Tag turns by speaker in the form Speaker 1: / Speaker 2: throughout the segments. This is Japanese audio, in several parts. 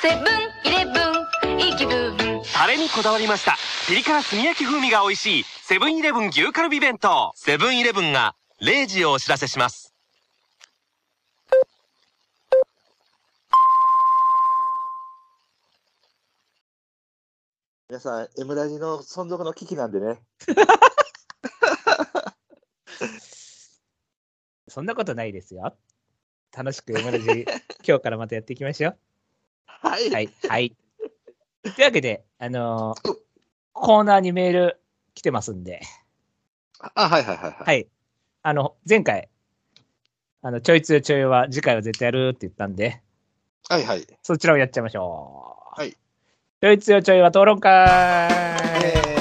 Speaker 1: セブンイレブンいい気分
Speaker 2: タレにこだわりましたピリ辛炭焼き風味が美味しいセブンイレブン牛カルビ弁当セブンイレブンが0時をお知らせします
Speaker 3: 皆さん、M ラジの存続の危機なんでね。
Speaker 4: そんなことないですよ。楽しく M ラジ、今日からまたやっていきましょ
Speaker 3: はい。、
Speaker 4: う。はいい、 はい。というわけで、あのーコーナーにメール来てますんで、
Speaker 3: あ、はいはいはい。は、
Speaker 4: はいい。あの、前回、あの、ちょいつよちょいは次回は絶対やるって言ったんで、
Speaker 3: はい、はい。
Speaker 4: そちらをやっちゃいましょう。
Speaker 3: はい。
Speaker 4: ちょいつよちょいは討論会
Speaker 3: えー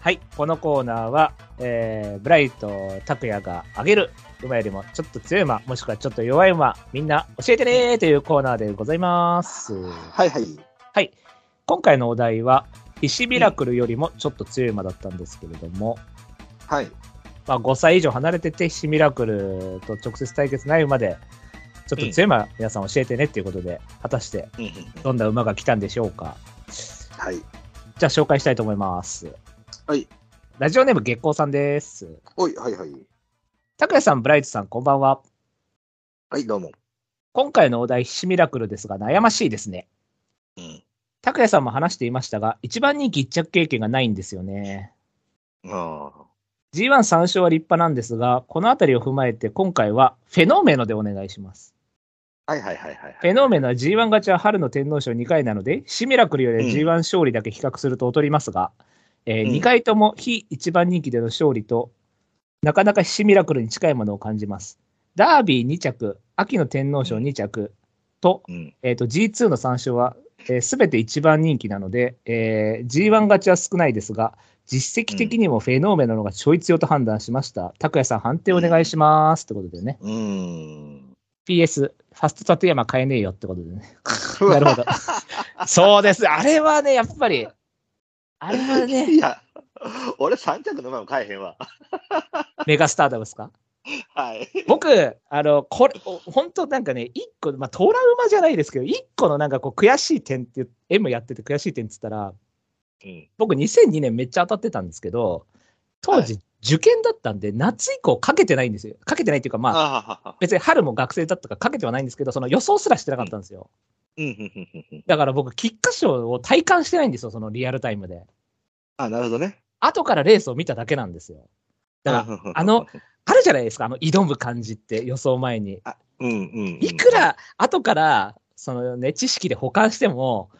Speaker 4: はい、このコーナーは、えー、ブライト拓也が挙げる馬よりもちょっと強い馬、もしくはちょっと弱い馬、みんな教えてねーというコーナーでございます。
Speaker 3: はいはい。
Speaker 4: はい、今回のお題は、ヒシビラクルよりもちょっと強い馬だったんですけれども、
Speaker 3: はい。
Speaker 4: まあ、5歳以上離れてて、ヒシビラクルと直接対決ない馬で、ちょっと強い馬、皆さん教えてねっていうことで、果たして
Speaker 3: うんうんうん
Speaker 4: どんな馬が来たんでしょうか。
Speaker 3: はい。
Speaker 4: じゃあ紹介したいと思います。
Speaker 3: はい。
Speaker 4: ラジオネーム月光さんです。
Speaker 3: おい、はいはい。
Speaker 4: 拓也さん、ブライトさん、こんばんは。
Speaker 3: はい、どうも。
Speaker 4: 今回のお題、ひしミラクルですが、悩ましいですね。
Speaker 3: うん。
Speaker 4: 拓也さんも話していましたが、一番人気一着経験がないんですよね。
Speaker 3: あ
Speaker 4: G13 勝は立派なんですが、このあたりを踏まえて、今回はフェノーメノでお願いします。
Speaker 3: あ。はいはいはいはい。
Speaker 4: フェノーメノは G1 勝ちは春の天皇賞2回なので、ひしミラクルよりは G1 勝利だけ比較すると劣りますが、え
Speaker 3: うん
Speaker 4: 2回とも非一番人気での勝利と、なかなかひしミラクルに近いものを感じます。ダービー2着、秋の天皇賞2着と、
Speaker 3: うん。
Speaker 4: えー、と G2 の参照は、えー、全て一番人気なので、えー、G1 勝ちは少ないですが、実績的にもフェノーメなのがちょい強と判断しました。拓、也、さん、判定お願いします。ってことでね。
Speaker 3: うーん。
Speaker 4: PS、ファスト立山買えねえよってことでね。なるほど。そうです。あれはね、やっぱり、あれはね、
Speaker 3: いや、俺三着の馬も買えへんわ。
Speaker 4: メガスターダムですか
Speaker 3: はい。
Speaker 4: 僕、あの、これ、お本当なんかね、一個、まあ、トラウマじゃないですけど、一個のなんかこう、悔しい点っていう、M やってて悔しい点って言ったら、
Speaker 3: うん。
Speaker 4: 僕2002年めっちゃ当たってたんですけど当時受験だったんで、夏以降かけてないんですよかけてないっていうかまあ
Speaker 3: ああ。
Speaker 4: 別に春も学生だったからかけてはないんですけどその予想すらしてなかったんですよ、
Speaker 3: うんうんうんうんうん。
Speaker 4: だから僕菊花賞を体感してないんですよそのリアルタイムで
Speaker 3: あ、なるほどね。
Speaker 4: 後からレースを見ただけなんですよだから、あの、あるじゃないですかあの挑む感じって予想前に
Speaker 3: うんうん。
Speaker 4: いく、ら後からそのね知識で保管しても
Speaker 3: う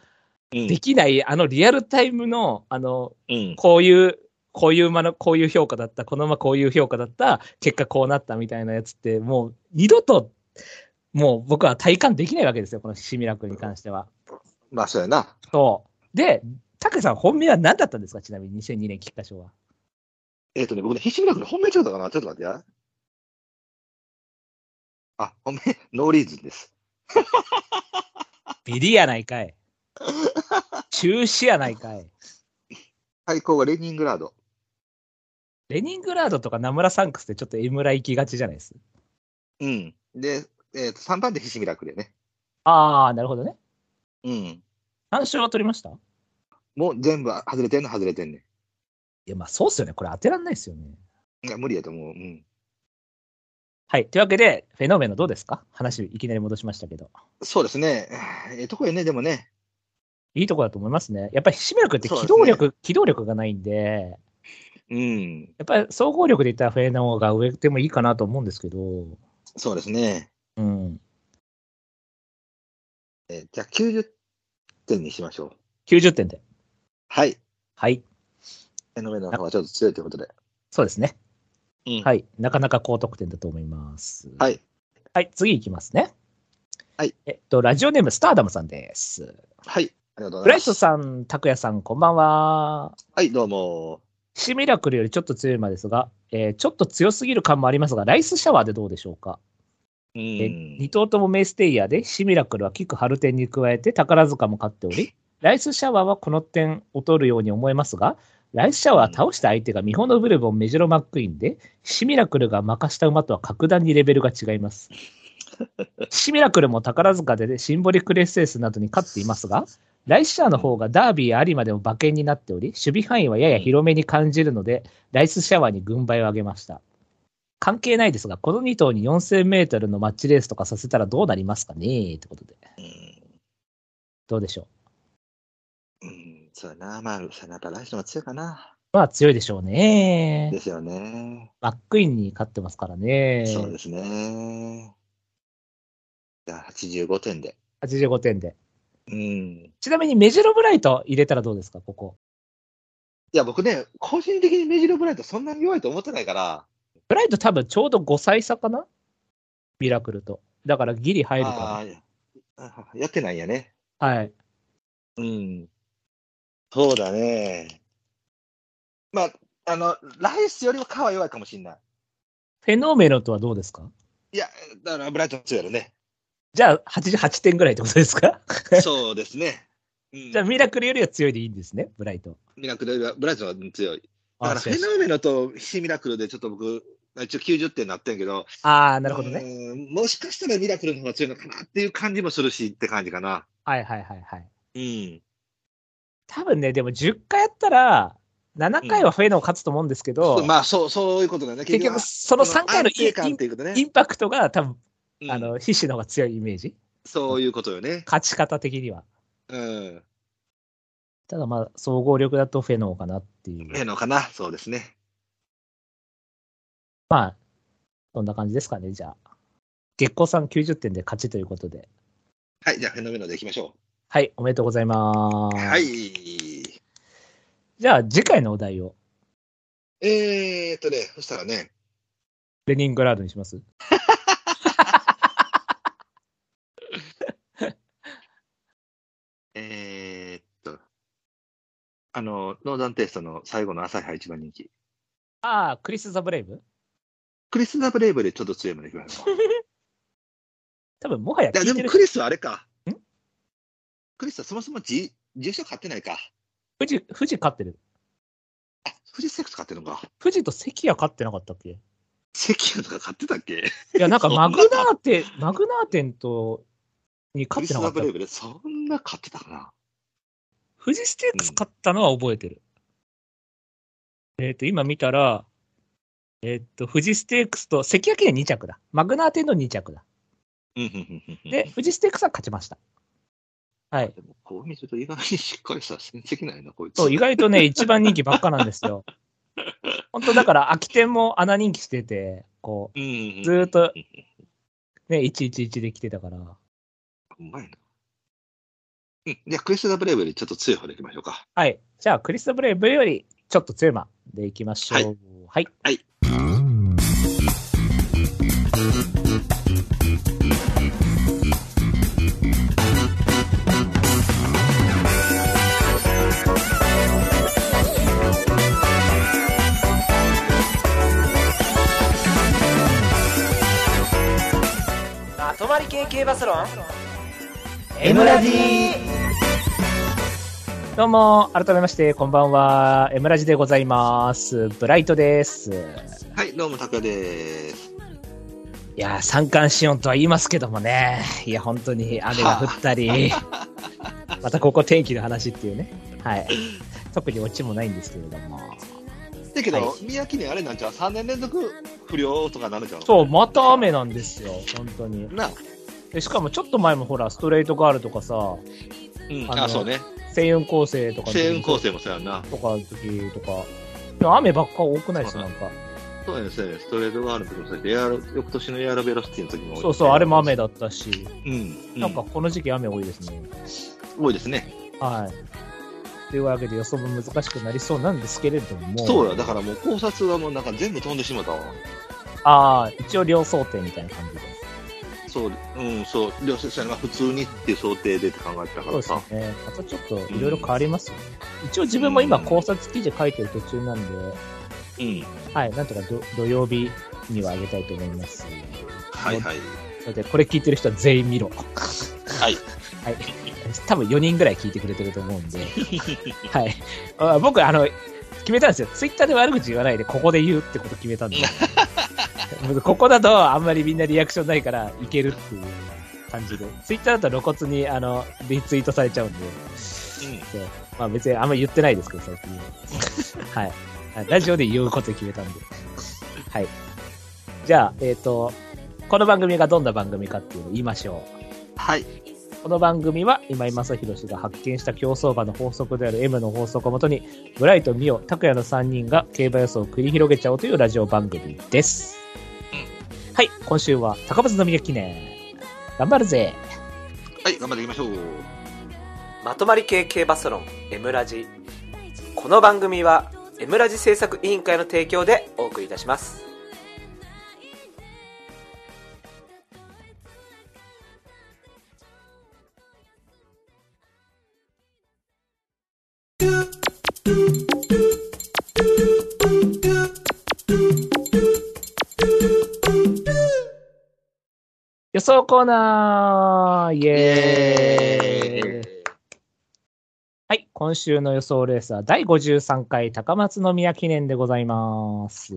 Speaker 3: ん
Speaker 4: できないあのリアルタイムのあの
Speaker 3: うん。
Speaker 4: こういう、こういう馬の、こういう評価だった、この馬こういう評価だった、結果こうなったみたいなやつって、もう二度と、もう僕は体感できないわけですよ、このシミラクに関しては。
Speaker 3: まあ、そうやな。
Speaker 4: そう。で、タケさん本命は何だったんですかちなみに2002年菊花賞は。
Speaker 3: えっ、とね、僕ね、必死なく本命ちょっとかな。ちょっと待ってや。あ、本命、 ノーリーズンです。
Speaker 4: ビリやないか い。中止やないかい。
Speaker 3: 最高はレニングラード。
Speaker 4: レニングラードとかナムラサンクスってちょっとエムラ行きがちじゃないです。
Speaker 3: うん。で、えっ、と、3番で必死ミラクルやね。
Speaker 4: あー、なるほどね。
Speaker 3: うん。
Speaker 4: 3勝は取りましたい
Speaker 3: もう全部外れてんの外れてんね
Speaker 4: や、まあそうっすよね。これ当てらんないですよね。
Speaker 3: ん。いや、無理やと思う。うん。
Speaker 4: はい。というわけで、フェノーメノどうですか話いきなり戻しましたけど。
Speaker 3: そうですね。ええとこやね、でもね。
Speaker 4: いいとこだと思いますね。やっぱりひしめるくって
Speaker 3: そうで
Speaker 4: 機
Speaker 3: すね
Speaker 4: 動力、機動力がないんで、
Speaker 3: うん。
Speaker 4: やっぱり総合力で言ったらフェーナーが上でもいいかなと思うんですけど、
Speaker 3: そうですね。
Speaker 4: うん。
Speaker 3: えーじゃあ90点にしましょう。
Speaker 4: 90点で。
Speaker 3: はい。
Speaker 4: はい。
Speaker 3: 目の目の方がちょっと強いということで。
Speaker 4: そうですね。
Speaker 3: うん
Speaker 4: はい。なかなか高得点だと思います。。
Speaker 3: はいい。
Speaker 4: はい、次いきますね。
Speaker 3: はい。
Speaker 4: えっと、ラジオネーム、スターダムさんです。
Speaker 3: はい。ありがとうご
Speaker 4: ブ
Speaker 3: ざいま
Speaker 4: ライ
Speaker 3: す。
Speaker 4: トさん、拓也さん、こんばんは。
Speaker 3: はい、どうも。
Speaker 4: ひしミラクルよりちょっと強い馬ですが、えーちょっと強すぎる感もありますが、ライスシャワーでどうでしょうか
Speaker 3: う
Speaker 4: え
Speaker 3: ん
Speaker 4: 2。頭とも名ステイヤーで、シミラクルはキクハルテ ンに加えて宝塚も勝っており、ライスシャワーはこの点劣るように思えますが、来社は倒した相手がミホノブルボン、メジロマックイーンで、シミラクルが負かした馬とは格段にレベルが違います。シミラクルも宝塚でシンボリクレッセースなどに勝っていますが、ライスシャーの方がダービー有馬でも馬券になっており、守備範囲はやや広めに感じるので、ライスシャワーに軍配を上げました。関係ないですが、この2頭に4000メートルのマッチレースとかさせたらどうなりますかねってことで。どうでしょう。
Speaker 3: うん、そうやな、まあ、そうやなやっぱ来週の方が強いかな。
Speaker 4: まあ強いでしょうね
Speaker 3: で。すよね。
Speaker 4: バックインに勝ってますからね。
Speaker 3: そうですね。じゃあ、85点で。
Speaker 4: 85点で。
Speaker 3: うん。い
Speaker 4: ちなみにメジロブライト入れたらどうですか、ここ。
Speaker 3: や、僕ね、個人的にメジロブライトそんなに弱いと思ってないから、
Speaker 4: ブライト多分ちょうど5歳差かなミラクルと。だからギリ入るか
Speaker 3: あーあやってないんやね。
Speaker 4: な。はい。
Speaker 3: うん。そうだね。まあ、あの、ライスよりは皮は弱いかもしれない。
Speaker 4: フェノーメノとはどうですか
Speaker 3: いや、だからブライト強いやろ ね。
Speaker 4: じゃあ88点ぐらいってことですか
Speaker 3: そうですね。うん、
Speaker 4: じゃあミラクルよりは強いでいいんですね、ブライト。
Speaker 3: ミラクルよりはブライトの方が強い。だから
Speaker 4: あ
Speaker 3: フ
Speaker 4: そうで
Speaker 3: ェ
Speaker 4: す
Speaker 3: ノーメノとシミラクルでちょっと僕、一応90点になってんけど、
Speaker 4: あー、なるほどね。
Speaker 3: ね。もしかしたらミラクルの方が強いのかなっていう感じもするしって感じかな。
Speaker 4: はいはいはいはい。
Speaker 3: うん。
Speaker 4: 多分ね、でも10回やったら、7回はフェノー勝つと思うんですけど、
Speaker 3: まあそう、そういうことだね。
Speaker 4: 結局その3回の
Speaker 3: 安
Speaker 4: イ
Speaker 3: 定
Speaker 4: ン
Speaker 3: 感っていうことね。
Speaker 4: インパクトが多分、
Speaker 3: うん
Speaker 4: あの、皮脂の方が強いイメージ
Speaker 3: そういうことよね。
Speaker 4: 勝ち方的には。
Speaker 3: うん。
Speaker 4: ただまあ、総合力だとフェノーかなっていう。
Speaker 3: ええのかな。そうですね。
Speaker 4: まあ、そんな感じですかね、じゃあ。月光さん90点で勝ちということで。
Speaker 3: はい、じゃあフェノメノでいきましょ
Speaker 4: はい、おめでとうございます。
Speaker 3: う。は。い。
Speaker 4: じゃあ、次回のお題を、
Speaker 3: えーっとね、そしたらね、
Speaker 4: レニングラードにします
Speaker 3: えーっと、あの、ノーザンテイストの最後の朝日杯一番人気。
Speaker 4: ああ、クリス・ザ・ブレイブ
Speaker 3: クリス・ザ・ブレイブでちょっと強いまでいきましょう。い
Speaker 4: 多分、もはや
Speaker 3: や、
Speaker 4: 聞
Speaker 3: で
Speaker 4: いて
Speaker 3: も
Speaker 4: る
Speaker 3: ク。リスはあれか
Speaker 4: ん。
Speaker 3: クリスはそもそも G、重賞買ってないか。
Speaker 4: 富士、富士勝ってる。
Speaker 3: あ、フジセックス買ってるのか。
Speaker 4: 富士と関谷勝ってなかったっけい
Speaker 3: 関谷とか買ってたっけ
Speaker 4: や、なんか
Speaker 3: そんな
Speaker 4: マグナーテン、マグナーテンと、に
Speaker 3: ク
Speaker 4: 勝っ
Speaker 3: リ
Speaker 4: て
Speaker 3: ス・
Speaker 4: なか
Speaker 3: ザ・
Speaker 4: った
Speaker 3: ブレイ。ブでそんな買ってたかな。
Speaker 4: 富士ステークス勝ったのは覚えてる。えっ、と、今見たら、えっ、と、富士ステークスと関谷記念2着だ。マグナーテンの2着だ。
Speaker 3: うんうんうんうん
Speaker 4: で、富士ステークスは勝ちました。はい。
Speaker 3: でもこう見ると意外にしっかりした戦績ないな、こいつ。
Speaker 4: そう、意外とね、一番人気ばっかなんです よ。本当だから、空き店も穴人気してて、こ
Speaker 3: うんうんうん
Speaker 4: ずーっと。う、ね、111で来てたから。
Speaker 3: うまいな。うん。じゃあ、クリス・ザ・ブレイブよりちょっと強い方でいきましょうか。
Speaker 4: はい。じゃあ、クリスタブレイブより、ちょっと強い馬でいきましょう。はい。
Speaker 3: はい
Speaker 5: まとまり系系バスロン
Speaker 4: エムラジどうも、改めまして、こんばんは。エムラジでございます。ブライトです。い
Speaker 3: はい、どうも、タカです。
Speaker 4: やー、三寒四温とは言いますけどもね。いや、本当に雨が降ったり、 またここ天気の話っていうね。はい。特にオチもないんですけれども。
Speaker 3: だけ
Speaker 4: は
Speaker 3: ど、宮城にあれなんちゃう ?3 年連続不良とかなるじゃん。
Speaker 4: そう、また雨なんですよ、本当に。
Speaker 3: なあ。
Speaker 4: でしかもちょっと前もほら、ストレートガールとかさ、
Speaker 3: うん、
Speaker 4: あの
Speaker 3: あ、そうね。
Speaker 4: 星雲構成とかの時、
Speaker 3: 星雲構成もそうやんな。
Speaker 4: とかの時とか、でも雨ばっか多くないです
Speaker 3: そう
Speaker 4: な
Speaker 3: なん
Speaker 4: か。
Speaker 3: そうやね、そうやね。ストレートがある時もそうやしエアロ、翌年のエアロベロシティの時も多い
Speaker 4: そうそう、あれも雨。だったし、
Speaker 3: うん。
Speaker 4: なんか、この時期雨多いですね。
Speaker 3: 多いですね。
Speaker 4: はい。というわけで予想も難しくなりそうなんですけれども。
Speaker 3: そうや、だからもう考察はもうなんか全部飛んでしまったわ。
Speaker 4: ああ、一応両想定みたいな感じです。
Speaker 3: そう、うん、そう。両親者が普通にっていう想定でって考えてたか
Speaker 4: そ
Speaker 3: ら
Speaker 4: うです
Speaker 3: さ。
Speaker 4: ね。またちょっといろいろ変わりますよね。一応自分も今考察記事書いてる途中なんで、
Speaker 3: うん。
Speaker 4: はい、なんとかど土曜日にはあげたいと思います。
Speaker 3: はいはい。
Speaker 4: ので、これ聞いてる人は全員見ろ。
Speaker 3: はい。
Speaker 4: はい。多分4人ぐらい聞いてくれてると思うんで。はい。あ僕、あの、決めたんですよ。ツイッターで悪口言わないで、ここで言うってこと決 めたんですよ。ここだとあんまりみんなリアクションないから、いけるっていう感じで。ツイッターだと露骨に、あの、リツイートされちゃうんで。そうまあ別にあんまり言ってないですけど、最近は。はい。ラジオで言うこと決めたんで。はい。じゃあ、えっ、と、この番組がどんな番組かっていうのを言いましょう。
Speaker 3: はい。
Speaker 4: この番組は今井正弘氏が発見した競走馬の法則である M の法則をもとに、ブライト、ミオ、拓也の3人が競馬予想を繰り広げちゃおうというラジオ番組です。はい、今週は高松宮記念。頑張るぜ。
Speaker 3: はい、頑張っていきましょう。
Speaker 5: まとまり系系バスロン M ラジこの番組は M ラジ制作委員会の提供でお送りいたします
Speaker 4: 予想コーナーイ
Speaker 3: イ
Speaker 4: エーイはい、今週の予想レースは第53回高松宮記念でございます。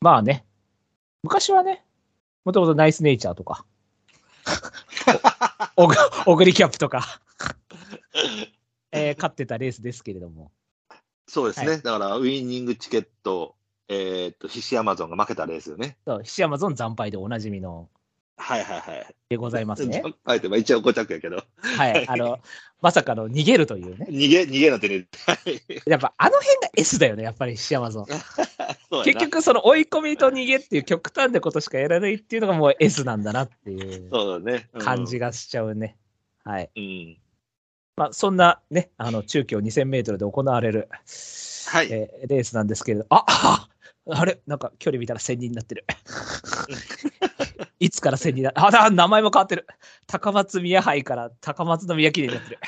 Speaker 4: まあね、昔はね、もともとナイスネイチャーとか、おおぐおぐりキャップとか、えー勝ってたレースですけれども、
Speaker 3: そうですね、
Speaker 4: は
Speaker 3: だからウイニングチケット、えーっと、ヒシアマゾンが負けたレースよね。
Speaker 4: そう菱山ゾン惨敗でおなじみの
Speaker 3: はいはいはい。
Speaker 4: でございま すね。
Speaker 3: あえて、まあ、一応5着やけど、
Speaker 4: はい、あの、まさかの逃げるというね。
Speaker 3: 逃げ、逃げの手に。 はい
Speaker 4: やっぱあの辺が S だよね、やっぱり菱山ゾン。
Speaker 3: そうや
Speaker 4: 結
Speaker 3: な
Speaker 4: 局その追い込みと逃げっていう極端なことしかやらないっていうのがもう S なんだなっていう
Speaker 3: そうだね。うん
Speaker 4: 感じ。がしちゃうね。はい。
Speaker 3: うん。
Speaker 4: まあそんなね、あの中京2000メートルで行われる、はいえーレースなんですけれど、あああれなんか距離見たら1000人にな ってる。いつから1000人だああ、名前も変わってる。高松宮杯から高松宮記念になって る。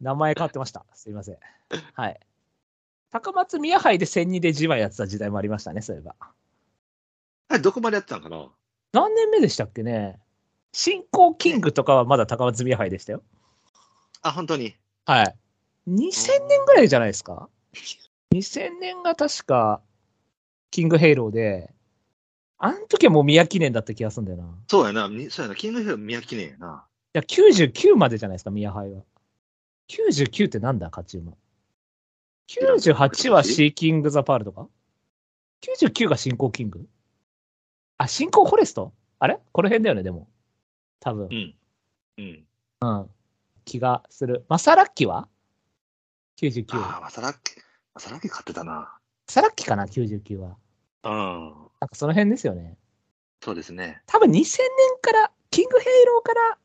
Speaker 4: 名前変わってました。すいません。はい。高松宮杯で1000人で G1 やってた時代もありましたね、そういえば。
Speaker 3: あれどこまでやってたんかな
Speaker 4: 何年目でしたっけね新興キングとかはまだ高松宮杯でしたよ。
Speaker 3: あ、本当に。
Speaker 4: はい。2000年ぐらいじゃないですか ?2000 年が確か、キングヘイローで、あの時はもう宮記念だった気がするんだよな。い
Speaker 3: そうやな。みそうやな。キングヒル宮記念やな。
Speaker 4: や、99までじゃないですか、宮杯は。99ってなんだ、勝ち馬。98はシーキング・ザ・パールとか ?99 が新興キングあ、新興フォレストあれこの辺だよね、でも。多分。
Speaker 3: うん。うん。
Speaker 4: 気がする。マサラッキは ?99。
Speaker 3: ああ、
Speaker 4: マ
Speaker 3: マサラッキ、マサラッキ買ってたな。
Speaker 4: サラッキかな ?99 は。
Speaker 3: うん。
Speaker 4: なんかその辺ですよね。
Speaker 3: そうですね。
Speaker 4: 多分2000年から、キングヘイローから、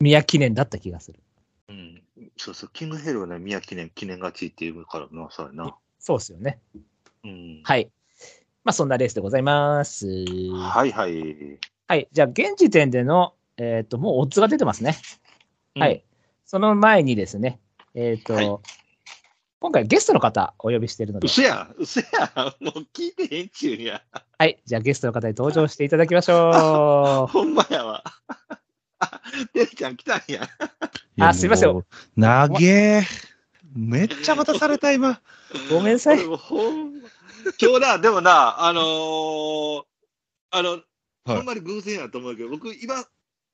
Speaker 4: 宮記念だった気がする。
Speaker 3: うん。そうそう。キングヘルはね、宮記念、記念勝ちっていうからな。そうやな。
Speaker 4: そうですよね。
Speaker 3: うん。
Speaker 4: はい。まあそんなレースでございます。は
Speaker 3: はいはい。
Speaker 4: い。じゃあ現時点での、えっ、と、もうオッズが出てますね。
Speaker 3: うん
Speaker 4: はい。その前にですね、えっ、と、
Speaker 3: はい
Speaker 4: 今回ゲストの方お呼びしているので
Speaker 3: う、せや、うせや、もう聞いてへんちゅうにや。
Speaker 4: はい。じゃあゲストの方に登場していただきまし ょう。
Speaker 3: ほんまやわ。あ、てるちゃん来たんや。
Speaker 6: いや
Speaker 4: あすいません。
Speaker 6: もう投げめっちゃ渡された、今。
Speaker 4: ごめんなさい
Speaker 3: 俺もほんま。今日な、でもな、あのー、あの、ほんまに偶然やと思うけど、僕、今、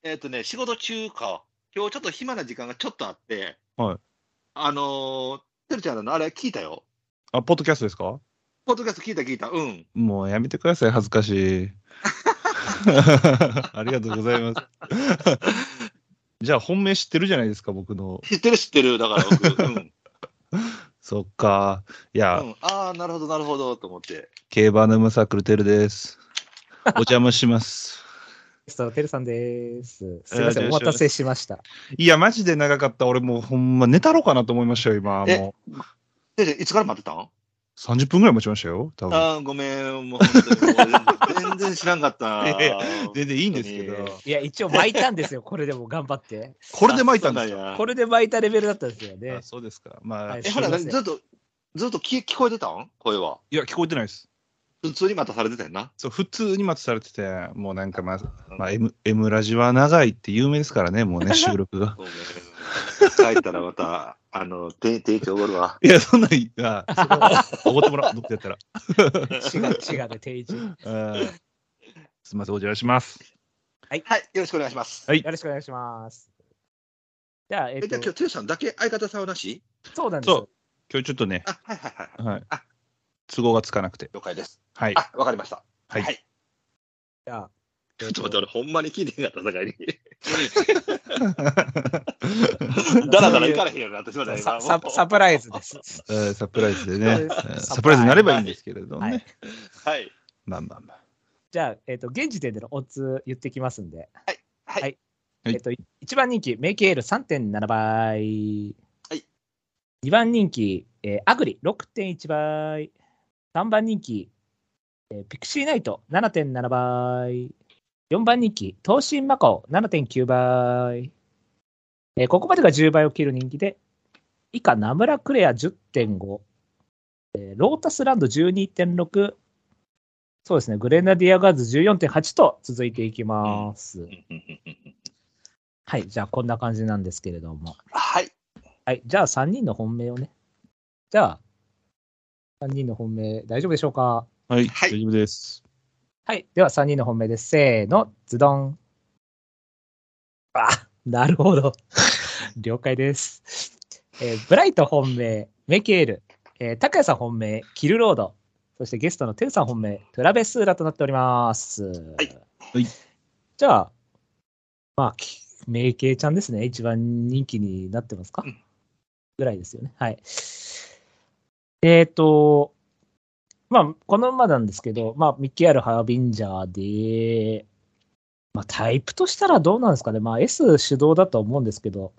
Speaker 3: えっ、とね、仕事中か、今日ちょっと暇な時間がちょっとあって、
Speaker 6: はい。
Speaker 3: あのー、てるちゃんのあれ聞いたよ。
Speaker 6: あ、ポッドキャストですか
Speaker 3: ポッドキャスト聞いた聞いた。うん。
Speaker 6: もうやめてください、恥ずかしい。 ありがとうございます。 じゃあ、本命知ってるじゃないですか、僕の。
Speaker 3: 知ってる知ってる。だから 僕、うん。
Speaker 6: そっか。いうや、
Speaker 3: ん、ああ、なるほど、なるほど、と思って。
Speaker 6: 競馬のムサークルテルです。お邪魔します。
Speaker 4: ゲストのてるさんです。すみません、
Speaker 6: よ
Speaker 4: お
Speaker 6: ろ
Speaker 4: 待
Speaker 6: しくお願いします
Speaker 4: たせしました。
Speaker 6: いや、マジで長かった。俺もうほんま寝たろうかなと思いましたよ、今。
Speaker 3: え
Speaker 6: もう
Speaker 3: てるちゃんいつから待ってたん
Speaker 6: 30分ぐらい待ちましたよ、多分。
Speaker 3: ああ、ごめん、もう本当に俺全然知らんかった。
Speaker 6: いやいや全然いいんですけど。
Speaker 4: いや、一応巻いたんですよ、これでも頑張って。
Speaker 6: これで巻いたんですよ。
Speaker 3: よ
Speaker 4: これで巻いたレベルだったんですよね
Speaker 6: あ。そうですか。まあ、
Speaker 4: はいい
Speaker 3: え、ほら、
Speaker 4: すいません
Speaker 3: ずっと、ずっと聞聞こえてたん声は。
Speaker 6: や、聞こえてないです。
Speaker 3: 普通に待たされてたよな。
Speaker 6: そう普通に待たされてて、もうなんかまあ、まあ、M,
Speaker 3: 。
Speaker 6: M ラジは長いって有名ですからね、もうね、収録が
Speaker 3: ごめん帰ったらまた、あの、定定期おごるわ。
Speaker 6: いや、そんなんいい、あおごってもらう、どっちやったら。
Speaker 4: 違う違うね、定位置。 よ
Speaker 6: あーすみません、お邪魔します。
Speaker 3: はい、よろしくお願いします。
Speaker 6: はい
Speaker 4: ろしくお願いします。じゃあ、えっ
Speaker 3: え、じゃあ今
Speaker 4: と
Speaker 3: 日、、テュさんだけ相方さんはなし
Speaker 4: そうなんです
Speaker 6: そ
Speaker 4: よ
Speaker 6: う。、今日ちょっとね、
Speaker 3: あ、はいはいはい。はい
Speaker 6: はい
Speaker 3: あ、
Speaker 6: 都合がつかなくて。
Speaker 3: 了解です。
Speaker 6: はい。
Speaker 3: あ、わかりました。
Speaker 6: はい
Speaker 4: じゃあ、
Speaker 3: ちょっと待って、俺、ほんまに聞いてへんかった、戦い に。だらだら行かれへんようになってしまった、
Speaker 4: サ
Speaker 3: 今
Speaker 4: ササプライ ズです。
Speaker 6: え ーサプライズでね、
Speaker 4: サプラ
Speaker 6: え
Speaker 4: イ
Speaker 6: ー
Speaker 4: ズ
Speaker 6: サプライズになればいいんですけれども
Speaker 4: はい
Speaker 6: ね。。
Speaker 3: はい。
Speaker 6: まあまあまあ。
Speaker 4: じゃあ、えっと、現時点でのオッズ言ってきますんで。
Speaker 3: はい
Speaker 4: はい
Speaker 6: はい
Speaker 4: えっと、1番人気、メイキエール3.7倍。
Speaker 3: はい。
Speaker 4: 2番人気、えーアグリ6.1倍。3番人気、えーピクシーナイト7.7倍。4番人気、東進マカオ7.9倍。えーここまでが10倍を切る人気で、以下、ナムラクレア10.5、えーロータスランド12.6、そうですね、グレナディアガーズ14.8と続いていきます。はい、じゃあこんな感じなんですけれども。
Speaker 3: はい。
Speaker 4: はい、じゃあ3人の本命をね。じゃあ、3人の本命、大丈夫でしょうか
Speaker 6: はい、
Speaker 3: はい
Speaker 6: 大丈夫です。
Speaker 4: はい、では3人の本命です。せーの、ズドン。あ、なるほ ど。了解です。えーブライト本命、メケール、えー、タクヤさん本命、キルロード、そしてゲストのテルさん本命、トラベスーラとなっております。はい
Speaker 6: はい
Speaker 4: じゃあ、まあ、きメイケイちゃんですね。一番人気になってますか、
Speaker 3: うん
Speaker 4: ぐらいですよね。はい。えっ、と、まあ、この馬なんですけど、まあ、ミッキー・アル・ハービンジャーで、まあ、タイプとしたらどうなんですかね。まあ、S 主導だと思うんですけど、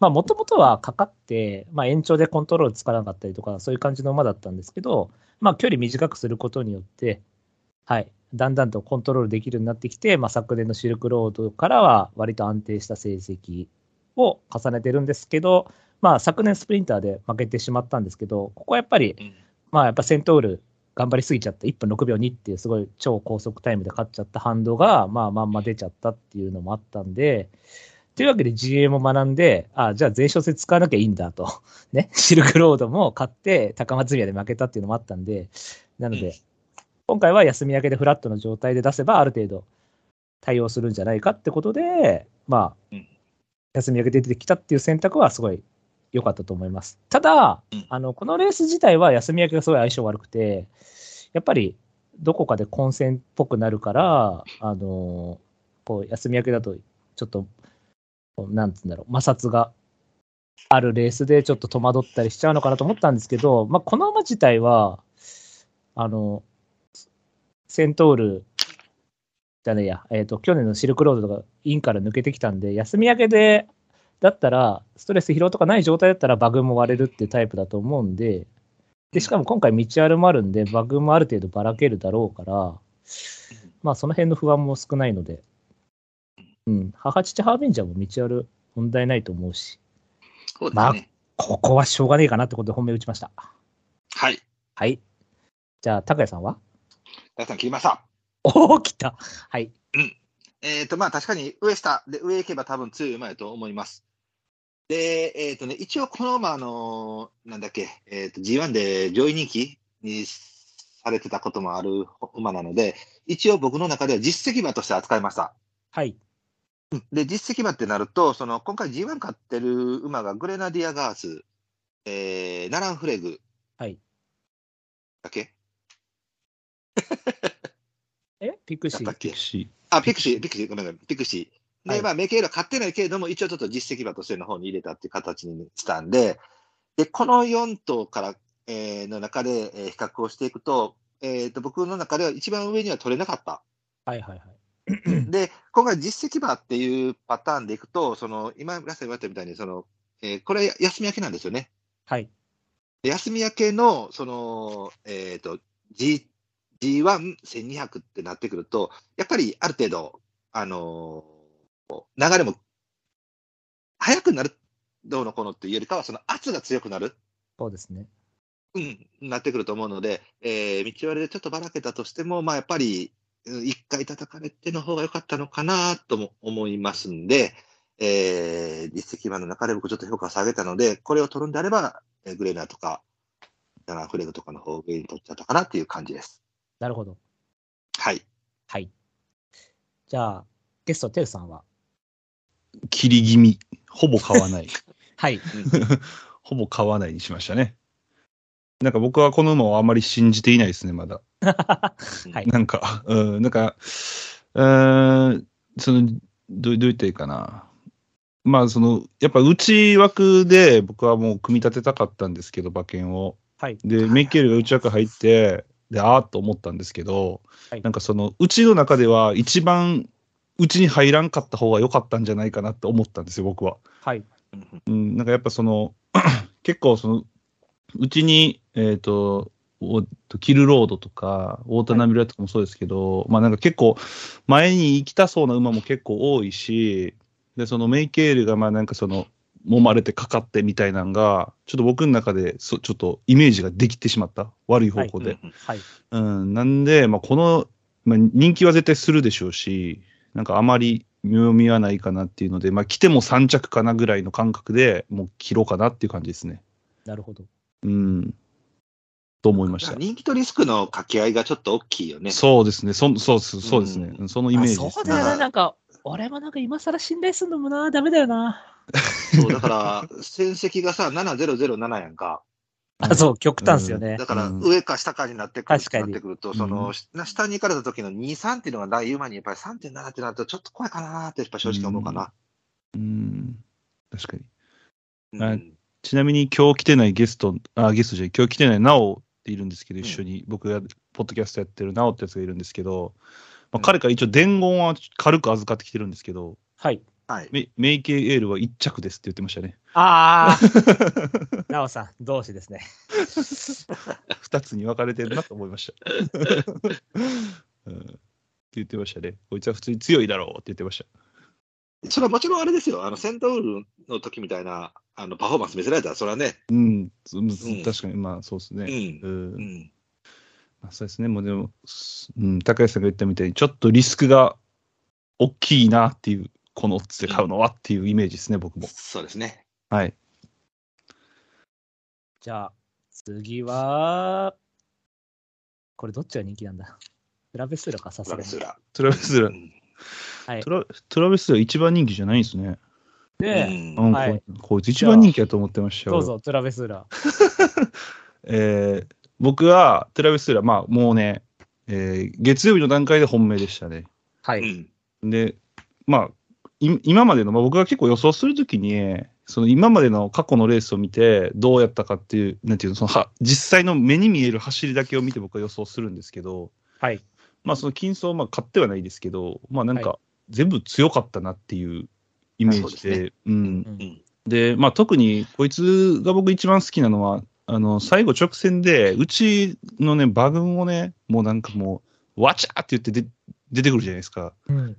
Speaker 4: まあ、もともとはかかって、まあ、延長でコントロールつかなかったりとか、そういう感じの馬だったんですけど、まあ、距離短くすることによって、はい、だんだんとコントロールできるようになってきて、まあ、昨年のシルクロードからは、割と安定した成績を重ねてるんですけど、まあ、昨年スプリンターで負けてしまったんですけど、ここはやっぱり、まあ、やっぱセントウル頑張りすぎちゃった1分6秒2っていうすごい超高速タイムで勝っちゃった反動が、まあ、まんま出ちゃったっていうのもあったんで、というわけで GM を学んで、あじゃあ前哨戦使わなきゃいいんだと。 ね。シルクロードも買って、高松宮で負けたっていうのもあったんで、なので、
Speaker 3: うん
Speaker 4: 今回は休み明けでフラットの状態で出せば、ある程度対応するんじゃないかってことで、まあ、
Speaker 3: うん
Speaker 4: 休み明けで出てきたっていう選択はすごい良かったと思います。ただ、
Speaker 3: うん
Speaker 4: あの、このレース自体は休み明けがすごい相性悪くて、やっぱりどこかで混戦っぽくなるから、あのこう休み明けだと、ちょっと、こうなんつうんだろう、摩擦があるレースでちょっと戸惑ったりしちゃうのかなと思ったんですけど、まあ、この馬自体は、あの、セントール、じゃねえや、えっ、と、去年のシルクロードとか、インから抜けてきたんで、休み明けで、だったら、ストレス疲労とかない状態だったら、バグも割れるっていうタイプだと思うんで、で、しかも今回、道あるもあるんで、バグもある程度ばらけるだろうから、まあ、その辺の不安も少ないので、うん、母父ハーベンジャーも道ある問題ないと思うし、
Speaker 3: そうで
Speaker 4: ますあ
Speaker 3: ね。、
Speaker 4: ここはしょうがねえかなってことで本命打ちました。
Speaker 3: はい。
Speaker 4: はい。じゃあ、高谷さんは
Speaker 3: 皆さん聞きました。
Speaker 4: おお、来た。はい。
Speaker 3: えっ、と、まあ確かに上下、で、上行けば多分強い馬やと思います。で、えっ、とね、一応この馬、あのーなんだっけ、えっ、と、G1 で上位人気にされてたこともある馬なので、一応僕の中では実績馬として扱いました。
Speaker 4: はい。
Speaker 3: で、実績馬ってなると、その、今回 G1 勝ってる馬がグレナディアガース、えー、ナランフレグ。
Speaker 4: はい。
Speaker 3: だっけ
Speaker 4: えピクシ
Speaker 3: だった
Speaker 4: ー
Speaker 3: っ。け
Speaker 6: し
Speaker 3: あ、ピクシー、ピクシー、ごめんなさい、ピクシー。で、
Speaker 4: はい
Speaker 3: まあ、メケールは買ってないけれども、一応ちょっと実績馬としての方に入れたっていう形にしたんで、で、この4頭から、えーの中で、えー比較をしていくと、えっ、と、僕の中では一番上には取れなかった。
Speaker 4: はいはいはい。
Speaker 3: で、今回実績馬っていうパターンでいくと、その、今、皆さん言われたみたいに、その、えーこれ休み明けなんですよね。
Speaker 4: はい。
Speaker 3: で休み明けの、その、えっ、と、G、G11200 ってなってくると、やっぱりある程度、あのー流れも、速くなる、どうのこうのっていうよりかは、その圧が強くなる、
Speaker 4: そうですね。
Speaker 3: うん、なってくると思うので、えー道割れでちょっとばらけたとしても、まあやっぱり、うん一回叩かれての方が良かったのかなとも思いますんで、えー実績版の中で僕ちょっと評価を下げたので、これを取るんであれば、えーグレナーとか、ダナーフレグとかの方を上に取っちゃったかなっていう感じです。
Speaker 4: なるほど。
Speaker 3: はい。
Speaker 4: はい。じゃあ、ゲスト、てるさんは
Speaker 6: 切り気味。ほぼ買わない。
Speaker 4: はい。
Speaker 6: ほぼ買わないにしましたね。なんか僕はこの馬をあまり信じていないですね、まだ。
Speaker 4: はい
Speaker 6: なんか、うん、なんか、うーん、その、どうどう言ったらいいかな。まあ、その、やっぱ内枠で僕はもう組み立てたかったんですけど、馬券を。
Speaker 4: はい。
Speaker 6: で、メッケルが内枠入って、で、あーっと思ったんですけど、
Speaker 4: はい
Speaker 6: なんかその、うちの中では一番、うちに入らんかった方が良かったんじゃないかなって思ったんですよ、僕は。
Speaker 4: はい。
Speaker 6: うん、なんかやっぱその、 結構その、うちに、えっ、と、おキルロードとか、オータナミラとかもそうですけど、まあなんか結構、前に行きたそうな馬も結構多いし、で、そのメイケールが、まあなんかその、揉まれてかかってみたいなのが、ちょっと僕の中でそ、ちょっとイメージができてしまった。悪い方向で。
Speaker 4: はい。
Speaker 6: うん、なんで、まあ、この、まあ、人気は絶対するでしょうし、なんかあまり妙味はないかなっていうので、まあ、来ても3着かなぐらいの感覚でもう切ろうかなっていう感じですね。
Speaker 4: なるほど。
Speaker 6: うん。と思いました。
Speaker 3: 人気とリスクの掛け合いがちょっと大きいよね。
Speaker 6: そうですね。そそうですそうですね。
Speaker 3: う
Speaker 6: そのイメージです、ね
Speaker 4: あ。そうだよな、なんか、俺もなんか今更信頼するのもな、ダメだよな。
Speaker 3: そうだから、戦績がさ、7007やんか。
Speaker 4: あ、そう、極端ですよね
Speaker 3: だ。から、
Speaker 6: うん
Speaker 3: 上か下かになってくる
Speaker 4: 確かに
Speaker 3: なってくると、
Speaker 6: ん
Speaker 3: その、な下に行かれた時の2、3っていうのが大馬に、やっぱり3.7ってなると、ちょっと怖いかなーって、やっぱ正直思うかな。
Speaker 6: うん。確かに。
Speaker 3: うん
Speaker 6: んはいちなみに今日来てないゲスト、あ、ゲストじゃない、今日来てないなおっているんですけど、
Speaker 3: うん
Speaker 6: 一緒に僕がポッドキャストやってるなおってやつがいるんですけど、ま
Speaker 3: うん
Speaker 6: あ、彼から一応伝言は軽く預かってきてるんですけど、
Speaker 4: はい。
Speaker 3: はい。
Speaker 6: メメイケイエールは1着ですって言ってました ね。
Speaker 4: ああ。なおさん、同志ですね。
Speaker 6: 2つに分かれてるなと思いました。うん、って言ってましたね。こいつは普通に強いだろうって言ってました。
Speaker 3: それはもちろんあれですよ。あの、セントウールの時みたいな、あの、パフォーマンス見せられたら、それはね、
Speaker 6: うん、そ
Speaker 3: ん
Speaker 6: 確かに、まあそうです
Speaker 3: う
Speaker 6: ね。
Speaker 3: ん
Speaker 6: う。ん
Speaker 3: うん。
Speaker 6: まあ、そうですね。もうでも、すうん、高橋さんが言ったみたいに、ちょっとリスクが大きいなっていう、このオッズで買うのはっていうイメージですね、僕も。
Speaker 3: そうですね。
Speaker 6: はい。
Speaker 4: じゃあ、次は、これどっちが人気なんだトラベスーラか、さす
Speaker 3: ラ
Speaker 4: が
Speaker 3: ベ
Speaker 4: に。
Speaker 3: スラ。
Speaker 6: トラベスラ
Speaker 3: う、ん
Speaker 4: はい
Speaker 6: ト。ラトラベスラ一番人気じゃないんですね。
Speaker 4: で、
Speaker 3: う
Speaker 6: うんん、
Speaker 4: はい
Speaker 6: こいこいつ一番人気だと思ってましたよ
Speaker 4: どうぞ、トラベスーラ。
Speaker 6: えー僕はトラベス・スーラ、まあもうね、えー月曜日の段階で本命でしたね。
Speaker 4: は
Speaker 3: う
Speaker 4: い。
Speaker 3: ん。
Speaker 6: で、まあ、い今までの、まあ、僕が結構予想するときに、その今までの過去のレースを見て、どうやったかっていう、なんていうの、そのは実際の目に見える走りだけを見て僕は予想するんですけど、
Speaker 4: はい。
Speaker 6: まあその金層、まあ買ってはないですけど、まあなん
Speaker 4: は
Speaker 6: か全部強かったなっていうイメージ
Speaker 3: そうです
Speaker 6: で、うん。
Speaker 3: うん。
Speaker 6: で、まあ、特にこいつが僕一番好きなのは、あの最後直線で、うちのね、馬群をね、もうなんかもう、わちゃーって言ってで出てくるじゃないですか。
Speaker 4: うん。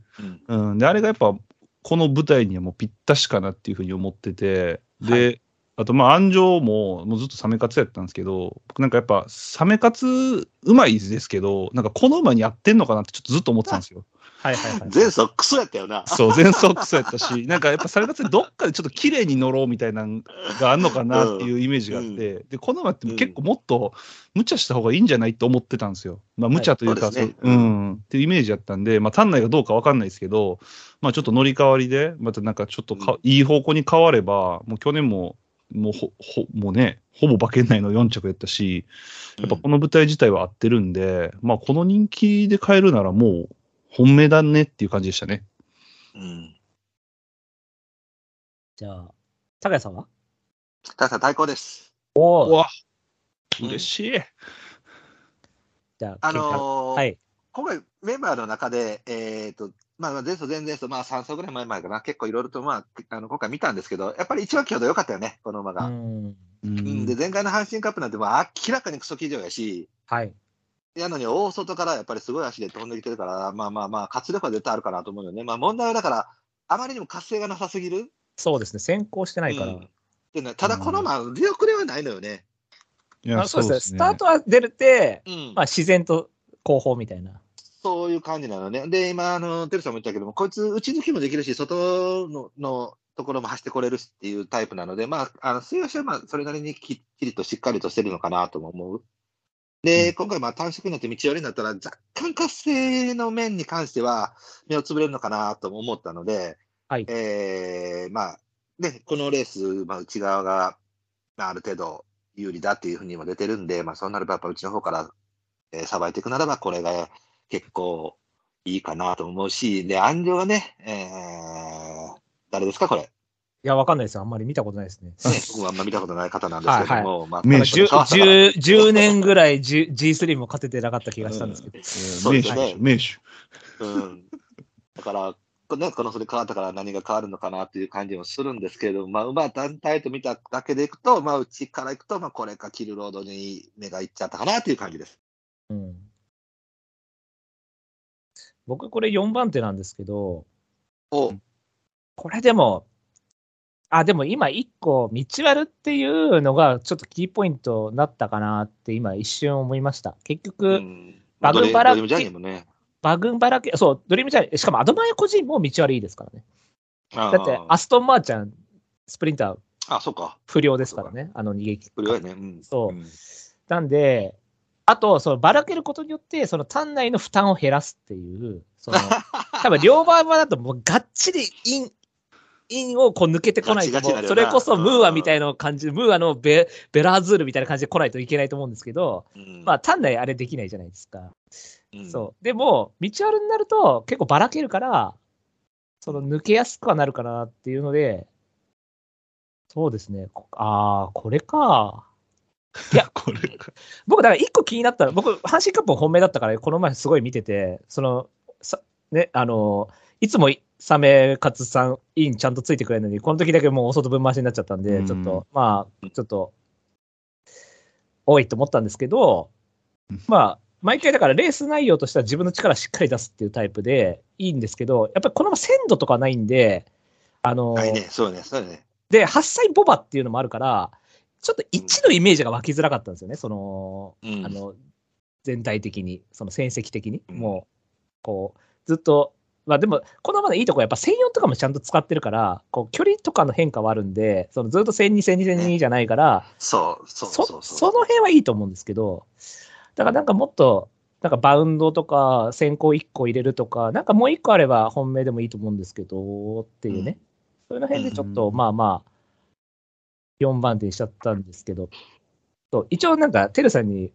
Speaker 3: うん。
Speaker 6: うん、で、あれがやっぱ、この舞台にはもうぴったしかなっていうふうに思ってて、で、
Speaker 4: は
Speaker 6: あと、まあ、安城も、もうずっとサメ活やったんですけど、僕なんかやっぱ、サメ活うまいですけど、なんかこの馬にやってんのかなってちょっとずっと思ってたんですよ。
Speaker 4: はいはいはい。
Speaker 3: 前走クソやったよな。
Speaker 6: そう、前走クソやったし、 なんかやっぱサルカツでどっかでちょっと綺麗に乗ろうみたいなのがあんのかなっていうイメージがあって、
Speaker 3: うん
Speaker 6: で、この馬って
Speaker 3: うん
Speaker 6: 結構もっと無茶した方がいいんじゃないって思ってたんですよ。まあ無茶というか、
Speaker 3: はいそうですね
Speaker 6: そううん、っていうイメージだったんで、まあ単内がどうかわかんないですけど、まあちょっと乗り換わりで、またなんかちょっとか、
Speaker 3: うん
Speaker 6: いい方向に変われば、もう去年も、もうほ、ほ、もうね、ほぼ馬券内の4着やったし、やっぱこの舞台自体は合ってるんで、まあこの人気で変えるならもう本命だねっていう感じでしたね。
Speaker 3: うん。
Speaker 4: じゃあ、高谷さんは
Speaker 3: たださん、対抗です。
Speaker 6: う
Speaker 4: おお。
Speaker 6: わ嬉しい。
Speaker 4: じゃあ、
Speaker 3: あのー
Speaker 4: はい。
Speaker 3: 今回メンバーの中で、えっ、と、まあ、まあ前走、前々走、まあ、3走ぐらい前前かな、結構いろいろと、まあ、あの、今回見たんですけど、やっぱり一番強度良かったよね、この馬
Speaker 4: う
Speaker 3: が。
Speaker 4: ん。
Speaker 3: うん、で、前回の阪神カップなんて、まあ、明らかにクソ騎乗やし、
Speaker 4: はい。
Speaker 3: やのに大外からやっぱりすごい足で飛んできてるから、まあまあまあ、活力は絶対あるかなと思うよね。まあ、問題はだから、あまりにも活性がなさすぎる。
Speaker 4: そうですね、先行してないから。
Speaker 3: うんでね、ただ、この馬、出遅れはないのよね。
Speaker 6: い
Speaker 4: ま
Speaker 6: や
Speaker 4: あそうですね、スタート
Speaker 6: は
Speaker 4: は出れて、
Speaker 3: うん
Speaker 4: まあ、自然と後方みたいな。
Speaker 3: そういう感じなのね。で、今、あの、てるさんも言ったけども、こいつ、内抜きもできるし、外の、のところも走ってこれるしっていうタイプなので、まあ、あの、末吉は、まあ、それなりにきっちりとしっかりとしてるのかなとも思う。で、今回、まあ、短縮になって道寄りになったら、若干活性の面に関しては、目をつぶれるのかなとも思ったので、
Speaker 4: はい
Speaker 3: えーまあ、で、このレース、まあ、内側が、まあ、ある程度有利だっていうふうにも出てるんで、まあ、そうなれば、やっぱうちの方から、えー、さばいていくならば、これが、結構いいかなと思うし、で、安城がね、えー、誰ですか、これ。ね、
Speaker 4: いや、わかんないですよ。あんまり見たことないですね。
Speaker 3: 僕はあんま見たことない方なんですけども、まあ、
Speaker 6: ね
Speaker 3: 彼 女
Speaker 4: 10,
Speaker 3: の川瀬から
Speaker 4: 10 10年ぐらい G- G3 も勝ててなかった気がしたんですけど。
Speaker 3: そう
Speaker 6: 名
Speaker 3: で
Speaker 6: 手
Speaker 3: す
Speaker 6: で
Speaker 3: ね
Speaker 6: しょ、名手。
Speaker 3: うん。だから、こね、このそれ変わったから何が変わるのかなという感じもするんですけれども、まあ、馬単体と見ただけでいくと、まあ、うちからいくと、まあ、これか、キルロードに目がいっちゃったかなという感じです。
Speaker 4: うん、僕、これ4番手なんですけど、
Speaker 3: お
Speaker 4: これでも、あ、でも今1個、道割るっていうのがちょっとキーポイントになったかなって今一瞬思いました。結局、
Speaker 3: うん、
Speaker 4: バグバラ
Speaker 3: ドレドレムジャーニーもね。
Speaker 4: バグンバラ系、そう、ドリームチャレンジ、しかもアドマイ個人も道割りいいですからね。
Speaker 3: だ
Speaker 4: だって、アストンマーちゃん、スプリンター
Speaker 3: あ、そうか。
Speaker 4: 不良ですからね、あの逃げ切
Speaker 3: これはね、うん。
Speaker 4: そう
Speaker 3: うん
Speaker 4: なんで、あと、そのばらけることによって、その単内の負担を減らすっていう、 その、多分両バーバーだともうがっちりイン、インをこう抜けてこないと、
Speaker 3: ガチガチになるよ
Speaker 4: そ
Speaker 3: な
Speaker 4: れこそムーアみたいな感じ、ムーアのベベラアズールみたいな感じで来ないといけないと思うんですけど、
Speaker 3: うん
Speaker 4: まあ単内あれできないじゃないですか。
Speaker 3: うん
Speaker 4: そう。でも、道あるになると結構ばらけるから、その抜けやすくはなるかなっていうので、そうですね。こああ、これか。
Speaker 6: これか。
Speaker 4: 僕、だから一個気になったの、僕、阪神カップ本命だったから、この前すごい見てて、その、さね、あの、いつもいサメ勝さん、インちゃんとついてくれるのに、この時だけもうお外分回しになっちゃったん
Speaker 6: う
Speaker 4: で、
Speaker 6: ん
Speaker 4: ちょっと、まあ、ちょっと、多いと思ったんですけど
Speaker 6: うん、
Speaker 4: まあ、毎回だからレース内容としては自分の力しっかり出すっていうタイプでいいんですけど、やっぱりこのまま鮮度とかないんで、あの、
Speaker 3: はいね、そうね、そうね。
Speaker 4: で、8歳ボバっていうのもあるから、ちょっと1のイメージが湧きづらかったんですよね、その、
Speaker 3: うん
Speaker 4: あの、全体的に、その戦績的に、
Speaker 3: うん
Speaker 4: もう、こう、ずっと、まあでも、このままのいいとこはやっぱ1004とかもちゃんと使ってるから、こう、距離とかの変化はあるんで、そのずっと1002、1002、1002じゃないから、
Speaker 3: そう、そう、そう
Speaker 4: そ、
Speaker 3: う。
Speaker 4: その辺はいいと思うんですけど、だからなんかもっと、なんかバウンドとか先行1個入れるとか、なんかもう1個あれば本命でもいいと思うんですけど、っていうね。それの辺でちょっと、
Speaker 6: うん
Speaker 4: まあまあ、4番手にしちゃったんですけど、そう一応なんか、テルさんに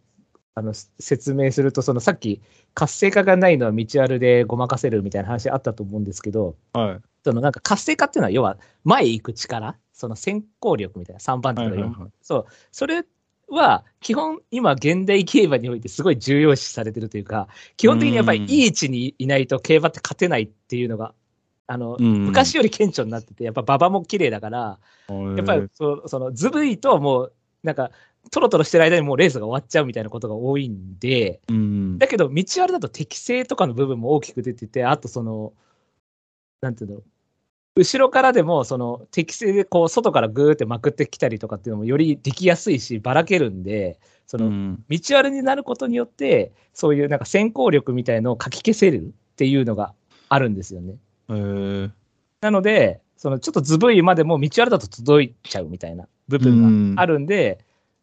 Speaker 4: あのせ説明すると、そのさっき活性化がないのは道あるでごまかせるみたいな話あったと思うんですけど、
Speaker 6: はい。
Speaker 4: そのなんか活性化っていうのは、要は前行く力、その先行力みたいな、3番手
Speaker 6: はい
Speaker 4: と
Speaker 6: は
Speaker 4: か4
Speaker 6: いは
Speaker 4: 番
Speaker 6: い
Speaker 4: 手。そう、それは基本、今、現代競馬においてすごい重要視されてるというか、基本的にやっぱりいい位置にいないと競馬って勝てないっていうのが、あの、
Speaker 6: うん
Speaker 4: 昔より顕著になってて、やっぱ馬場も綺麗だから、やっぱりそそのずぶいともう、なんか、トロトロしてる間にもうレースが終わっちゃうみたいなことが多いんで、
Speaker 6: うん。
Speaker 4: だけど、道あれだと適性とかの部分も大きく出てて、あとその、なんていうの、後ろからでも、その適性でこう、外からぐーってまくってきたりとかっていうのもよりできやすいし、ばらけるんで、その、
Speaker 6: うん
Speaker 4: 道あれになることによって、そういうなんか先行力みたいのをかき消せるっていうのがあるんですよね。
Speaker 6: えー
Speaker 4: なので、そのちょっとずぶいまでも道あれだと届いちゃうみたいな部分があるんで、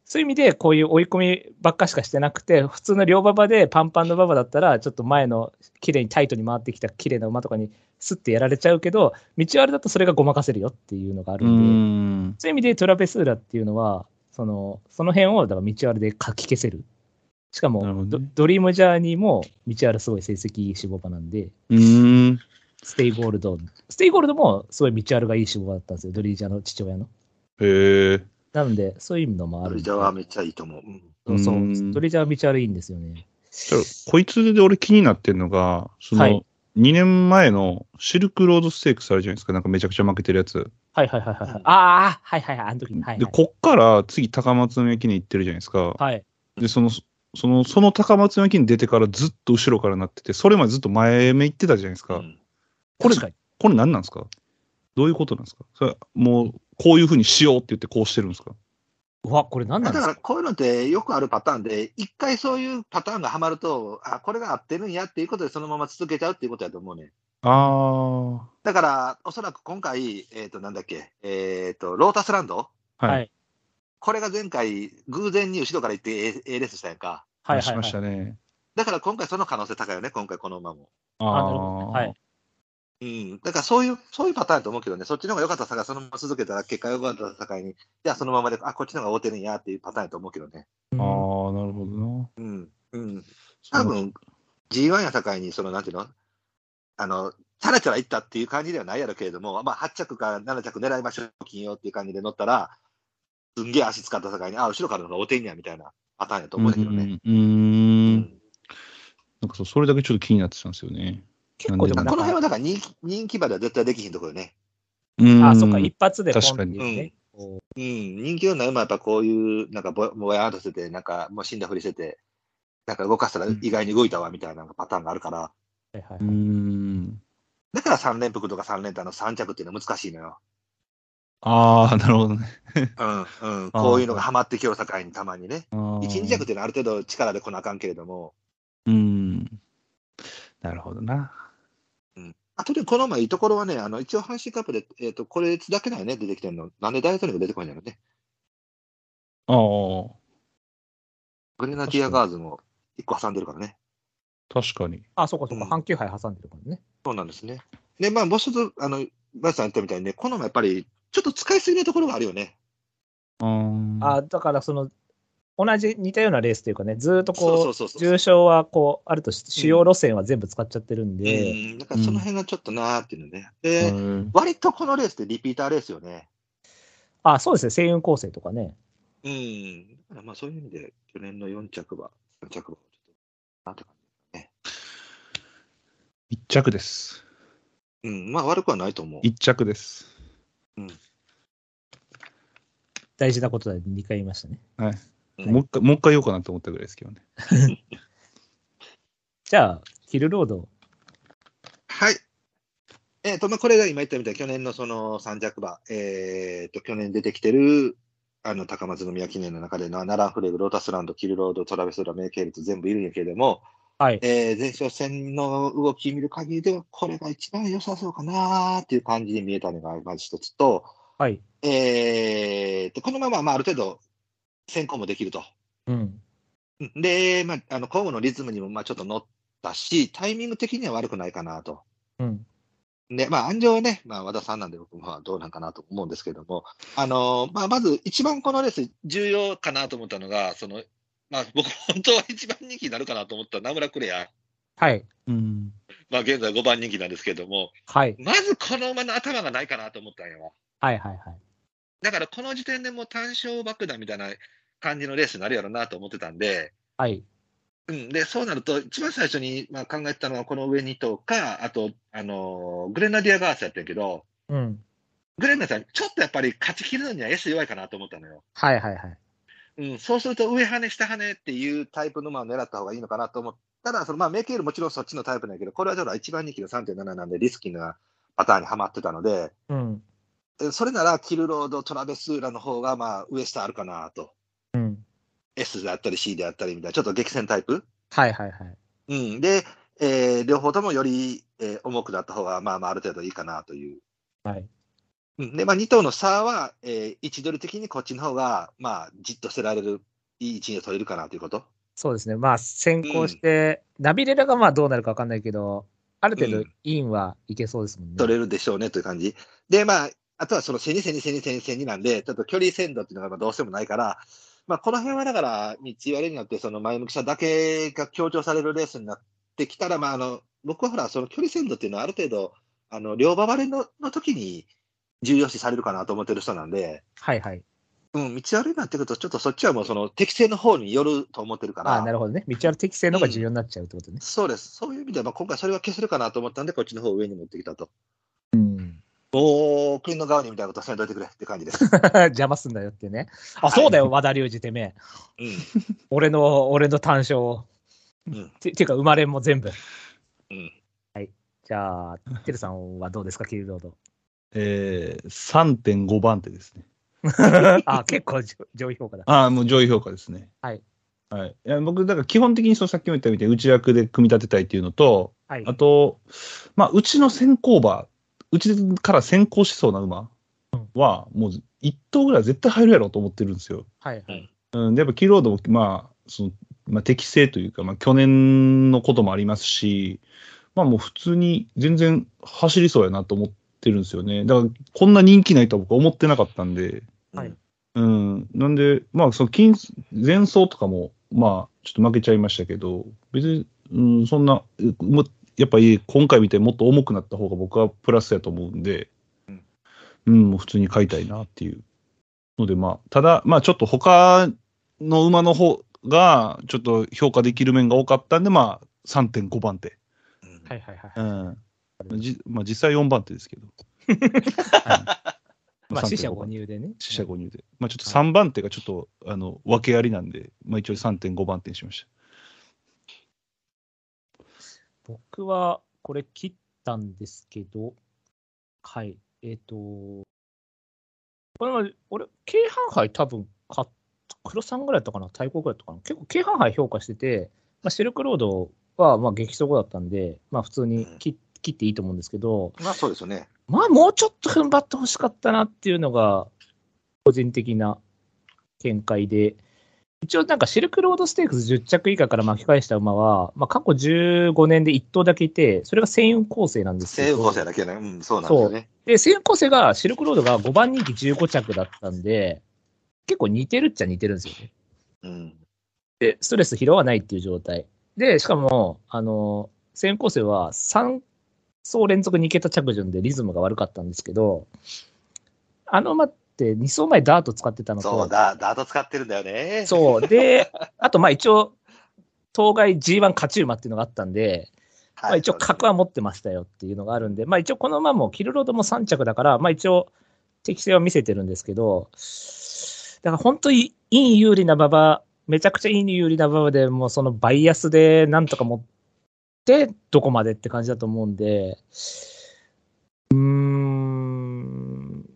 Speaker 4: そういう意味でこういう追い込みばっかしかしてなくて、普通の両馬場でパンパンの馬場だったら、ちょっと前の綺麗にタイトに回ってきた綺麗な馬とかにスッてやられちゃうけど、道あれだとそれがごまかせるよっていうのがある
Speaker 6: うん
Speaker 4: で、
Speaker 6: ん。
Speaker 4: そういう意味でトラベスーラっていうのは、そのその辺をだから道あれでかき消せる。しか
Speaker 6: なるほ
Speaker 4: もド、
Speaker 6: どね
Speaker 4: ドリームジャーニーも道あれすごい成績いい絞馬なんで、
Speaker 6: うん。
Speaker 4: ステイゴールド。ステイゴールドもすごい道あるがいい仕事だったんですよ、ドリージャの父親の。
Speaker 6: へー
Speaker 4: なので、そういう意味のもある
Speaker 3: 鳥
Speaker 4: んで。
Speaker 3: 田はめっちゃいいと思う。うん
Speaker 4: そうそうう。
Speaker 6: ん
Speaker 4: ドリージャは道あるいいんですよね。
Speaker 6: じゃあこいつで俺気になってるのが、そ
Speaker 4: は
Speaker 6: の
Speaker 4: い、
Speaker 6: 2年前のシルクロードステークスあるじゃないですか。なんかめちゃくちゃ負けてるやつ。
Speaker 4: はいはいはいはいは
Speaker 3: うん。
Speaker 4: いああ、はいはいはい。あの時に。はい、
Speaker 6: で、
Speaker 4: はい。
Speaker 6: こっから次高松宮記念行ってるじゃないですか。
Speaker 4: はい。
Speaker 6: で、その、その、その高松宮記念出てからずっと後ろからなってて、それまでずっと前目行ってたじゃないです
Speaker 3: う
Speaker 6: か。
Speaker 3: ん
Speaker 6: これ
Speaker 4: 確かに。
Speaker 6: これ何なんですかどういうことなんですかそれはもう、こういうふうにしようって言ってこうしてるんですか
Speaker 4: うわ、これ何な
Speaker 3: だか
Speaker 4: んです
Speaker 3: ら
Speaker 4: か
Speaker 3: こういうのってよくあるパターンで、一回そういうパターンがはまると、あ、これが合ってるんやっていうことで、そのまま続けちゃうっていうことやと思うね。
Speaker 6: あ
Speaker 3: だから、おそらく今回、えっ、と、なんだっけ、えっ、と、ロータスランド
Speaker 6: あ、はい。
Speaker 4: はい
Speaker 3: これが前回、偶然に後ろから行って A, A レースしたやんか。
Speaker 4: はい
Speaker 6: し
Speaker 4: はい、
Speaker 6: まし
Speaker 4: はい。
Speaker 6: たね。
Speaker 3: だから今回その可能性高いよね、今回この馬も。
Speaker 4: あなるほどね。はい。。
Speaker 3: うん。だからそういう、そういうパターンやと思うけどね、そっちの方が良かったさがそのまま続けたら、結果良かったさに、じゃあそのままで、あ、こっちの方が合うてるんやっていうパターンやと思うけどね。
Speaker 4: うん
Speaker 6: ああ、なるほどな。
Speaker 3: うん。うん。
Speaker 6: そう
Speaker 3: 多分 G1 や境に、そのなんていうの、あの、チャラチャラいったっていう感じではないやろけれども、まあ、8着か7着狙いましょう、金曜っていう感じで乗ったら、すんげえ足使った境に、あ、後ろからの方がおてんやみたいなパターンやと思うんだけどね。
Speaker 6: うんうんうん。なんかそうそれだけちょっと気になってたんですよね。
Speaker 4: 結構で
Speaker 3: こ
Speaker 4: も
Speaker 3: の
Speaker 4: なん
Speaker 3: 辺は
Speaker 4: か、
Speaker 3: だから人気人気馬では絶対できひんところよね。
Speaker 6: うん
Speaker 4: あ、そっか、一発でポンって
Speaker 6: 確
Speaker 4: い
Speaker 6: か
Speaker 4: う
Speaker 3: に
Speaker 4: ね。
Speaker 3: うん、人気のない馬はやっぱこういう、なんかぼぼやーっとしてて、なんかもう死んだふりしてて、なんか動かしたら意外に動いたわみたいなパターンがあるから、
Speaker 4: はいはいはい
Speaker 6: うん。
Speaker 3: だから3連服とか3連単の3着っていうのは難しいのよ。
Speaker 6: ああ、なるほどね。
Speaker 3: うんうん、こういうのがハマってきよる境にたまにね、一
Speaker 6: 一
Speaker 3: 二弱っていうのはある程度力で来なあかんけれども、
Speaker 6: うん。なるほどな。
Speaker 3: あとでこの前いいところはね、あの一応阪神カップで、えー、とこれだけだよね、出てきてるの。なんでダイエットにも出てこないんだろうね。
Speaker 6: ああ、
Speaker 3: グレナディアガーズも一個挟んでるからね。
Speaker 6: 確かに。
Speaker 4: あ、そうかそうか、
Speaker 3: うん
Speaker 4: 半球杯挟んでるからね。
Speaker 3: そうなんですね。で、まあ、もう一つ、あの、バイスさん言ったみたいにね、この前やっぱりちょっと使いすぎなところがあるよね。
Speaker 6: あー
Speaker 4: あだからその同じ似たようなレースというかね、ずーっと
Speaker 3: そうそ
Speaker 4: こ
Speaker 3: うそうそう
Speaker 4: う、重症はこう、あるとし主要路線は全部使っちゃってるん
Speaker 3: う
Speaker 4: で、
Speaker 3: ん、だからその辺がちょっとなーっていうのね。
Speaker 6: う
Speaker 3: で、
Speaker 6: ん
Speaker 3: 割とこのレースってリピーターレースよね。
Speaker 4: あそうですね、星雲構成とかね。
Speaker 3: うん。だからまあそういう意味で、去年の4着馬、4着馬、ちょっと、なんて感じ。
Speaker 6: 一着です。
Speaker 3: うん、まあ悪くはないと思う。
Speaker 6: 一着です。
Speaker 4: 大事なことだ2回言いましたね。
Speaker 3: うん
Speaker 6: もう一回、もう一回言おうかなと思ったぐらいですけどね。
Speaker 4: じゃあ、ヒルロード、
Speaker 3: はい。えっ、と、まあ、これが今言ったみたいに、去年のその三着馬、えっ、と、去年出てきてる、あの、高松宮記念の中での、ナランフレグ、ロータスランド、キルロード、トラベスラ、メイケールと全部いるんやけれども、
Speaker 4: はい、
Speaker 3: えー、前哨戦の動き見る限りでは、これが一番良さそうかなーっていう感じに見えたのが、まず一つと、
Speaker 4: はい、
Speaker 3: えー、と、このまま、まあ、ある程度、先行もできると。
Speaker 4: うん、
Speaker 3: うんで、まあ、あの、今後のリズムにも、まあ、ちょっと乗ったし、タイミング的には悪くないかなと。
Speaker 4: うん、
Speaker 3: で、まあ、安城はね、まあ、和田さんなんで、僕もまあどうなんかなと思うんですけども、あのーまあ、まず一番このレース重要かなと思ったのが、その、まあ、僕、本当は一番人気になるかなと思った名村クレア、
Speaker 4: はい、
Speaker 6: うん。
Speaker 3: まあ、現在5番人気なんですけども、
Speaker 4: はい、
Speaker 3: まずこの馬の頭がないかなと思ったんやわ。
Speaker 4: はい、はい、はい。
Speaker 3: だから、この時点でもう単勝爆弾みたいな感じのレースになるやろなと思ってたんで、
Speaker 4: はい、
Speaker 3: うん、で、そうなると、一番最初に、まあ、考えてたのは、この上にとか、あと、あのーグレナディアガースやったんやけど、
Speaker 4: うん、
Speaker 3: グレナさん、ちょっとやっぱり勝ち切るのには S 弱いかなと思ったのよ。
Speaker 4: はい、はい、はい。
Speaker 3: うん、そうすると上跳ね、下跳ねっていうタイプの馬を狙った方がいいのかなと思ったら、そのまあメイケールもちろんそっちのタイプなんやけど、これはちょっと一番人気の3.7なんでリスキーなパターンにはまってたので、
Speaker 4: うん、
Speaker 3: えそれならキルロード、トラベスーラの方がまあ上下あるかなと。
Speaker 4: うん、
Speaker 3: S であったり C であったりみたいな、ちょっと激戦タイプ。
Speaker 4: はい、はい、はい。
Speaker 3: うん、で、えー両方ともより、えー重くなった方が、まあまあ、ある程度いいかなという。
Speaker 4: はい
Speaker 3: うん、で、まあ、2頭の差は、えー、1ドル的にこっちの方が、まあ、じっと捨てられる、いい位置に取れるかなということ。
Speaker 4: そうですね、まあ、先行して、ナビレラがまあどうなるか分かんないけど、ある程
Speaker 3: う
Speaker 4: 度
Speaker 3: ん、
Speaker 4: インはいけそうですもんね。
Speaker 3: 取れるでしょうねという感じ。で、まあ、あとはそのセニセニセニセニセニなんで、ちょっと距離線度っていうのがまあどうしてもないから、まあ、この辺はだから、道割れになって、その前向きさだけが強調されるレースになってきたら、まあ、あの、僕はほら、その距離線度っていうのはある程度、あの、両馬割れのの時に重要視されるかなと思ってる人なんで、
Speaker 4: はい、はい。
Speaker 3: うん、道割れになってくると、ちょっとそっちはもうその適正の方によると思ってるから、
Speaker 4: ああ、なるほどね。道ある適正の方が重要になっちゃうってことね。
Speaker 3: そうです。そういう意味では、まあ、今回それは消せるかなと思ったんで、こっちの方を上に持ってきたと。
Speaker 4: うん。
Speaker 3: おー、国の側にみたいなことはせんといてくれって感じです。
Speaker 4: 邪魔すんだよってね。あ、そうだよ、和田龍二てめえ。
Speaker 3: うん。
Speaker 4: 俺の、俺の短所を。
Speaker 3: うん
Speaker 4: てていうか、生まれも全部。
Speaker 3: うん
Speaker 4: じゃあ、てるさんはどうですか、キルロード。
Speaker 6: えー、3.5番手ですね。
Speaker 4: あ、結構上上位評価だ。
Speaker 6: ああ、もう上位評価ですね。
Speaker 4: はい。
Speaker 6: はい。いや僕、だから基本的にそうさっきも言ったみたいに内枠で組み立てたいっていうのと、
Speaker 4: はい
Speaker 6: あ。と、まあ、うちの先行馬、うちから先行しそうな馬は、もう1頭ぐらい絶対入るやろうと思ってるんですよ。
Speaker 4: はい。
Speaker 3: うん
Speaker 6: うん、でやっぱキーロードも、まあ、その、まあ、適正というか、まあ、去年のこともありますし、まあもう普通に全然走りそうやなと思ってるんですよね。だから、こんな人気ないとは僕は思ってなかったんで。
Speaker 4: はい
Speaker 6: うん。なんで、まあ、その金、前走とかも、まあ、ちょっと負けちゃいましたけど、別に、うん、そんな、うもやっぱり今回みたいにもっと重くなった方が僕はプラスやと思うんで、うん、もう普通に買いたいなっていう。ので、まあ、ただ、まあ、ちょっと他の馬の方が、ちょっと評価できる面が多かったんで、まあ、3.5番手。
Speaker 3: うん
Speaker 4: はいはいはい。
Speaker 6: うん。じまあ、実際4番手ですけど。
Speaker 4: まあ、死者誤
Speaker 6: 5
Speaker 4: 入でね。
Speaker 6: 四捨五入で。まあ、ちょっと3番手がちょっと、あの、分けありなんで、まあ、一応3.5番手にしまし
Speaker 4: 僕はこれ切ったんですけど、はい。えっ、と、これは俺、京阪杯多分買った、黒さんぐらいだったかな、対抗ぐらいだったかな。結構、京阪杯評価してて、まあ、シルクロードはまあ激走後だったんで、まあ、普通に切,、切っていいと思うんですけど、
Speaker 3: まあそうですよね。
Speaker 4: まあ、もうちょっと踏ん張ってほしかったなっていうのが、個人的な見解で、一応なんかシルクロードステークス10着以下から巻き返した馬は、まあ、過去15年で1頭だけいて、それが専運構成なんですけ
Speaker 3: 西
Speaker 4: ど
Speaker 3: 洋構成だけね。うん、そうなんですよね。
Speaker 4: で、専運構成がシルクロードが5番人気15着だったんで、結構似てるっちゃ似てるんですよね。
Speaker 3: うん。
Speaker 4: で、ストレス疲労はないっていう状態。で、しかも、あの、専運構成は3走連続2桁着順でリズムが悪かったんですけど、あの馬って2走前ダート使ってたのと、
Speaker 3: そうだ、ダート使ってるんだよね。
Speaker 4: そう。で、あと、まあ一応、当該 G1 勝ち馬っていうのがあったんで、
Speaker 3: は
Speaker 4: ま
Speaker 3: い
Speaker 4: あ一応格は持ってましたよっていうのがあるんで、まあ一応この馬もキルロードも3着だから、まあ一応適性は見せてるんですけど、だから本当にいい有利な馬場、めちゃくちゃいい有利な馬場でもうそのバイアスでなんとか持って、どこまでって感じだと思うんで、うーん、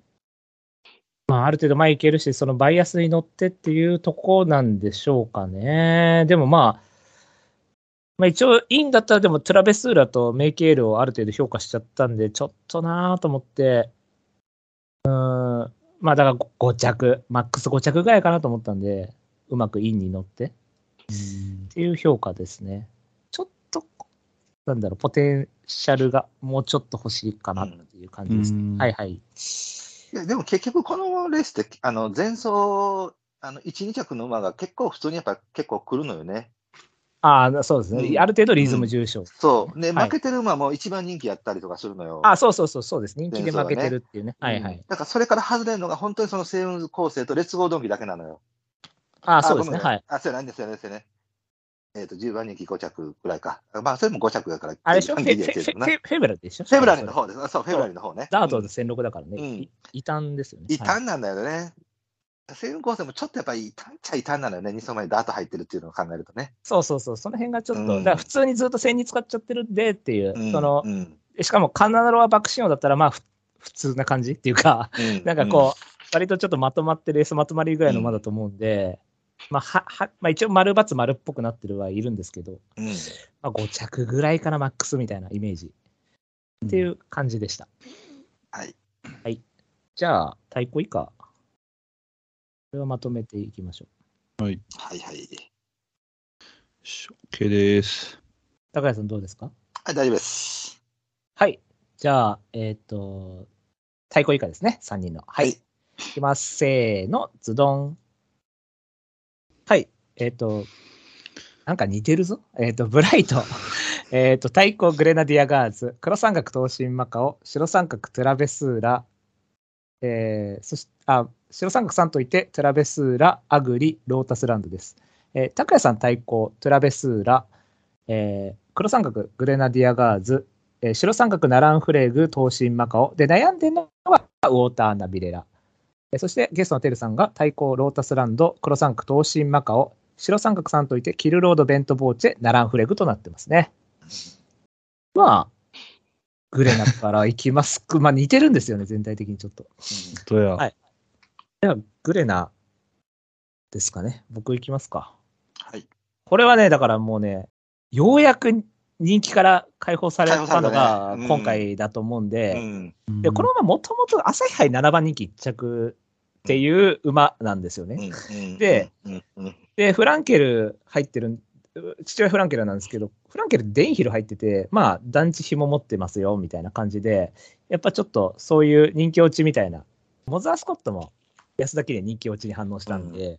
Speaker 4: まあ、ある程度前行けるし、そのバイアスに乗ってっていうとこなんでしょうかね。でもまあ、まあ一応いいんだったらでもトラベスーラとメイケールをある程度評価しちゃったんで、ちょっとなぁと思って、うーん、まあだからご5着、マックス5着ぐらいかなと思ったんで、うまくインに乗ってっていう評価ですね。ちょっと、なんだろう、ポテンシャルがもうちょっと欲しいかなっていう感じですね。
Speaker 6: うん
Speaker 4: はいはい。
Speaker 3: いやでも結局このレースって、あの、前走、あの、1、2着の馬が結構普通にやっぱ結構来るのよね。
Speaker 4: ああ、そうですね。
Speaker 3: うん
Speaker 4: ある程度リズム重症。
Speaker 3: そう。で、
Speaker 4: はい
Speaker 3: 負けてる馬も一番人気やったりとかするのよ。
Speaker 4: あそうそうそう、そうです。人気で負けてるっていうね。はいは
Speaker 3: うん
Speaker 4: い。
Speaker 3: だからそれから外れるのが本当にその星雲構成と劣合ドンキだけなのよ。
Speaker 4: あそうですね。
Speaker 3: ごめん
Speaker 4: はい。
Speaker 3: あ、そうやないんですよね。そうやないんですよねえっ、と、10番人気5着くらいか。まあ、それも5着やから。
Speaker 4: あれでしょ
Speaker 3: フ
Speaker 4: フ
Speaker 3: ェ
Speaker 4: ェフェフェフェフェブラリーでしょ
Speaker 3: ブラリーの
Speaker 4: そう
Speaker 3: 方です。あそう、フェブラリーの方ね。
Speaker 4: ダート
Speaker 3: うん
Speaker 4: の戦力だからね。
Speaker 3: うん
Speaker 4: い異端ですよね。
Speaker 3: 異
Speaker 4: はい
Speaker 3: 端なんだよね。星雲構成もちょっとやっぱり異端っちゃ異端なのよね。2層前にダート入ってるっていうのを考えるとね。
Speaker 4: そうそうそう。その辺がちょっと、
Speaker 3: うん
Speaker 4: だから普通にずっと戦に使っちゃってるんでっていう、
Speaker 3: うん
Speaker 4: その
Speaker 3: う、ん
Speaker 4: しかもカナロは爆心王だったら、まあ、ふ普通な感じっていうか、
Speaker 3: うん
Speaker 4: なんかこう、割とちょっとまとまってレースまとまりぐらいの馬だと思うんで、まあ、は、は、まあ一応丸×丸っぽくなってるはいるんですけど、
Speaker 3: うん、うん
Speaker 4: まあ、5着ぐらいかな、マックスみたいなイメージ。っていう感じでした。
Speaker 3: はい。
Speaker 4: はい。じゃあ、太鼓以下。これをまとめていきましょう。
Speaker 3: はいはい。
Speaker 6: た。OK です。
Speaker 4: 高谷さんどうですか
Speaker 3: はい、大丈夫です。
Speaker 4: はい。じゃあ、えっ、と、太鼓以下ですね、3人の。はい。
Speaker 3: はい
Speaker 4: い、きます。せーの、ズドン。はい。えっ、と、なんか似てるぞ。えっ、と、ブライト。 えっと、太鼓グレナディアガーズ。黒三角東進マカオ。白三角トラベスーラ。えー、そしあ、白三角さんといて、トラベスーラ、アグリ、ロータスランドです。えー、拓也さん対抗、トラベスーラ、えー、黒三角、グレナディアガーズ、えー白三角、ナランフレーグ、東進マカオ。で、悩んでるのは、ウォーターナビレラ。えーそして、ゲストのテルさんが、対抗、ロータスランド、黒三角、東進マカオ。白三角さんといて、キルロード、ベントボーチェ、ナランフレーグとなってますね。まあ、グレナからいきますく。まあ、似てるんですよね、全体的にちょっと。
Speaker 6: とや、
Speaker 4: はいでは、グレナですかね。僕いきますか。
Speaker 3: はい。
Speaker 4: これはね、だからもうね、ようやく人気から解放されたの
Speaker 3: 解放さ
Speaker 4: が
Speaker 3: れたねうん
Speaker 4: 今回だと思うんで、
Speaker 3: うん。
Speaker 4: でこの馬もともと朝日杯7番人気1着っていう馬なんですよね。
Speaker 3: うん
Speaker 4: で、
Speaker 3: うんうん
Speaker 4: で、フランケル入ってる、父親フランケルなんですけど、フランケルデンヒル入ってて、まあ、団地紐持ってますよ、みたいな感じで、やっぱちょっとそういう人気落ちみたいな、モザースコットも安田記念人気落ちに反応したんで、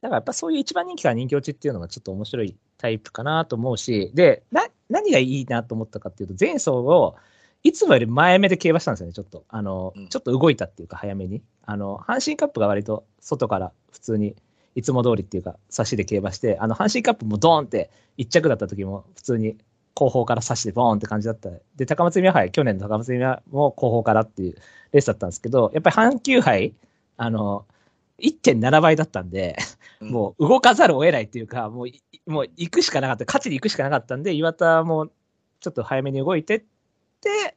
Speaker 4: だからやっぱそういう一番人気から人気落ちっていうのがちょっと面白いタイプかなと思うし、で、な、何がいいなと思ったかっていうと、前走を、いつもより前目で競馬したんですよね、ちょっと。あの、
Speaker 3: うん
Speaker 4: ちょっと動いたっていうか、早めに。あの、阪神カップが割と外から普通にいつも通りっていうか、差しで競馬して、あの、阪神カップもドーンって1着だった時も、普通に後方から差しでボーンって感じだった。で、高松宮杯、去年の高松宮も後方からっていうレースだったんですけど、やっぱり阪急杯、あの、1.7倍だったんで、
Speaker 3: うん
Speaker 4: もう動かざるを得ないっていうか、もうい、もう行くしかなかった、勝ちに行くしかなかったんで、岩田もちょっと早めに動いてって、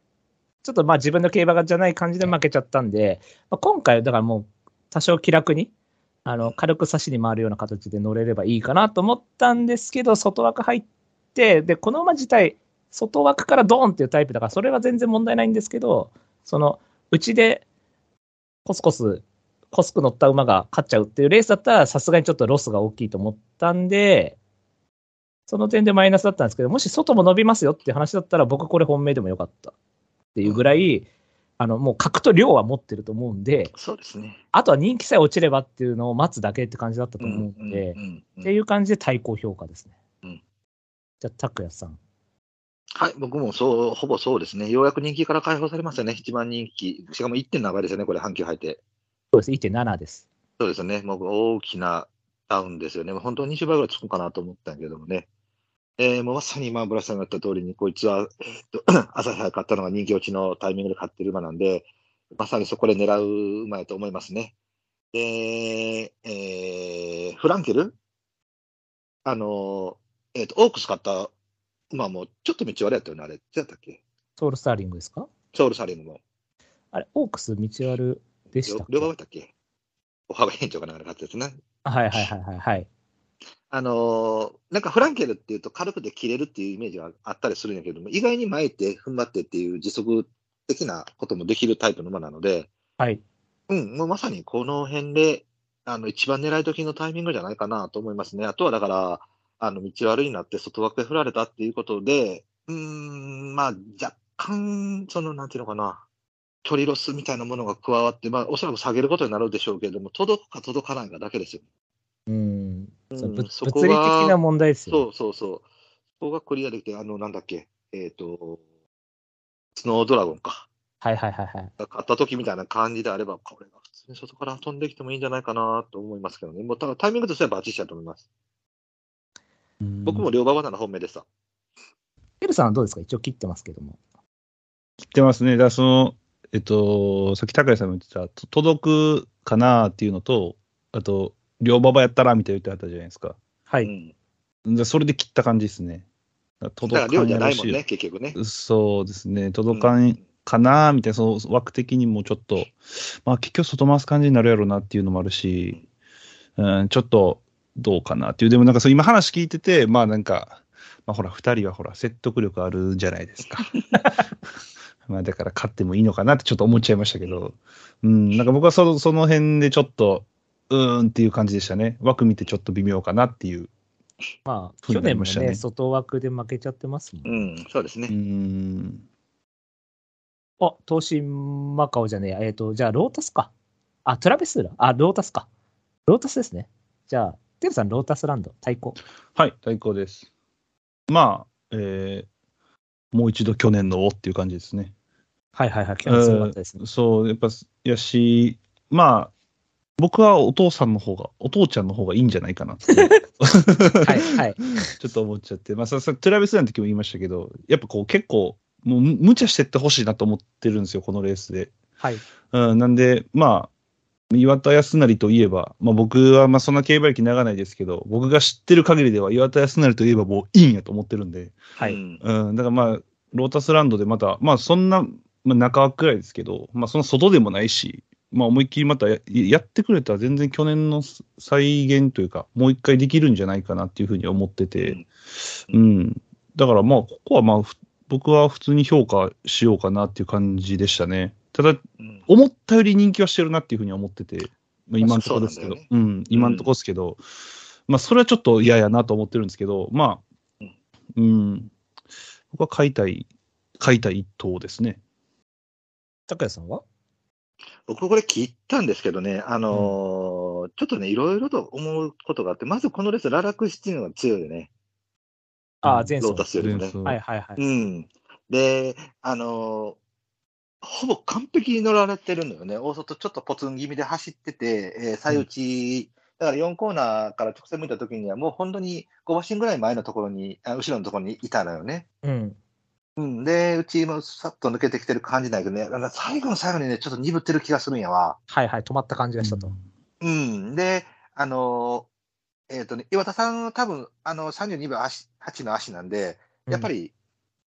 Speaker 4: ちょっとまあ自分の競馬がじゃない感じで負けちゃったんで、まあ、今回、だからもう多少気楽に、あの、軽く差しに回るような形で乗れればいいかなと思ったんですけど、外枠入って、で、この馬自体、外枠からドーンっていうタイプだから、それは全然問題ないんですけど、その、うちでコスコス、コスク乗った馬が勝っちゃうっていうレースだったら、さすがにちょっとロスが大きいと思ったんで、その点でマイナスだったんですけど、もし外も伸びますよっていう話だったら、僕これ本命でもよかったっていうぐらい、あの、もう格と量は持ってると思うんで、
Speaker 3: そうですね。
Speaker 4: あとは人気さえ落ちればっていうのを待つだけって感じだったと思うんで、
Speaker 3: うんうんうん
Speaker 4: っていう感じで対抗評価ですね。
Speaker 3: うん
Speaker 4: じゃあ、拓也さん。
Speaker 3: はい、僕もそう、ほぼそうですね。ようやく人気から解放されましたね。一番人気。しかも1.7倍ですよね、これ、阪急入って。
Speaker 4: そうです、1.7です。
Speaker 3: そうですね。もう大きなダウンですよね。もう本当に20倍ぐらいつくかなと思ったんやけどもね。えー、もうまさに今、ブラスさんが言った通りに、こいつは、えーっと、 朝早かったのが人気落ちのタイミングで勝ってる馬なんで、まさにそこで狙う馬やと思いますね。で、えー、フランケルあのー、えーっと、オークス買った馬も、ちょっと道割れやったよね、あれ。どうやったっけ
Speaker 4: ソウルスターリングですか
Speaker 3: ソウルサリングも。
Speaker 4: あれ、オークス、道あるでしたっけ
Speaker 3: 両側だっけお幅変調かなんかなったやつね。
Speaker 4: あはいはいはいはいはい。
Speaker 3: あのーなんかフランケルっていうと軽くて切れるっていうイメージはあったりするんやけども、意外に前行って踏ん張ってっていう時速的なこともできるタイプの馬なので、
Speaker 4: はい。
Speaker 3: うん、もうまさにこの辺で、あの、一番狙い時のタイミングじゃないかなと思いますね。あとはだから、あの、道悪いなって外枠で振られたっていうことで、うーん、まあ、若干、その、なんていうのかな、距離ロスみたいなものが加わって、まあ、おそらく下げることになるでしょうけれども、届くか届かないかだけですよ。
Speaker 4: うん。そうぶ
Speaker 3: そ
Speaker 4: 物理
Speaker 3: こは
Speaker 4: 的な問題ですよね、
Speaker 3: そうそうそう。そこがクリアできて、あの、なんだっけ、えっ、と、スノードラゴンか。
Speaker 4: はいはいはいはい。
Speaker 3: が買った時みたいな感じであれば、これが普通に外から飛んできてもいいんじゃないかなと思いますけどね。もうたタイミングとしてはバチッチだと思います。僕も両馬場な本命でした。
Speaker 4: エルさんはどうですか一応切ってますけども。
Speaker 6: 切ってますね。だからその、えっと、さっき高谷さんも言ってた、と届くかなっていうのと、あと、両馬場やったらみたいな言ってあったじゃないですか。
Speaker 4: は
Speaker 3: う
Speaker 4: い。
Speaker 3: ん、
Speaker 6: でそれで切った感じですね。だか
Speaker 3: だか
Speaker 6: ら
Speaker 3: ら量じゃないもん
Speaker 6: 届か
Speaker 3: ね、
Speaker 6: や
Speaker 3: 結局ね。
Speaker 6: ろしそうですね。届かんかなみたいな、その枠的にもちょっと、まあ結局外回す感じになるやろうなっていうのもあるし、うん、ちょっとどうかなっていう。でもなんかそう今話聞いてて、まあなんか、まあほら、二人はほら、説得力あるじゃないですか。 まあだから勝ってもいいのかなってちょっと思っちゃいましたけど、うん、なんか僕はそその辺でちょっと、うーんっていう感じでしたね。枠見てちょっと微妙かなっていう。
Speaker 4: まあ、
Speaker 6: そう
Speaker 4: 去
Speaker 6: なり
Speaker 4: 年も
Speaker 6: ましたね
Speaker 4: ね、外枠で負けちゃってますもん。
Speaker 3: うん、そうです
Speaker 6: う
Speaker 3: ね。
Speaker 6: ん。
Speaker 4: あ、東進マカオじゃねえや。えっ、と、じゃあ、ロータスか。あ、トラベスーラあ、ロータスか。ロータスですね。じゃあ、テルさん、ロータスランド、対抗。
Speaker 6: はい、対抗です。まあ、えーもう一度去年の王っていう感じですね。
Speaker 4: はいはいはい。去年すごかったですね。
Speaker 6: そう、やっぱ、やし、まあ、僕はお父さんの方が、お父ちゃんの方がいいんじゃないかなって
Speaker 4: はいはい。
Speaker 6: ちょっと思っちゃって、まあ、ささトラビスなんて時も言いましたけど、やっぱこう結構、もうむ無茶してってほしいなと思ってるんですよ、このレースで。
Speaker 4: はい。
Speaker 6: うん、なんで、まあ、岩田康成といえば、まあ、僕はまあそんな競馬歴長ないですけど、僕が知ってる限りでは岩田康成といえばもういいんやと思ってるんで、
Speaker 4: はい
Speaker 3: うん
Speaker 6: うん、だからまあ、ロータスランドでまた、まあそんな、まあ、中枠くらいですけど、まあそんな外でもないし、まあ、思いっきりまたややってくれたら全然去年の再現というか、もう一回できるんじゃないかなっていうふうには思ってて、
Speaker 3: う
Speaker 6: うん。だからまあ、ここはまあ、ふ僕は普通に評価しようかなっていう感じでしたね。ただ、
Speaker 3: うん
Speaker 6: 思ったより人気はしてるなっていうふうには思ってて、まあ、今のところですけど、
Speaker 3: そううなんだ
Speaker 6: ん、今のところですけど、まあ、それはちょっと嫌やなと思ってるんですけど、まあ、うん、僕は買いたい、買いたい一等ですね。
Speaker 4: 高谷さんは
Speaker 3: 僕これ聞いたんですけどね、あのーちょっとね、いろいろと思うことがあって、まずこのレース、ララクシティのが強いよね、
Speaker 4: ああ
Speaker 6: う、ん
Speaker 4: 前
Speaker 3: ロー。
Speaker 4: 走
Speaker 3: タスよりもね
Speaker 6: 前。走
Speaker 4: はいはいは
Speaker 3: う
Speaker 4: い。
Speaker 3: ん。で、あのーほぼ完璧に乗られてるのよね。大外ちょっとポツン気味で走ってて、えー、最打ち、だから4コーナーから直線向いた時には、もう本当に5馬身ぐらい前のところに、あ後ろのところにいたのよね。
Speaker 4: うん。
Speaker 3: うん、で、うちもさっと抜けてきてる感じないけどね、あの最後の最後にね、ちょっと鈍ってる気がするんやわ。
Speaker 4: はいはい、止まった感じがしたと。
Speaker 3: うん、で、あのーえっ、とね、岩田さんは多分、あの、32秒足8の足なんで、やっぱ
Speaker 4: り。
Speaker 3: り、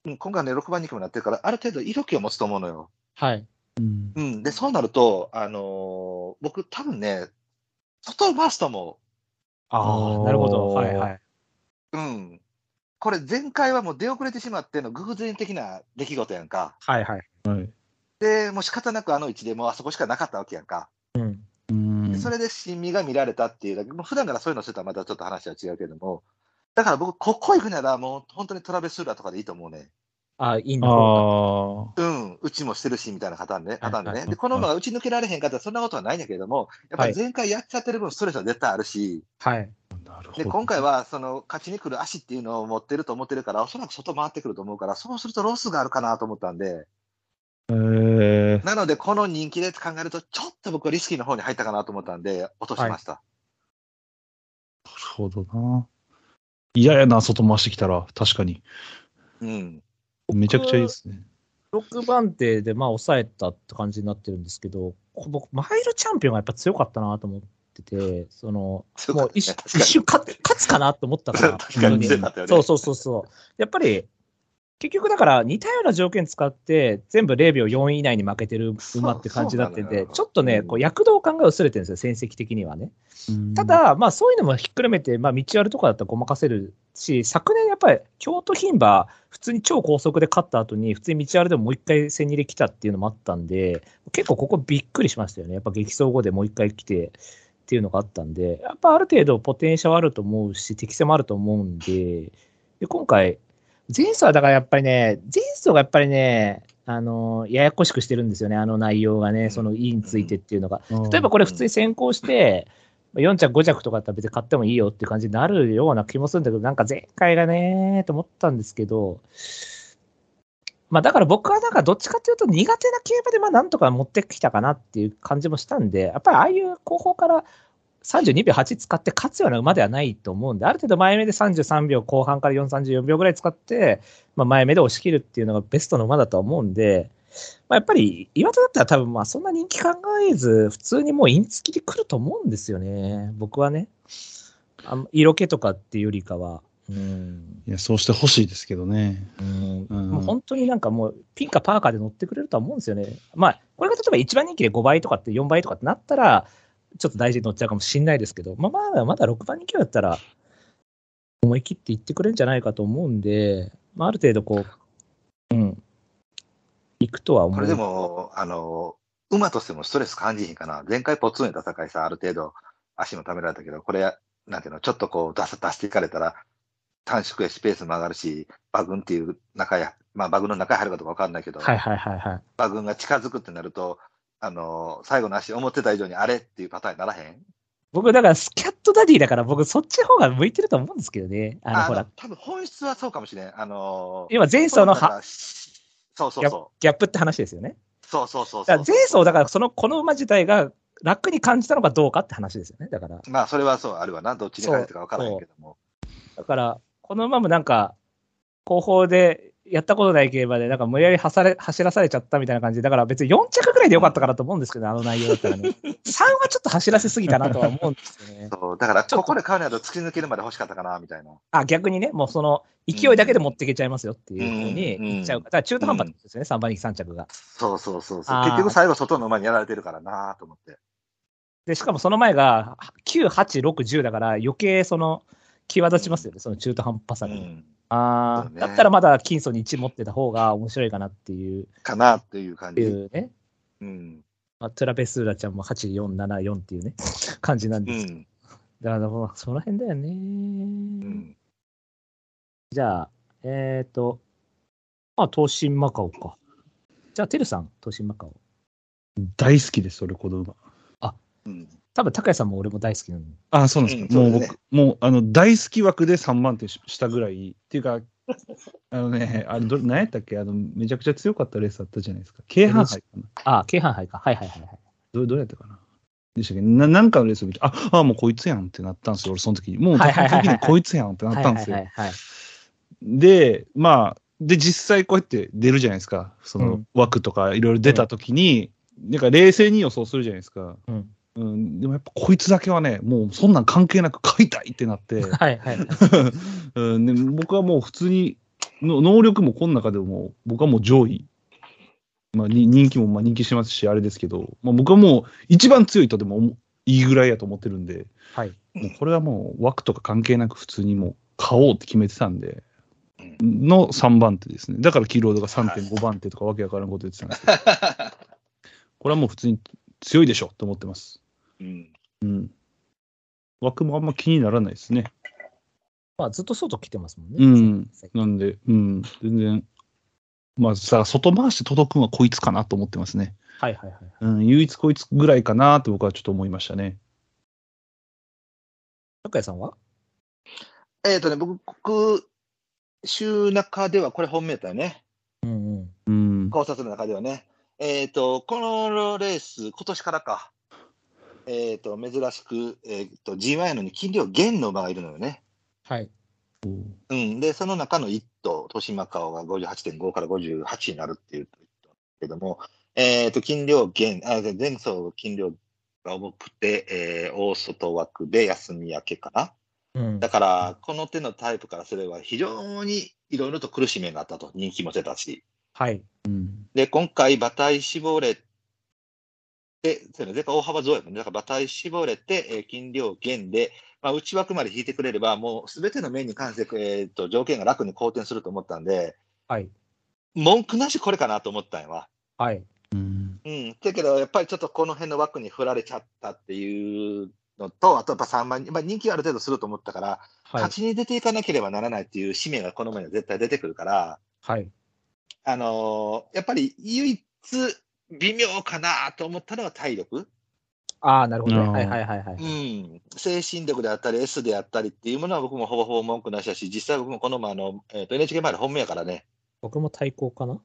Speaker 3: うん、今回ね、6番人気もなってるから、ある程度、色気を持つと思うのよ。
Speaker 4: はい。
Speaker 6: うん
Speaker 3: うん、で、そうなると、あのー僕、多分ね、外を回すと思
Speaker 4: ああ、なるほど。はいはい。
Speaker 3: う。うん。これ、前回はもう出遅れてしまっての偶然的な出来事やんか。
Speaker 4: はいはい。
Speaker 6: はい。
Speaker 3: で、もう仕方なくあの位置でもうあそこしかなかったわけやんか。
Speaker 4: うん。
Speaker 6: うん
Speaker 3: でそれで新味が見られたっていうだけ、もう普段からそういうのしてたらまたちょっと話は違うけども、だから僕、ここ行くなら、もう本当にトラベスーラーとかでいいと思うね。
Speaker 4: ああ、いいんだ。
Speaker 6: ああ。
Speaker 3: うん、うちもしてるしみたいなパターンね。パターンで
Speaker 4: はい
Speaker 3: ね
Speaker 4: はい
Speaker 3: で、この馬がうち抜けられへんかったら、そんなことはないんだけれども、やっぱり前回やっちゃってる分、ストレスは絶対あるし、
Speaker 4: はい。
Speaker 6: なるほど。
Speaker 3: で今回はその勝ちに来る足っていうのを持ってると思ってるから、おそらく外回ってくると思うから、そうするとロスがあるかなと思ったんで、
Speaker 6: えー、
Speaker 3: なので、この人気で考えると、ちょっと僕はリスキーの方に入ったかなと思ったんで、落としました。
Speaker 6: なるほどな。嫌ややな、外回してきたら、確かに。
Speaker 3: うん、
Speaker 6: めちゃくちゃいいですね。
Speaker 4: 6番手で、まあ、抑えたって感じになってるんですけど、こ僕、マイルチャンピオンがやっぱ強かったなと思ってて、その、
Speaker 3: 強か
Speaker 4: も
Speaker 3: っ
Speaker 4: う
Speaker 3: たね
Speaker 4: 一
Speaker 3: 確か
Speaker 4: 瞬
Speaker 3: に
Speaker 4: 一瞬勝勝つかなと思ったか ら、
Speaker 3: 確かに
Speaker 4: 本当
Speaker 3: 強かったよね
Speaker 4: そうそうそうそう。やっぱり、結局だから似たような条件使って、全部0秒4以内に負けてる馬って感じになっ
Speaker 3: そ
Speaker 4: て
Speaker 3: うそうな
Speaker 4: て
Speaker 3: の、よ
Speaker 4: ちょっとね、
Speaker 3: うん
Speaker 4: こう躍動感が薄れてるんですよ、戦績的にはね。た、だ、まあそういうのもひっくるめて、まあ道あるとかだったらごまかせるし、昨年やっぱり京都牝馬、普通に超高速で勝った後に、普通に道あるでももう一回千二で来たっていうのもあったんで、結構ここびっくりしましたよね。やっぱ激走後でもう一回来てっていうのがあったんで、やっぱある程度ポテンシャルあると思うし、適性もあると思うんで、で今回、前走はだからやっぱりね、前走がやっぱりね、あのややこしくしてるんですよね、あの内容がね、その E についてっていうのが。例えばこれ普通に先行して、4着5着とかだったら別に買ってもいいよって感じになるような気もするんだけど、なんか前回がねーと思ったんですけど、まあだから僕はなんかどっちかというと苦手な競馬でまあなんとか持ってきたかなっていう感じもしたんで、やっぱりああいう後方から32秒8使って勝つような馬ではないと思うんで、ある程度前目で33秒後半から4、34秒ぐらい使って、まあ、前目で押し切るっていうのがベストの馬だとは思うんで、まあ、やっぱり岩田だったら多分まあそんな人気考えず、普通にもうイン付きで来ると思うんですよね、僕はね。あん色気とかっていうよりかは。うん
Speaker 6: いや、そうしてほしいですけどね。
Speaker 4: うん
Speaker 6: うん
Speaker 4: もう本当になんかもうピンかパーカーで乗ってくれるとは思うんですよね。まあ、これが例えば一番人気で5倍とかって4倍とかってなったら、ちょっと大事に乗っちゃうかもしれないですけど、まあまあ、まだ6番人気だったら、思い切って行ってくれるんじゃないかと思うんで、まあ、ある程度こう、うん、行くとは思う。
Speaker 3: これでも、あの、馬としてもストレス感じへんかな。前回ポツンやった境さ、ある程度足もためられたけど、これ、なんていうの、ちょっとこう出す出していかれたら、短縮やし、ペースも上がるし、馬群っていう中や、まあ馬群の中に入るかどうかわかんないけど、
Speaker 4: はいはいはいはい。
Speaker 3: 馬群が近づくってなると、あの、最後の足思ってた以上にあれっていうパターンにならへん
Speaker 4: 僕、だから、スキャットダディだから、僕、そっちの方が向いてると思うんですけどね。あの、ほら、
Speaker 3: 多分本質はそうかもしれん。あの、
Speaker 4: 今、前走
Speaker 3: こ
Speaker 4: のは
Speaker 3: 馬がそうそう
Speaker 4: ギャ
Speaker 3: そ
Speaker 4: ギャップって話ですよね。
Speaker 3: う。そうそうそうそう。
Speaker 4: だから前走、だから、その、この馬自体が楽に感じたのかどうかって話ですよね。だから、
Speaker 3: まあ、それはそう、あるわな。どっちに変えてるかわからへんけども。
Speaker 4: だからこの馬もなんか、後方でやったことない競馬で、なんか無理やりはされ走らされちゃったみたいな感じで、だから別に4着ぐらいでよかったかなと思うんですけど、あの内容だった らね。3はちょっと走らせすぎたなとは思うんですよね。
Speaker 3: そう、だから、ここで買うのだと突き抜けるまで欲しかったかな、みたいな。
Speaker 4: あ、逆にね、もうその勢いだけで持っていけちゃいますよっていうふうに言っちゃう。だから中途半端なんですよね、3番人気3着が。
Speaker 3: そうそうそうそう。
Speaker 4: あー
Speaker 3: 結局、最後、外の馬にやられてるからなと思って。
Speaker 4: で、しかもその前が9、8、6、10だから余計その、際立ちますよね、その中途半端
Speaker 3: う
Speaker 4: さが。
Speaker 3: ん。
Speaker 4: ああ、
Speaker 3: そうね
Speaker 4: だったらまだ金層に1持ってた方が面白いかなっていう、
Speaker 3: かなっていう感
Speaker 4: ってい
Speaker 3: じ。
Speaker 4: うね。
Speaker 3: うん。
Speaker 4: まあ、トゥラペスーラちゃんも8、4、7、4っていうね、感じなん
Speaker 3: う
Speaker 4: です。
Speaker 3: ん。
Speaker 4: だからもうその辺だよね。
Speaker 3: うん。
Speaker 4: じゃあ、えっ、ー、と、まあ、東進マカオか。じゃあ、てるさん、東進マカオ。
Speaker 6: 大好きです、俺、この馬。
Speaker 3: うん。
Speaker 4: 多分、高谷さんも俺も大好きなの。
Speaker 6: あ、そうなんですか。
Speaker 3: うん
Speaker 6: も
Speaker 3: そううで
Speaker 6: 僕、
Speaker 3: すね
Speaker 6: もう、あの、大好き枠で3番手ししたぐらい。っ ていうか、あのね、あれ、どれ、何やったっけあの、めちゃくちゃ強かったレースあったじゃないですか。京阪杯かな。
Speaker 4: ああ、京阪杯か。はいはいはいはい。
Speaker 6: どれ、どれやったかな。でしたっけななんかのレースを見て、あ、あ、もうこいつやんってなったんですよ。俺、その時に。もう、
Speaker 4: はい
Speaker 6: そ
Speaker 4: はい
Speaker 6: の
Speaker 4: はいはい
Speaker 6: 時にこいつやんってな
Speaker 4: は
Speaker 6: っ
Speaker 4: い
Speaker 6: た
Speaker 4: は
Speaker 6: んです
Speaker 4: いは
Speaker 6: よ
Speaker 4: い。はい。
Speaker 6: で、まあ、で、実際こうやって出るじゃないですか。その枠とかいろいろ出た時に、なんか冷静に予想するじゃないですか。
Speaker 4: うん
Speaker 6: うんでもやっぱこいつだけはね、もうそんなん関係なく買いたいってなって、
Speaker 4: はいはいはい。
Speaker 6: うんで僕はもう普通に、の能力もこの中でも、僕はもう上位。まあ、に人気もまあ人気しますし、あれですけど、まあ、僕はもう一番強いとでも思いいぐらいやと思ってるんで、
Speaker 4: はい
Speaker 6: もうこれはもう枠とか関係なく普通にもう買おうって決めてたんで、
Speaker 3: う
Speaker 6: の3番手ですね。だからキーロードが3.5番手とかわけわからんこと言ってたんです けど、これはもう普通に強いでしょと思ってます。
Speaker 3: うん。
Speaker 6: うん。枠もあんま気にならないですね。
Speaker 4: まあ、ずっと外来てますもんね。
Speaker 6: うん
Speaker 4: 最近
Speaker 6: なんで、うん、全然、まあさ、外回して届くんはこいつかなと思ってますね。
Speaker 4: はいはいはい。
Speaker 6: うん、唯一こいつぐらいかなと僕はちょっと思いましたね。
Speaker 4: 高谷さんは
Speaker 3: えっとね、僕、週中では、これ本命だったよね。
Speaker 4: うんうん。
Speaker 6: うん。
Speaker 3: 考察の中ではね。えっ、と、このレース、今年からか。えっ、と、珍しく、えっ、と、G1 のに金量減の馬がいるのよね。
Speaker 4: はい。
Speaker 3: うん。で、その中の1頭、豊島顔が58.5から58になるっていうけども、えっ、と、金量減、あ、前走金量が重くて、えー大外枠で休み明けかな。
Speaker 4: うん
Speaker 3: だから、この手のタイプからすれば、非常にいろいろと苦しい面があったと、人気も出たし。
Speaker 4: はい。
Speaker 6: うん。
Speaker 3: で、今回、馬体絞れて、そうね、だから大幅増やもんね。だから馬体絞れて、えー金量減で、まあ、内枠まで引いてくれれば、もうすべての面に関して、えーと、条件が楽に好転すると思ったんで、
Speaker 4: はい。
Speaker 3: 文句なしこれかなと思ったんやわ。
Speaker 4: はい。
Speaker 6: うん。
Speaker 3: うん。だけど、やっぱりちょっとこの辺の枠に振られちゃったっていうのと、あとやっぱ3番、まあ、人気はある程度すると思ったから、
Speaker 4: はい
Speaker 3: 勝。ちに出ていかなければならないっていう使命がこの前には絶対出てくるから、
Speaker 4: はい。
Speaker 3: あのーやっぱり唯一微妙かなと思ったのは体力、。
Speaker 4: ああ、なるほど
Speaker 6: う
Speaker 4: ね。
Speaker 6: ん
Speaker 4: はいはいはいはいう
Speaker 3: ん、精神力であったり、S であったりっていうものは僕もほぼほぼ文句なしだし、実際僕もこの前あの、えーと NHK 前の本命やからね、
Speaker 4: 僕も対抗かな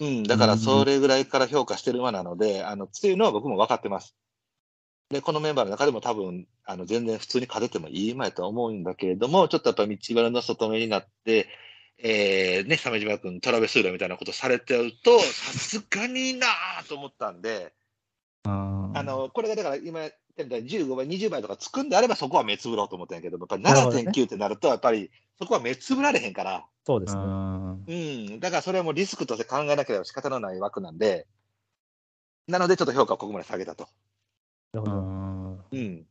Speaker 3: うん、だからそれぐらいから評価してる馬なので、あの強いのは僕も分かってます。で、このメンバーの中でも多分、あの全然普通に勝ててもいい馬やとは思うんだけれども、ちょっとやっぱ道原の外目になって、えーね、鮫島君、トラベスーラみたいなことされちゃうと、さすがになぁと思ったんで、
Speaker 6: あー
Speaker 3: あ、のこれがだから今言ったみたいに15倍、20倍とかつくんであればそこは目つぶろうと思ったんやけど、やっぱり
Speaker 4: なるほどね
Speaker 3: 7.9ってなると、やっぱりそこは目つぶられへんから、
Speaker 4: そうですね。
Speaker 6: あ
Speaker 3: うん、だからそれはもうリスクとして考えなければ仕方のない枠なんで、なのでちょっと評価をここまで下げたと。
Speaker 4: なるほ
Speaker 6: ー
Speaker 4: ど。
Speaker 6: あ
Speaker 3: うん、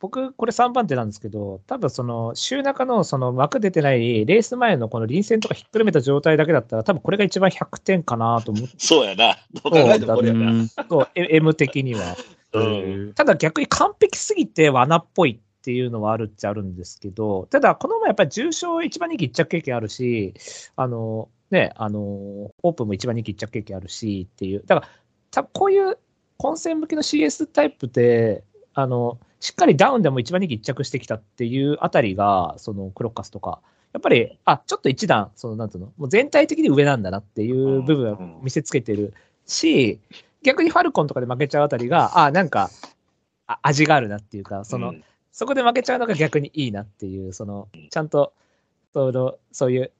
Speaker 4: 僕、これ3番手なんですけど、多分その、週中のその枠出てない、レース前のこの臨戦とかひっくるめた状態だけだったら、多分これが一番100点かなと思っ
Speaker 3: そうやな、どう考えてもこ
Speaker 6: ー。
Speaker 3: れや
Speaker 6: う
Speaker 3: な。
Speaker 6: ん
Speaker 4: たと、え M 的には。
Speaker 3: うん
Speaker 4: ただ逆に完璧すぎて罠っぽいっていうのはあるっちゃあるんですけど、ただこの前やっぱり重賞一番人気一着経験あるし、あの、ね、あの、オープンも一番人気一着経験あるしっていう、だから、たこういう混戦向きの CS タイプで、あの、しっかりダウンでも一番人気一着してきたっていうあたりが、そのクロッカスとか、やっぱり、あ、ちょっと一段、その、なんていうの、もう全体的に上なんだなっていう部分を見せつけてるし、逆にファルコンとかで負けちゃうあたりが、あ、なんか、あ味があるなっていうか、その、
Speaker 3: うん
Speaker 4: そこで負けちゃうのが逆にいいなっていう、その、ちゃんと、そのそういう、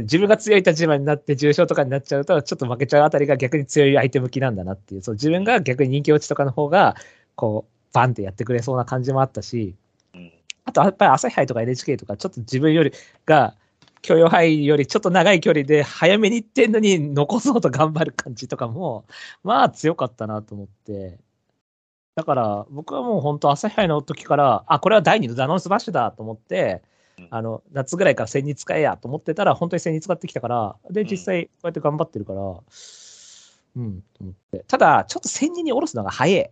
Speaker 4: 自分が強い立場になって重症とかになっちゃうと、ちょっと負けちゃうあたりが逆に強い相手向きなんだなっていう、そう自分が逆に人気落ちとかの方が、こう、バンってやってくれそうな感じもあったし、あとやっぱり朝日杯とか NHK とか、ちょっと自分よりが、許容範囲よりちょっと長い距離で早めに行ってんのに残そうと頑張る感じとかも、まあ強かったなと思って。だから僕はもう本当朝日杯の時から、あ、これは第二のダノンスバッシュだと思って、あの、夏ぐらいから千日使えやと思ってたら、本当に千日使ってきたから、で、
Speaker 3: うん
Speaker 4: 実際こうやって頑張ってるから、うん、と思って。ただ、ちょっと千人に下ろすのが早い。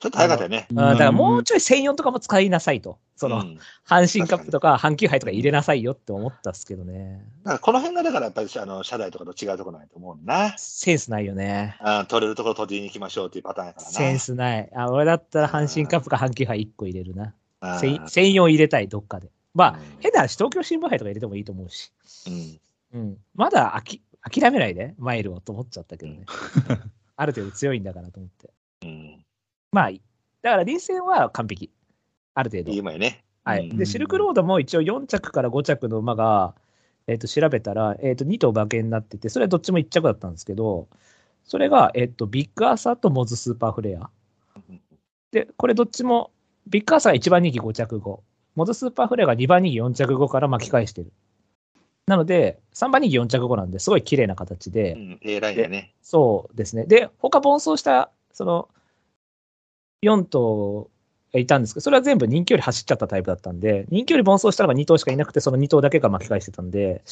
Speaker 3: ちょっと早かったよね。
Speaker 4: あーだからもうちょい千四とかも使いなさいと。その、
Speaker 3: うん
Speaker 4: 阪神カップとか阪急杯とか入れなさいよって思ったっすけどね。
Speaker 3: だからこの辺がだからやっぱりあの社内とかと違うところないと思うんだな。
Speaker 4: センスないよね。
Speaker 3: あ取れるところ取りに行きましょうっていうパターンやからな。
Speaker 4: センスない。あ、俺だったら阪神カップか阪急杯1個入れるな。
Speaker 3: あー
Speaker 4: せん専用入れたい、どっかで。まあ、
Speaker 3: うん
Speaker 4: 変な話、東京新聞杯とか入れてもいいと思うし。
Speaker 3: うん
Speaker 4: うん。まだあき諦めないで、マイルをと思っちゃったけど ね。ある程度強いんだからと思って。
Speaker 3: うん。
Speaker 4: まあ、いいだから臨戦は完璧。ある程度
Speaker 3: いい。馬よね。
Speaker 4: は
Speaker 3: う
Speaker 4: い、
Speaker 3: ん
Speaker 4: でシルクロードも一応4着から5着の馬が、えー、と調べたら、えー、と2頭馬券になっててそれはどっちも1着だったんですけどそれが、えー、とビッグアーサーとモズスーパーフレアでこれどっちもビッグアーサーが1番人気5着後モズスーパーフレアが2番人気4着後から巻き返してるなので3番人気4着後なんですごい綺麗な形で、
Speaker 3: うん。A ラインだね。
Speaker 4: そうですね。で、他奔走した、その、4頭いたんですけど、それは全部人気より走っちゃったタイプだったんで、人気より奔走したのが2頭しかいなくて、その2頭だけが巻き返してたんで、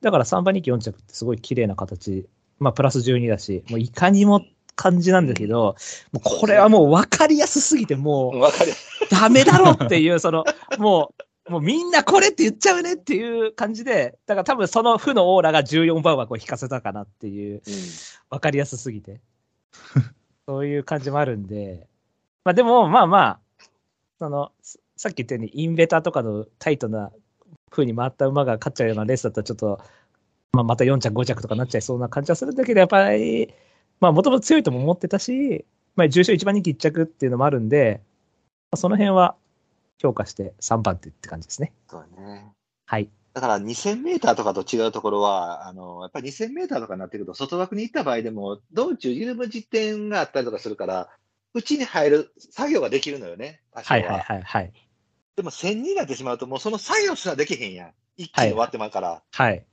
Speaker 4: だから3番人気4着ってすごい綺麗な形、まあ、プラス12だし、もういかにも感じなんだけど、もうこれはもう分かりやすすぎて、もう
Speaker 3: うん、わかる。
Speaker 4: ダメだろっていう、その、もう、もうみんなこれって言っちゃうねっていう感じで、だから多分その負のオーラが14番枠を引かせたかなっていう、わかりやすすぎて。そういう感じもあるんで、まあでも、まあまあ、その、ささっき言ったように、インベタとかのタイトな風に回った馬が勝っちゃうようなレースだったら、ちょっと、まあまた4着、5着とかなっちゃいそうな感じはするんだけど、やっぱり、まあもともと強いとも思ってたし、まあ重賞一番人気1着っていうのもあるんで、まあその辺は評価して3番手って感じですね。
Speaker 3: そうね。
Speaker 4: はい。
Speaker 3: だから2000メーターとかと違うところは、あの、やっぱり2000メーターとかになってくると、外枠に行った場合でも、道中緩む時点があったりとかするから、うちに入る作業ができるのよね。多少
Speaker 4: はいはいはいはい。
Speaker 3: でも1000になってしまうと、もうその作業すらできへんやん。一気に終わってまうから。
Speaker 4: はい。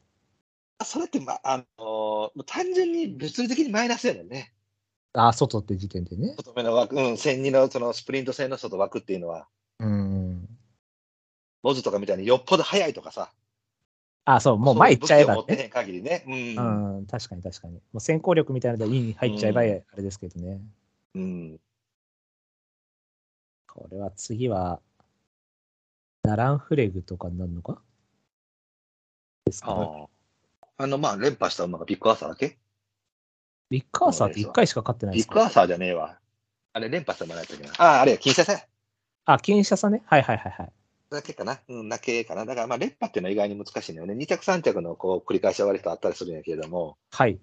Speaker 3: それって、ま、あのーもう単純に物理的にマイナスやもんね。
Speaker 4: ああ、外って時点でね。
Speaker 3: 外目の枠、うん、1000のそのスプリント戦の外枠っていうのは、
Speaker 4: うん。
Speaker 3: モズとかみたいによっぽど速いとかさ。
Speaker 4: ああ、そう、もう前行っちゃえば
Speaker 3: そういう武器を持ってへん限りね。うん。
Speaker 4: うん、確かに確かに。もう先行力みたいなので、いいに入っちゃえば、あ
Speaker 3: うん
Speaker 4: れですけどね。
Speaker 3: うん
Speaker 4: これは次は、ナランフレグとかになるのかですか、ね、
Speaker 3: ああの、まあ、連覇した馬がビッグアーサーだっけ
Speaker 4: ビッグアーサーって1回しか勝ってないで
Speaker 3: ビ
Speaker 4: す
Speaker 3: ッグア
Speaker 4: か
Speaker 3: ーサーじゃねえわ。あれ、連覇した馬だったっけな。ああ、あれや、金車戦。
Speaker 4: あ、金車さんね。はいはいはいはい。
Speaker 3: だけかな。うん、だけかな。だから、まあ、連覇っていうのは意外に難しいんだよね。2着3着のこう繰り返し割りとあったりするんやけれども、
Speaker 4: はい。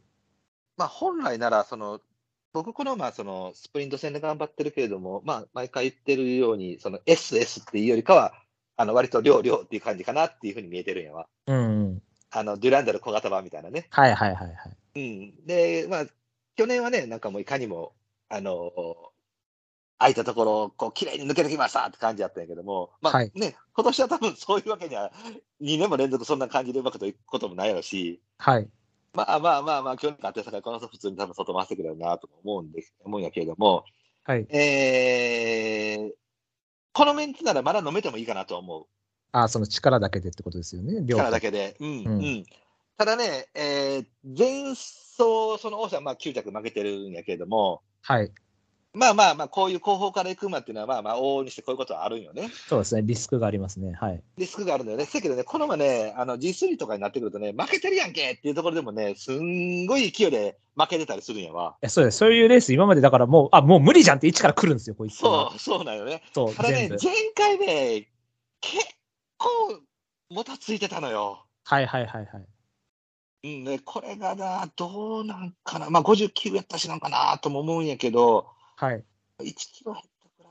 Speaker 3: まあ、本来なら、その、僕、この、まあ、その、スプリント戦で頑張ってるけれども、まあ、毎回言ってるように、その、SS っていうよりかは、あの、割と量、量っていう感じかなっていうふうに見えてるんやわ。
Speaker 4: うん、うん。
Speaker 3: あの、デュランダル小型版みたいなね。
Speaker 4: はいはいはいは
Speaker 3: う
Speaker 4: い。
Speaker 3: ん。で、まあ、去年はね、なんかもういかにも、あの、空いたところを、こう、綺麗に抜けてきましたって感じだったんやけども、まあ、
Speaker 4: はい
Speaker 3: ね、今年は多分 そういうわけには、2年も連続そんな感じでうまくといくこともないやろし、
Speaker 4: はい。
Speaker 3: まあまあまあまあ、去年買ってたから、この人普通に多分外回してくれるなとか思うんです、思うんやけれども、
Speaker 4: はい。
Speaker 3: えー、このメンツならまだ飲めてもいいかなと思う。
Speaker 4: あ、その力だけでってことですよね。量
Speaker 3: 力だけで。うん、
Speaker 4: う
Speaker 3: うんん。ただね、えー、前走、その王者、まあ9着負けてるんやけれども、
Speaker 4: はい。ま
Speaker 3: まあまあまあ、こういう後方から行く馬っていうのは、まあまあ、往々にしてこういうことはあるんよね。
Speaker 4: そうですね。リスクがありますね。はい。
Speaker 3: リスクがあるんだよね。せやけどね、この馬ね、あの G3 とかになってくるとね、負けてるやんけっていうところでもね、すんごい勢いで負けてたりするんやわ。
Speaker 4: えそうです。そういうレース、今までだからもう、あ、もう無理じゃんって位置から来るんですよ、こいつは。
Speaker 3: そう、そうなんよね。
Speaker 4: そう。
Speaker 3: ただ
Speaker 4: 全
Speaker 3: ね
Speaker 4: 部、。
Speaker 3: 前回ね、結構、もたついてたのよ。
Speaker 4: はいはいはいはい。
Speaker 3: うんね、これがな、どうなんかな、まあ、59やったしなんかなとも思うんやけど、
Speaker 4: はい。
Speaker 3: 1キロ減ったくらい、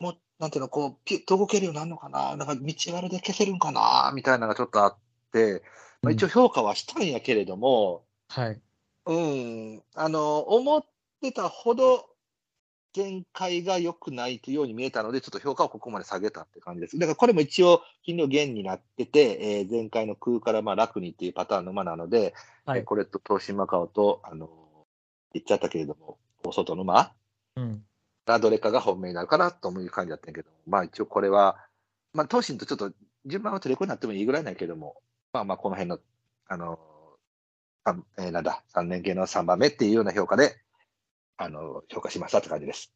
Speaker 3: もう、なんていうの、こう、ピュッと動けるようになるのかな、なんか道割れで消せるんかな、みたいなのがちょっとあっって、まあ、一応評価はしたんやけれども、
Speaker 4: はい。
Speaker 3: うん、あの、思ってたほど、展開が良くないというように見えたので、ちょっと評価をここまで下げたって感じです。だからこれも一応、金の減になってて、えー前回の空からまあ楽にっていうパターンの馬なので、
Speaker 4: は
Speaker 3: えー
Speaker 4: い。
Speaker 3: これと東進マカオと、あの、言っちゃったけれども、お外の馬
Speaker 4: うん。
Speaker 3: がどれかが本命になるかなという感じだったんやけど、まあ一応これは、まあ東進とちょっと順番は取り込になってもいいぐらいなんやけども、まあまあこの辺の、あの、あえーなんだ、3年系の3番目っていうような評価で、あの、評価しましたって感じです。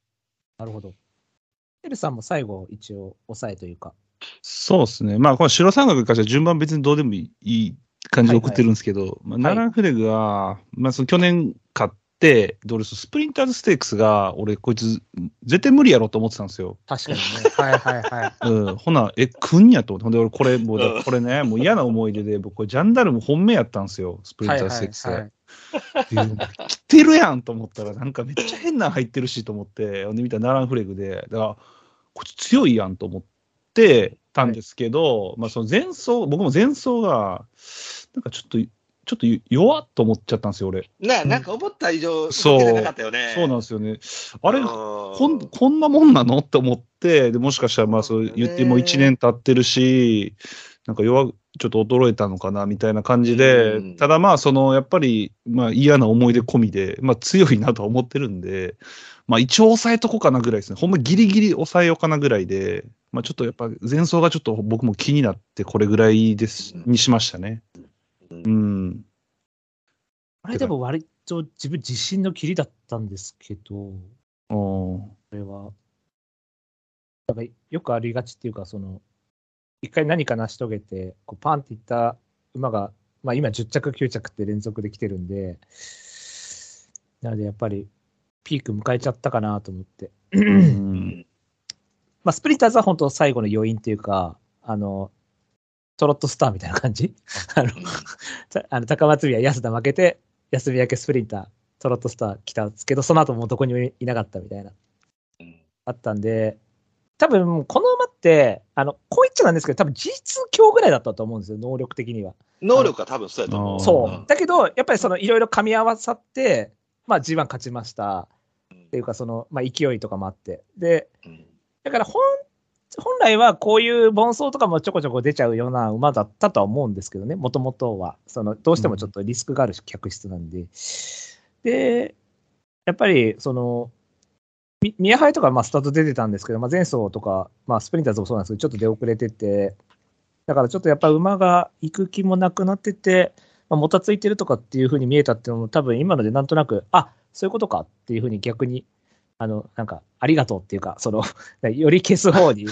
Speaker 4: なるほど。エルさんも最後、一応、抑えというか。
Speaker 6: そうですね。まあ、この白三角に関しては順番別にどうでもいい感じで送ってるんですけど、まあ、ナランフレグは、まあ、その去年買って、どうですスプリンターズステークスが、俺、こいつ、絶対無理やろうと思ってたんですよ。
Speaker 4: 確かにね。 はいはいはい。
Speaker 6: うん、ほな、え、くんやと思って、ほんで、俺、これ、もう
Speaker 3: うん
Speaker 6: だ、これね、もう嫌な思い出で、僕、これジャンダルム本命やったんですよ、スプリン
Speaker 4: は
Speaker 6: タ
Speaker 4: い
Speaker 6: ーズ
Speaker 4: は
Speaker 6: ステ
Speaker 4: い
Speaker 6: ークス
Speaker 4: は
Speaker 6: が
Speaker 4: い。。
Speaker 6: で着てるやんと思ったら、なんかめっちゃ変なん入ってるしと思って、ほんで見たらナランフレグで、だから、こっち強いやんと思ってたんですけど、まあその前走、僕も前走が、なんかちょっと、ちょっと弱っと思っちゃったんですよ、俺。
Speaker 3: ななんか思った以上、
Speaker 6: そう
Speaker 3: 出てなかったよね。
Speaker 6: そうなんですよね。あれ、こ
Speaker 3: こ
Speaker 6: んこんなもんなのって思って、でもしかしたら、まあそう言っても1年経ってるし、なんか弱、ちょっと衰えたのかなみたいな感じで、
Speaker 3: うん
Speaker 6: ただまあ、そのやっぱり、まあ嫌な思い出込みで、まあ強いなとは思ってるんで、まあ一応抑えとこうかなぐらいですね、ほんまギリギリ抑えようかなぐらいで、まあちょっとやっぱ前走がちょっと僕も気になって、これぐらいです、
Speaker 3: うん
Speaker 6: にしましたね。うん。
Speaker 4: あれでも割と自分自信の切りだったんですけど、
Speaker 6: おー
Speaker 4: これは。なんかよくありがちっていうか、その、一回何か成し遂げて、こうパンっていった馬が、まあ今10着9着って連続で来てるんで、なのでやっぱりピーク迎えちゃったかなと思って。
Speaker 6: うん。
Speaker 4: まあスプリンターズは本当最後の余韻っていうか、あの、トロットスターみたいな感じ あの、たあの高松宮安田負けて、安田明けスプリンター、トロットスター来たんですけど、その後もうどこにもいなかったみたいな。あったんで、多分この馬って、あの、こう言っちゃなんですけど、多分 G2 強ぐらいだったと思うんですよ、能力的には。
Speaker 3: 能力は多分そうやと思う。
Speaker 4: そ
Speaker 3: ん
Speaker 4: う。だけど、やっぱりそのいろいろ噛み合わさって、まあ G1 勝ちました。っていうか、その、まあ勢いとかもあって。で、
Speaker 3: うん
Speaker 4: だから本、本来はこういう盆走とかもちょこちょこ出ちゃうような馬だったとは思うんですけどね、もともとは。その、どうしてもちょっとリスクがある客室なんで。で、やっぱり、その、み宮杯とかまあスタート出てたんですけど、まあ、前走とか、まあ、スプリンターズもそうなんですけど、ちょっと出遅れてて、だからちょっとやっぱ馬が行く気もなくなってて、まあ、もたついてるとかっていうふうに見えたっていうのも、多分今のでなんとなく、あそういうことかっていうふうに逆に、あの、なんか、ありがとうっていうか、その、 より消す方に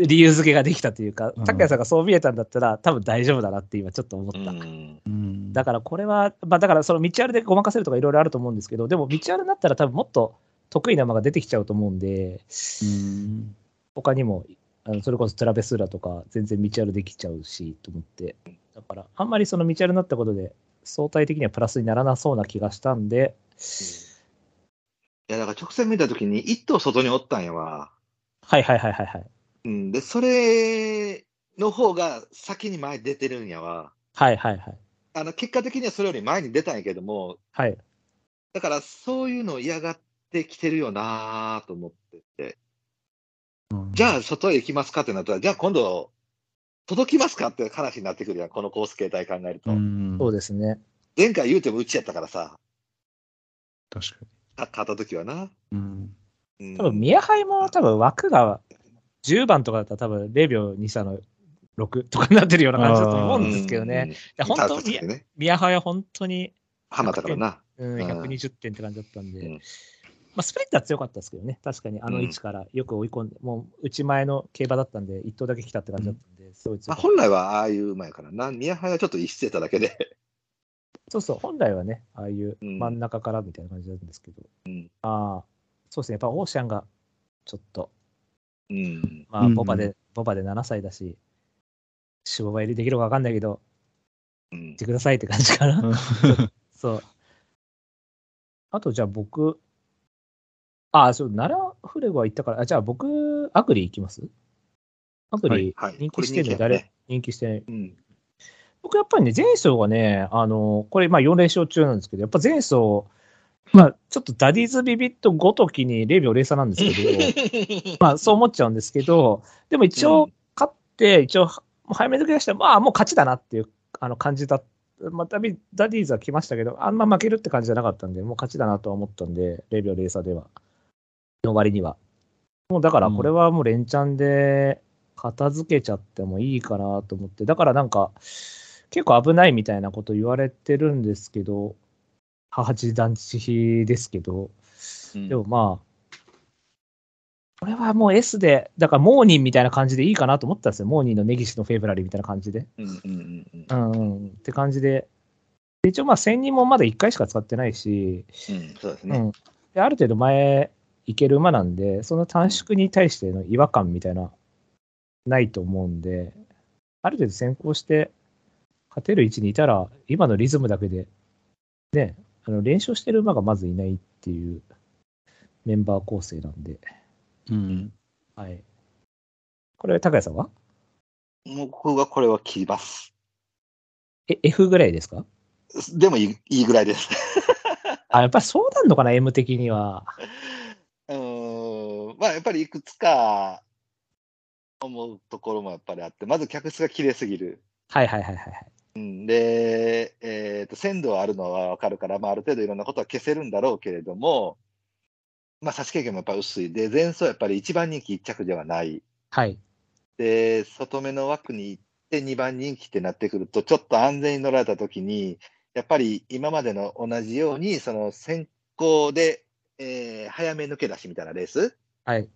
Speaker 4: 理由付けができたというか
Speaker 6: うん、
Speaker 4: 拓也さんがそう見えたんだったら、多分大丈夫だなって今ちょっと思った。
Speaker 3: うん
Speaker 6: うん
Speaker 4: だからこれは、まあ、だからその道あるでごまかせるとかいろいろあると思うんですけど、でも道あるになったら多分もっと得意な馬が出てきちゃうと思うんで、
Speaker 6: うん
Speaker 4: 他にも、あのそれこそトラベスーラとか全然道あるできちゃうしと思って、だからあんまりその道あるになったことで、相対的にはプラスにならなそうな気がしたんで、
Speaker 3: いや、だから直線見たときに、一頭外におったんやわ。
Speaker 4: はいはいはいはいはい。
Speaker 3: うん、で、それの方が先に前に出てるんやわ。
Speaker 4: はいはいはい。
Speaker 3: あの、結果的にはそれより前に出たんやけども、
Speaker 4: はい。
Speaker 3: だからそういうのを嫌がってきてるよなぁと思ってて。じゃあ、外へ行きますかってなったら、じゃあ今度、届きますかって話になってくるやん、このコース形態考えると。
Speaker 6: うん
Speaker 4: そうですね。
Speaker 3: 前回言うてもうちやったからさ、
Speaker 6: 確か
Speaker 3: か勝った時はな。
Speaker 6: に。うん
Speaker 3: うん
Speaker 4: 多分宮杯も多分枠が10番とかだったら多分0秒2差の6とかになってるような感じだと思うんですけどね。。
Speaker 3: うん
Speaker 4: 本当
Speaker 3: 勝った時ね。
Speaker 4: 宮杯は本当に
Speaker 3: 花だからな。
Speaker 4: うん、
Speaker 3: うん
Speaker 4: 120点って感じだったんで、
Speaker 3: うん
Speaker 4: まあ、スプリンター強かったですけどね、確かにあの位置からよく追い込んで、もう内前の競馬だったんで、一頭だけ来たって感じだったんで、すごい
Speaker 3: ま
Speaker 4: 強
Speaker 3: あ、
Speaker 4: かった
Speaker 3: 本来はああいう馬やからな。宮杯はちょっと逸してただけで。
Speaker 4: そうそう、本来はね、ああいう
Speaker 3: うん
Speaker 4: 真ん中からみたいな感じなんですけど、ああ、そうですね、やっぱオーシャンがちょっと、
Speaker 3: うん。
Speaker 4: ま
Speaker 6: うん
Speaker 4: あ、
Speaker 6: うん
Speaker 4: ボバで、ボバで7歳だし、脂肪が入りできるか分かんないけど、
Speaker 3: うん
Speaker 4: 行ってくださいって感じかな。 そう。あと、じゃあ僕、あ、そう、奈良フレゴは行ったから、あじゃあ僕、アグリ行きますアグリ、
Speaker 3: はい。
Speaker 4: 人気してるの誰、
Speaker 3: これ人気やね
Speaker 4: 人気してる。
Speaker 3: うん。
Speaker 4: 僕やっぱりね、前走がね、あの、これまあ4連勝中なんですけど、やっぱ前走、まあちょっとダディズビビットごときに0秒0差なんですけ ど、まあそう思っちゃうんですけど、でも一
Speaker 3: う
Speaker 4: 応勝って、一応早め抜け出したら、まあもう勝ちだなっていうあの感じだまあ、ダビダディーズは来ましたけど、あんま負けるって感じじゃなかったんで、もう勝ちだなとは思ったんで、0秒0差では、の割には。もうだから、これはもう連チャンで片付けちゃってもいいかなと思って、だからなんか、結構危ないみたいなこと言われてるんですけど、母父団地比ですけど、
Speaker 3: うん
Speaker 4: でもまあ、これはもう S で、だからモーニンみたいな感じでいいかなと思ったんですよ。モーニンの根岸のフェブラリーみたいな感じで。
Speaker 3: うんうんうんうん
Speaker 4: うんうん、って感じで。で一応まあ1000人もまだ1回しか使ってないし、
Speaker 3: うんそうです
Speaker 4: う
Speaker 3: ね。
Speaker 4: ん、である程度前行ける馬なんで、その短縮に対しての違和感みたいな、ないと思うんで、ある程度先行して、勝てる位置にいたら、今のリズムだけで、ね、あの連勝してる馬がまずいないっていうメンバー構成なんで、
Speaker 6: うん。
Speaker 4: はい。これ、高谷さんは
Speaker 3: もう僕はこれは切ります。
Speaker 4: え、F ぐらいですか
Speaker 3: でもいいいいぐらいです。
Speaker 4: あ、やっぱりそうなんのかな、M 的には。
Speaker 3: うーん。まあやっぱりいくつか思うところもやっぱりあって、まず客室が綺麗すぎる。
Speaker 4: はいはいはいはいはい。
Speaker 3: うんで、えっと鮮度はあるのはわかるから、まあ、ある程度いろんなことは消せるんだろうけれども、まあ、差し経験もやっぱ薄いで、前走やっぱり1番人気1着ではない。
Speaker 4: はい。
Speaker 3: で、外目の枠に行って2番人気ってなってくると、ちょっと安全に乗られたときに、やっぱり今までの同じように、その先行で、えー早め抜け出しみたいなレース、
Speaker 4: はい。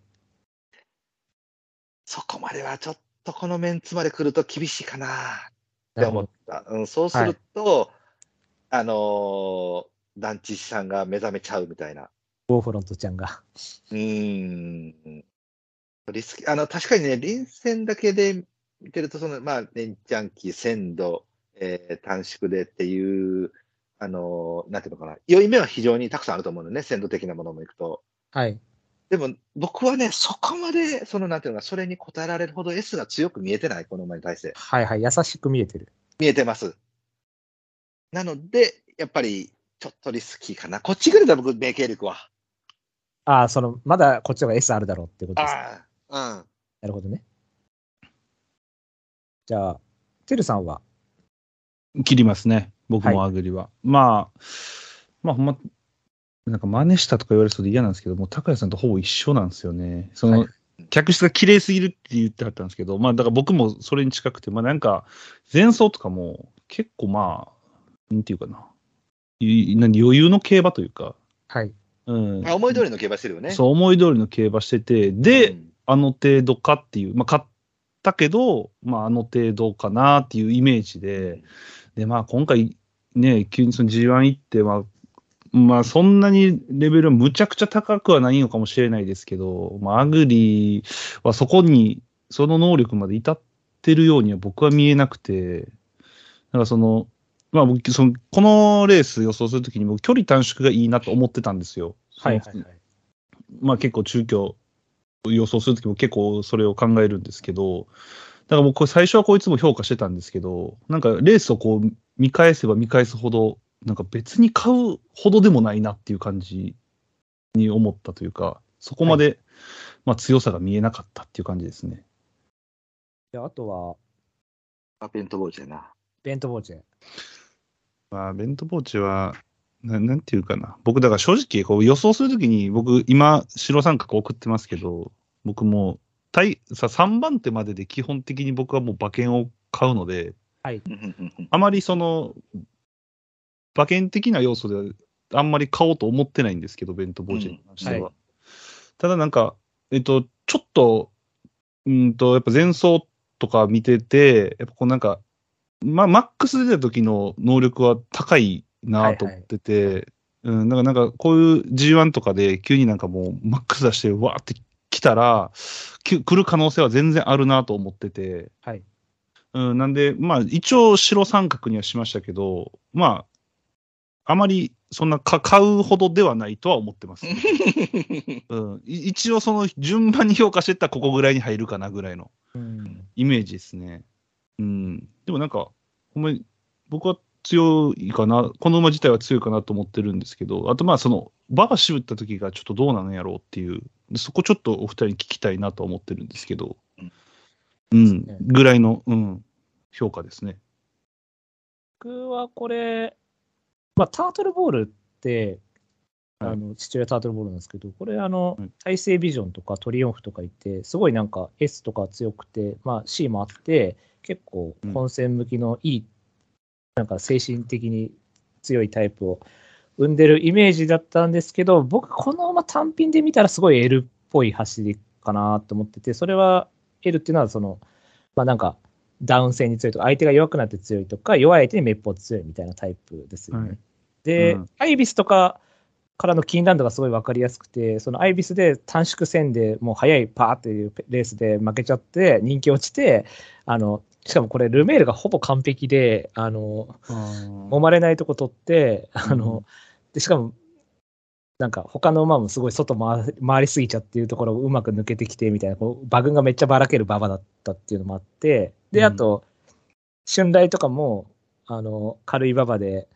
Speaker 3: そこまではちょっとこのメンツまで来ると厳しいかなって思った。うん、そうすると、あのー団地さんが目覚めちゃうみたいな。
Speaker 4: ゴーフロントちゃんが。
Speaker 3: うーん。リスキあの、確かにね、臨戦だけで見てると、その、まあ、レンチャン期、鮮度、えー短縮でっていう、あのーなんていうのかな、良い目は非常にたくさんあると思うのね、鮮度的なものもいくと。
Speaker 4: はい。
Speaker 3: でも、僕はね、そこまで、その、なんていうのかな、それに応えられるほど S が強く見えてない、この馬に対して。
Speaker 4: はいはい。優しく見えてる。
Speaker 3: 見えてます。なので、やっぱり、ちょっとリスキーかな。こっちぐらいだ、僕、米系力は。
Speaker 4: ああ、その、まだこっちの方が S あるだろうってことです。
Speaker 3: ああ、うん。
Speaker 4: なるほどね。じゃあ、てるさんは
Speaker 6: 切りますね。僕も
Speaker 4: は
Speaker 6: アグリは。まあ、まあほんま、なんか真似したとか言われそうで嫌なんですけど、もう高谷さんとほぼ一緒なんですよね。その、
Speaker 4: はい
Speaker 6: 客室が綺麗すぎるって言ってあったんですけど、まあだから僕もそれに近くて、まあなんか、前走とかも結構まあ、なんていうかな。い何余裕の競馬というか、
Speaker 4: はい。
Speaker 6: うん
Speaker 3: あ、思い通りの競馬してるよね。
Speaker 6: そう思い通りの競馬してて、で、
Speaker 3: うん
Speaker 6: あの程度かっていう、まあ、勝ったけど、まあ、あの程度かなっていうイメージで、で、まあ、今回、ね、急にその G1 行って、まあ、まあ、そんなにレベルはむちゃくちゃ高くはないのかもしれないですけど、まあ、アグリはそこに、その能力まで至ってるようには僕は見えなくて、なんかその、まあ僕、その、このレース予想するときに僕、距離短縮がいいなと思ってたんですよ。
Speaker 4: はいはいはい。
Speaker 6: まあ結構中距予想するときも結構それを考えるんですけど、だから僕最初はこいつも評価してたんですけど、なんかレースをこう見返せば見返すほど、なんか別に買うほどでもないなっていう感じに思ったというか、そこまで、まあ強さが見えなかったっていう感じですね。
Speaker 4: じゃあ、あとは、
Speaker 3: あペントボールじゃな。
Speaker 4: ベントボーチェ。
Speaker 6: まあ、ベントポーチは、ななんていうかな。僕、だから正直、こう予想するときに、僕、今、白三角送ってますけど、僕もう、対さ3番手までで基本的に僕はもう馬券を買うので、あまりその、馬券的な要素では、あんまり買おうと思ってないんですけど、ベントポーチに関しては。
Speaker 4: うんは
Speaker 6: ただなんか、えっと、ちょっと、うんと、やっぱ前走とか見てて、やっぱこうなんか、まあ、マックス出た時の能力は高いなと思ってて、うん、なんか、なんか、こういう G1 とかで急になんかもう、マックス出して、わーって来たら、き来る可能性は全然あるなと思ってて、
Speaker 4: はい。
Speaker 6: うん、なんで、まあ、一応、白三角にはしましたけど、まあ、あまり、そんなか、買うほどではないとは思って ます、うん。い一応、その、順番に評価してったら、ここぐらいに入るかなぐらいの
Speaker 4: うん。
Speaker 6: イメージですね。うん。でもなんか、ほんまに僕は強いかな、この馬自体は強いかなと思ってるんですけど、あとまあその、馬が渋った時がちょっとどうなのやろうっていう、そこちょっとお二人に聞きたいなとは思ってるんですけど、うん、ぐらいの、うん、評価ですね。
Speaker 4: 僕はこれ、まあ、タートルボールって、
Speaker 6: はい
Speaker 4: あの父親タートルボールなんですけど、これあの
Speaker 6: はい、
Speaker 4: 大成ビジョンとかトリオンフとかいて、すごいなんか S とか強くて、まあ、C もあって、結構
Speaker 6: うん
Speaker 4: 本戦向きのいい、なんか精神的に強いタイプを生んでるイメージだったんですけど、僕、このまま単品で見たらすごい L っぽい走りかなと思ってて、それは L っていうのは、その、まあなんか、ダウン性に強いとか、相手が弱くなって強いとか、弱い相手にめっぽう強いみたいなタイプですよね。
Speaker 6: はい
Speaker 4: で、
Speaker 6: うん
Speaker 4: アイビスとかからのキーンランドがすごい分かりやすくて、そのアイビスで短縮戦でもう速いパーっていうレースで負けちゃって、人気落ちて、あの、しかもこれ、ルメールがほぼ完璧で、あの、揉まれないとこ取って、あの、で、しかも、なんか他の馬もすごい外回回りすぎちゃっていうところをうまく抜けてきてみたいな、こう馬群がめっちゃばらける馬場だったっていうのもあって、
Speaker 6: う
Speaker 4: で、
Speaker 6: ん
Speaker 4: あと、春雷とかも、あの、軽い馬場で、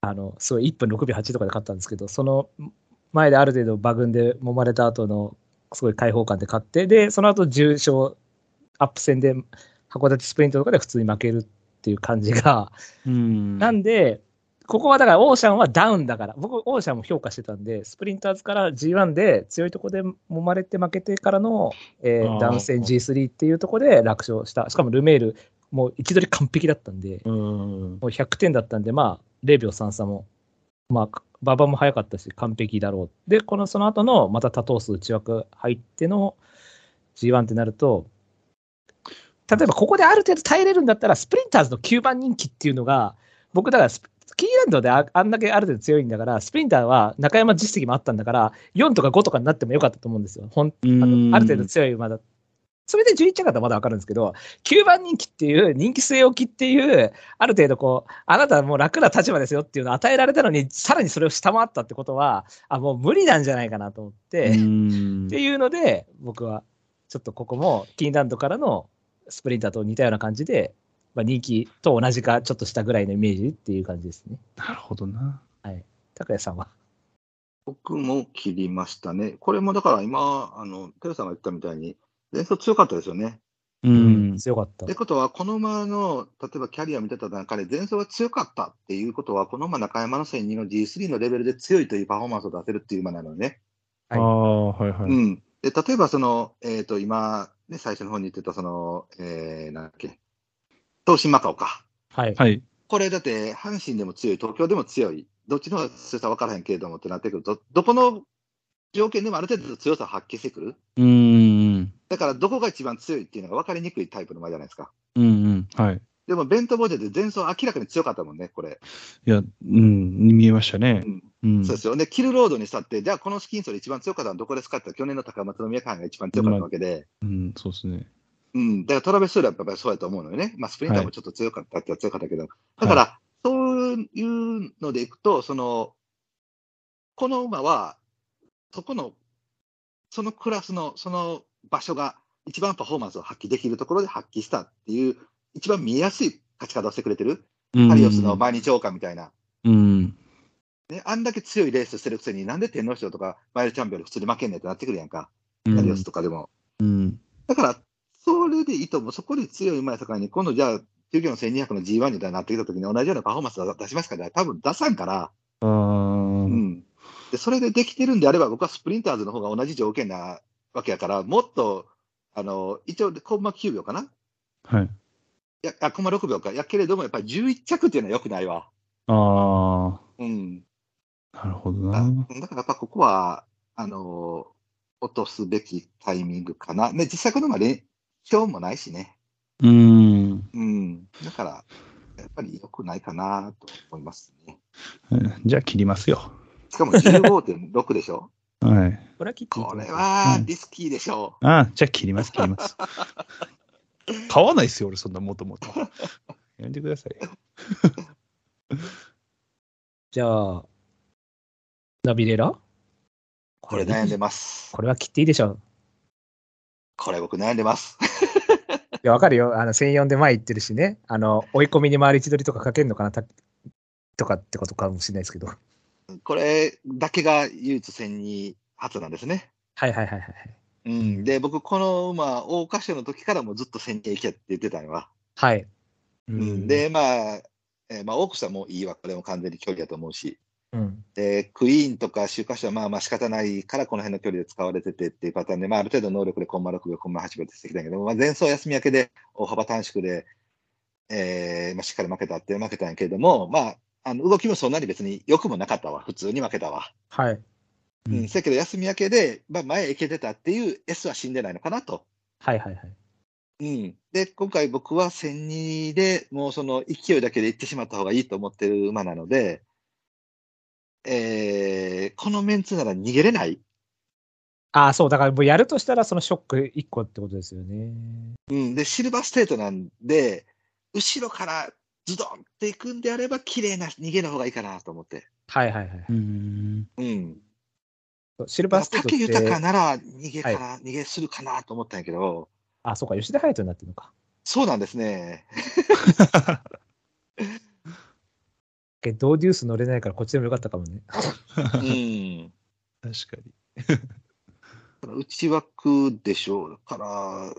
Speaker 4: あの、すごい1分6秒8とかで勝ったんですけど、その前である程度馬群で揉まれた後の、すごい開放感で勝って、で、その後重傷、アップ戦で函館スプリントとかで普通に負けるっていう感じが、
Speaker 6: うん
Speaker 4: なんで、ここはだから、オーシャンはダウンだから、僕、オーシャンも評価してたんで、スプリンターズから G1 で強いとこで揉まれて負けてからの、え
Speaker 6: あ
Speaker 4: ー、
Speaker 6: ー
Speaker 4: ダウン戦 G3 っていうとこで楽勝した、しかもルメール、もう位置取り完璧だったんで、
Speaker 6: うん
Speaker 4: もう100点だったんで、まあ、0秒33も、まあ、馬場も早かったし、完璧だろう。で、このその後のまた多頭数内枠入っての G1 ってなると、例えばここである程度耐えれるんだったら、スプリンターズの9番人気っていうのが、僕、だからスプ、キーランドでああんだけある程度強いんだから、スプリンターは中山実績もあったんだから、4とか5とかになってもよかったと思うんですよ。ほん
Speaker 6: うん
Speaker 4: あのある程度強い馬だ。それで11着だったらまだわかるんですけど、9番人気っていう、人気据え置きっていう、ある程度こう、あなたはもう楽な立場ですよっていうのを与えられたのに、さらにそれを下回ったってことは、あ、もう無理なんじゃないかなと思って、
Speaker 6: う
Speaker 4: っ
Speaker 6: ん
Speaker 4: ていうので、僕は、ちょっとここも、キーンランドからのスプリンターと似たような感じで、まあ、人気と同じか、ちょっとしたぐらいのイメージっていう感じですね。
Speaker 6: なるほどな。
Speaker 4: 高谷さんは。
Speaker 3: 僕も切りましたね。これもだから今、あの、テルさんが言ったみたいに、前走強かったですよね。
Speaker 6: うん。
Speaker 4: 強かった。
Speaker 3: ってことは、この馬の、例えばキャリアを見てた中で、前走が強かったっていうことは、この馬中山の1002の G3 のレベルで強いというパフォーマンスを出せるっていう馬なのね。
Speaker 4: はい
Speaker 6: ああ、はいはい。
Speaker 3: うん。で、例えばその、えっ、と、今、ね、最初の方に言ってた、その、えー、なんだっけ、東進マカオか。
Speaker 4: はい。
Speaker 6: はい。
Speaker 3: これだって、阪神でも強い、東京でも強い、どっちの方が強さ分からへんけれどもってなってくると、どこの条件でもある程度強さを発揮してくる。
Speaker 6: うん。
Speaker 3: だから、どこが一番強いっていうのが分かりにくいタイプの馬じゃないですか。
Speaker 6: うんうん。はい。
Speaker 3: でも、ベントボージェって前走明らかに強かったもんね、これ。
Speaker 6: いや、うん、見えましたね。うん。
Speaker 3: そうですよ。で、キルロードにしたって、じゃあこのスキン層で一番強かったのはどこですかって言ったら去年の高松宮間が一番強かったわけで、
Speaker 6: うん、そうですね。
Speaker 3: うん、だからトラベス・スーラーはやっぱりそうやと思うのよね。まあ、スプリンターもちょっと強かったっては強かったけど、だから、そういうのでいくと、その、この馬は、そこの、そのクラスの、その場所が一番パフォーマンスを発揮できるところで発揮したっていう、一番見やすい勝ち方をしてくれてる。ハリオスの毎日王冠みたいな。
Speaker 6: うん。
Speaker 3: ね、あんだけ強いレースしてるくせに、なんで天皇賞とかマイルチャンピオンで普通に負けんねんってなってくるやんか、
Speaker 6: うん
Speaker 3: ダリオスとかでも。
Speaker 6: うん。
Speaker 3: だから、それでいいと思う、そこで強い馬やさかいに、今度じゃあ、授業の1200の G1 になってきたときに、同じようなパフォーマンスを出しますから、多分出さんから、
Speaker 6: ああ。う。
Speaker 3: うんんで、それでできてるんであれば、僕はスプリンターズの方が同じ条件なわけやから、もっと、あの一応、コンマ9秒かな、い
Speaker 6: はい。
Speaker 3: やあコンマ6秒か、やけれども、やっぱり11着っていうのはよくないわ。
Speaker 6: あ
Speaker 3: うん
Speaker 6: あ。なるほど
Speaker 3: あ
Speaker 6: な。
Speaker 3: だからやっぱここは、あのー落とすべきタイミングかな。ね、実際このまで表もないしね。
Speaker 6: うん。
Speaker 3: うん。だから、やっぱり良くないかなと思いますね。
Speaker 6: じゃあ切りますよ。
Speaker 3: しかも15.6でし ょ
Speaker 6: はい。
Speaker 4: これは切っていいと
Speaker 3: こ
Speaker 4: 思いま
Speaker 3: れ
Speaker 4: す
Speaker 3: はリスキーでしょ
Speaker 6: ああ、じゃあ切ります、切 ります。買わないですよ、俺、そんなもともと。やめてくださいよ。
Speaker 4: じゃあ、ナビレラ
Speaker 3: う。これ
Speaker 4: ね
Speaker 3: 悩んでます。
Speaker 4: これは切っていいでしょう。
Speaker 3: これ僕悩んでます。
Speaker 4: や、わかるよ。あの、専用で前行ってるしね。あの、追い込みに回り千鳥とかかけるのかなたとかってことかもしれないですけど。はい
Speaker 3: これだけが唯一戦に初なんですね。
Speaker 4: はいはいはいはい。
Speaker 3: うん、で、僕、この馬、桜花賞の時からもずっと戦に行けって言ってたのは。
Speaker 4: はい。う
Speaker 3: うん、、で、まあ、えーまあ、オークスはもういいわ、これも完全に距離だと思うし、
Speaker 4: うん。
Speaker 3: でクイーンとか週刊誌はまあまあ仕方ないから、この辺の距離で使われててっていうパターンで、まあ、ある程度能力でコンマ6秒、コンマ8秒ってしてきたんやけど、まあ、前走休み明けで大幅短縮で、えーまあ、しっかり負けたって負けたんやけれども、まあ、あの動きもそんなに別に良くもなかったわ、普通に負けたわ。
Speaker 4: はい。
Speaker 3: う
Speaker 6: うん
Speaker 3: ん、せやけど休み明けで、まあ、前へ行けてたっていう S は死んでないのかなと。
Speaker 4: はいはいはい。
Speaker 3: うん、で今回僕は千二でもうその勢いだけで行ってしまった方がいいと思ってる馬なので、えーこのメンツなら逃げれない、
Speaker 4: ああ、そう。だから、もうやるとしたら、そのショック1個ってことですよね。
Speaker 3: うん、でシルバーステートなんで後ろからズドンっていくんであれば綺麗な逃げの方がいいかなと思って、
Speaker 4: はいはいはい。
Speaker 6: うん。
Speaker 3: うん、
Speaker 4: シルバーステート
Speaker 3: 武
Speaker 4: って。
Speaker 3: 豊なら逃げから、逃げするかなと思ったんやけど
Speaker 4: あ、そうか。吉田隼人になってるのか。
Speaker 3: そうなんですね
Speaker 4: けど、ドーデュース乗れないから、こっちでもよかったかもね。
Speaker 3: うん
Speaker 6: 確かに。
Speaker 3: 内枠でしょう。だから、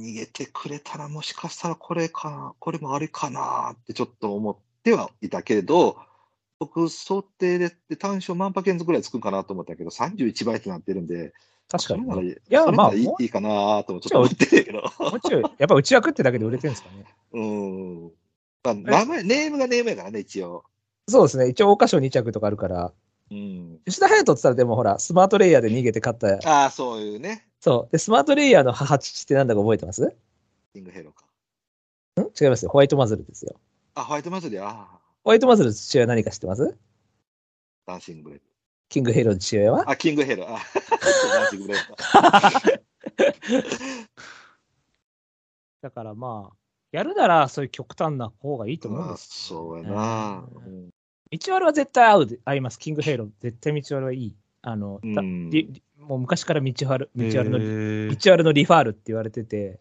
Speaker 3: 逃げてくれたらもしかしたらこれかな、これもあれかなってちょっと思ってはいたけれど、僕、想定で単勝万馬券ずぐらいつくんかなと思ったけど、31倍ってなってるんで、
Speaker 4: 確かに、
Speaker 3: それなら
Speaker 4: ね。
Speaker 3: い
Speaker 4: いや
Speaker 3: それなら
Speaker 4: まあ
Speaker 3: いい
Speaker 4: もう
Speaker 3: いいかなともちょっと思ってるけど。
Speaker 4: もうちろん、やっぱ内枠ってだけで売れてるんですかね。
Speaker 3: うん。まあ、名前、ネームがネームやからね、一応。
Speaker 4: そうですね。一応、桜花賞2着とかあるから、
Speaker 3: うん。
Speaker 4: 吉田隼人って言ったら、でもほら、スマートレイヤーで逃げて勝った。
Speaker 3: ああ、そういうね。
Speaker 4: そう。で、スマートレイヤーの母父ってなんだか覚えてますん
Speaker 3: キングヘローか。
Speaker 4: 違いますよ。ホワイトマズルですよ。
Speaker 3: あ、ホワイトマズリー、ああ、
Speaker 4: ホワイトマズルの父親何か知ってます
Speaker 3: ダンシングブレイド。
Speaker 4: キングヘイローの父親は
Speaker 3: あ、キングヘロー。あ、 そうダンシングブレイド。
Speaker 4: だからまあ、やるならそういう極端な方がいいと思うん
Speaker 3: まあ、
Speaker 4: です。
Speaker 3: そうやな。
Speaker 4: 道割は絶対合うで、合います。キングヘイロー、絶対道割はいい。あの、
Speaker 3: う
Speaker 4: だ
Speaker 3: ん
Speaker 4: りりもう昔から道割道割の、
Speaker 6: えー
Speaker 4: 道割のリファールって言われてて、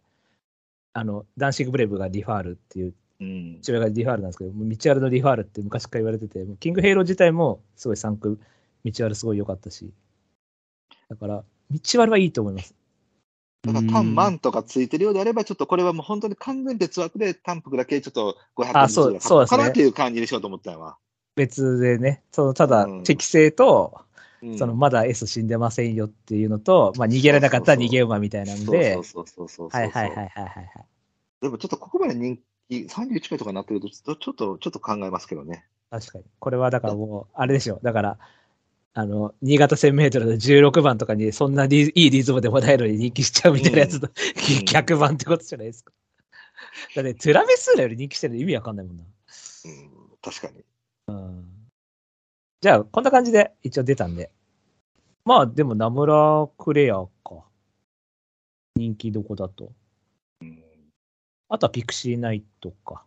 Speaker 4: あの、ダンシングブレイブがリファールっていう、
Speaker 3: うん。
Speaker 4: 父親がリファールなんですけど、もう道割のリファールって昔から言われてて、もうキングヘイロー自体もすごい3区、道割すごい良かったし。だから、道割はいいと思います。
Speaker 3: だから、単万とかついてるようであれば、ちょっとこれはもう本当に完全別枠で、単服だけちょっと500
Speaker 4: あそうそうです
Speaker 3: か
Speaker 4: ね
Speaker 3: なっていう感じにしようと思ったんやわ。
Speaker 4: 別でね、そのただ
Speaker 3: うん
Speaker 4: 適正と、
Speaker 3: うん
Speaker 4: そのまだ S 死んでませんよっていうのと、まあ逃げられなかったら
Speaker 3: そうそうそう
Speaker 4: 逃げ馬みたいなんで、
Speaker 3: そうそうそうそうそうそう。
Speaker 4: はいはいはいはいはいはい。
Speaker 3: でもちょっとここまで人気、31名とかになってると、ちょっと、ちょっとちょっと考えますけどね。
Speaker 4: 確かに。これはだからもう、あれでしょ。だから、あの、新潟1000メートルの16番とかに、そんなリいいリズムでもないのに人気しちゃうみたいなやつと、
Speaker 3: ん
Speaker 4: 逆番ってことじゃないですか。だって、テラベスーラより人気してるの意味わかんないもんな。
Speaker 3: うん、確かに。
Speaker 4: じゃあ、こんな感じで一応出たんで。まあ、でも、ナムラクレアか。人気どこだと。あとはピクシーナイトか。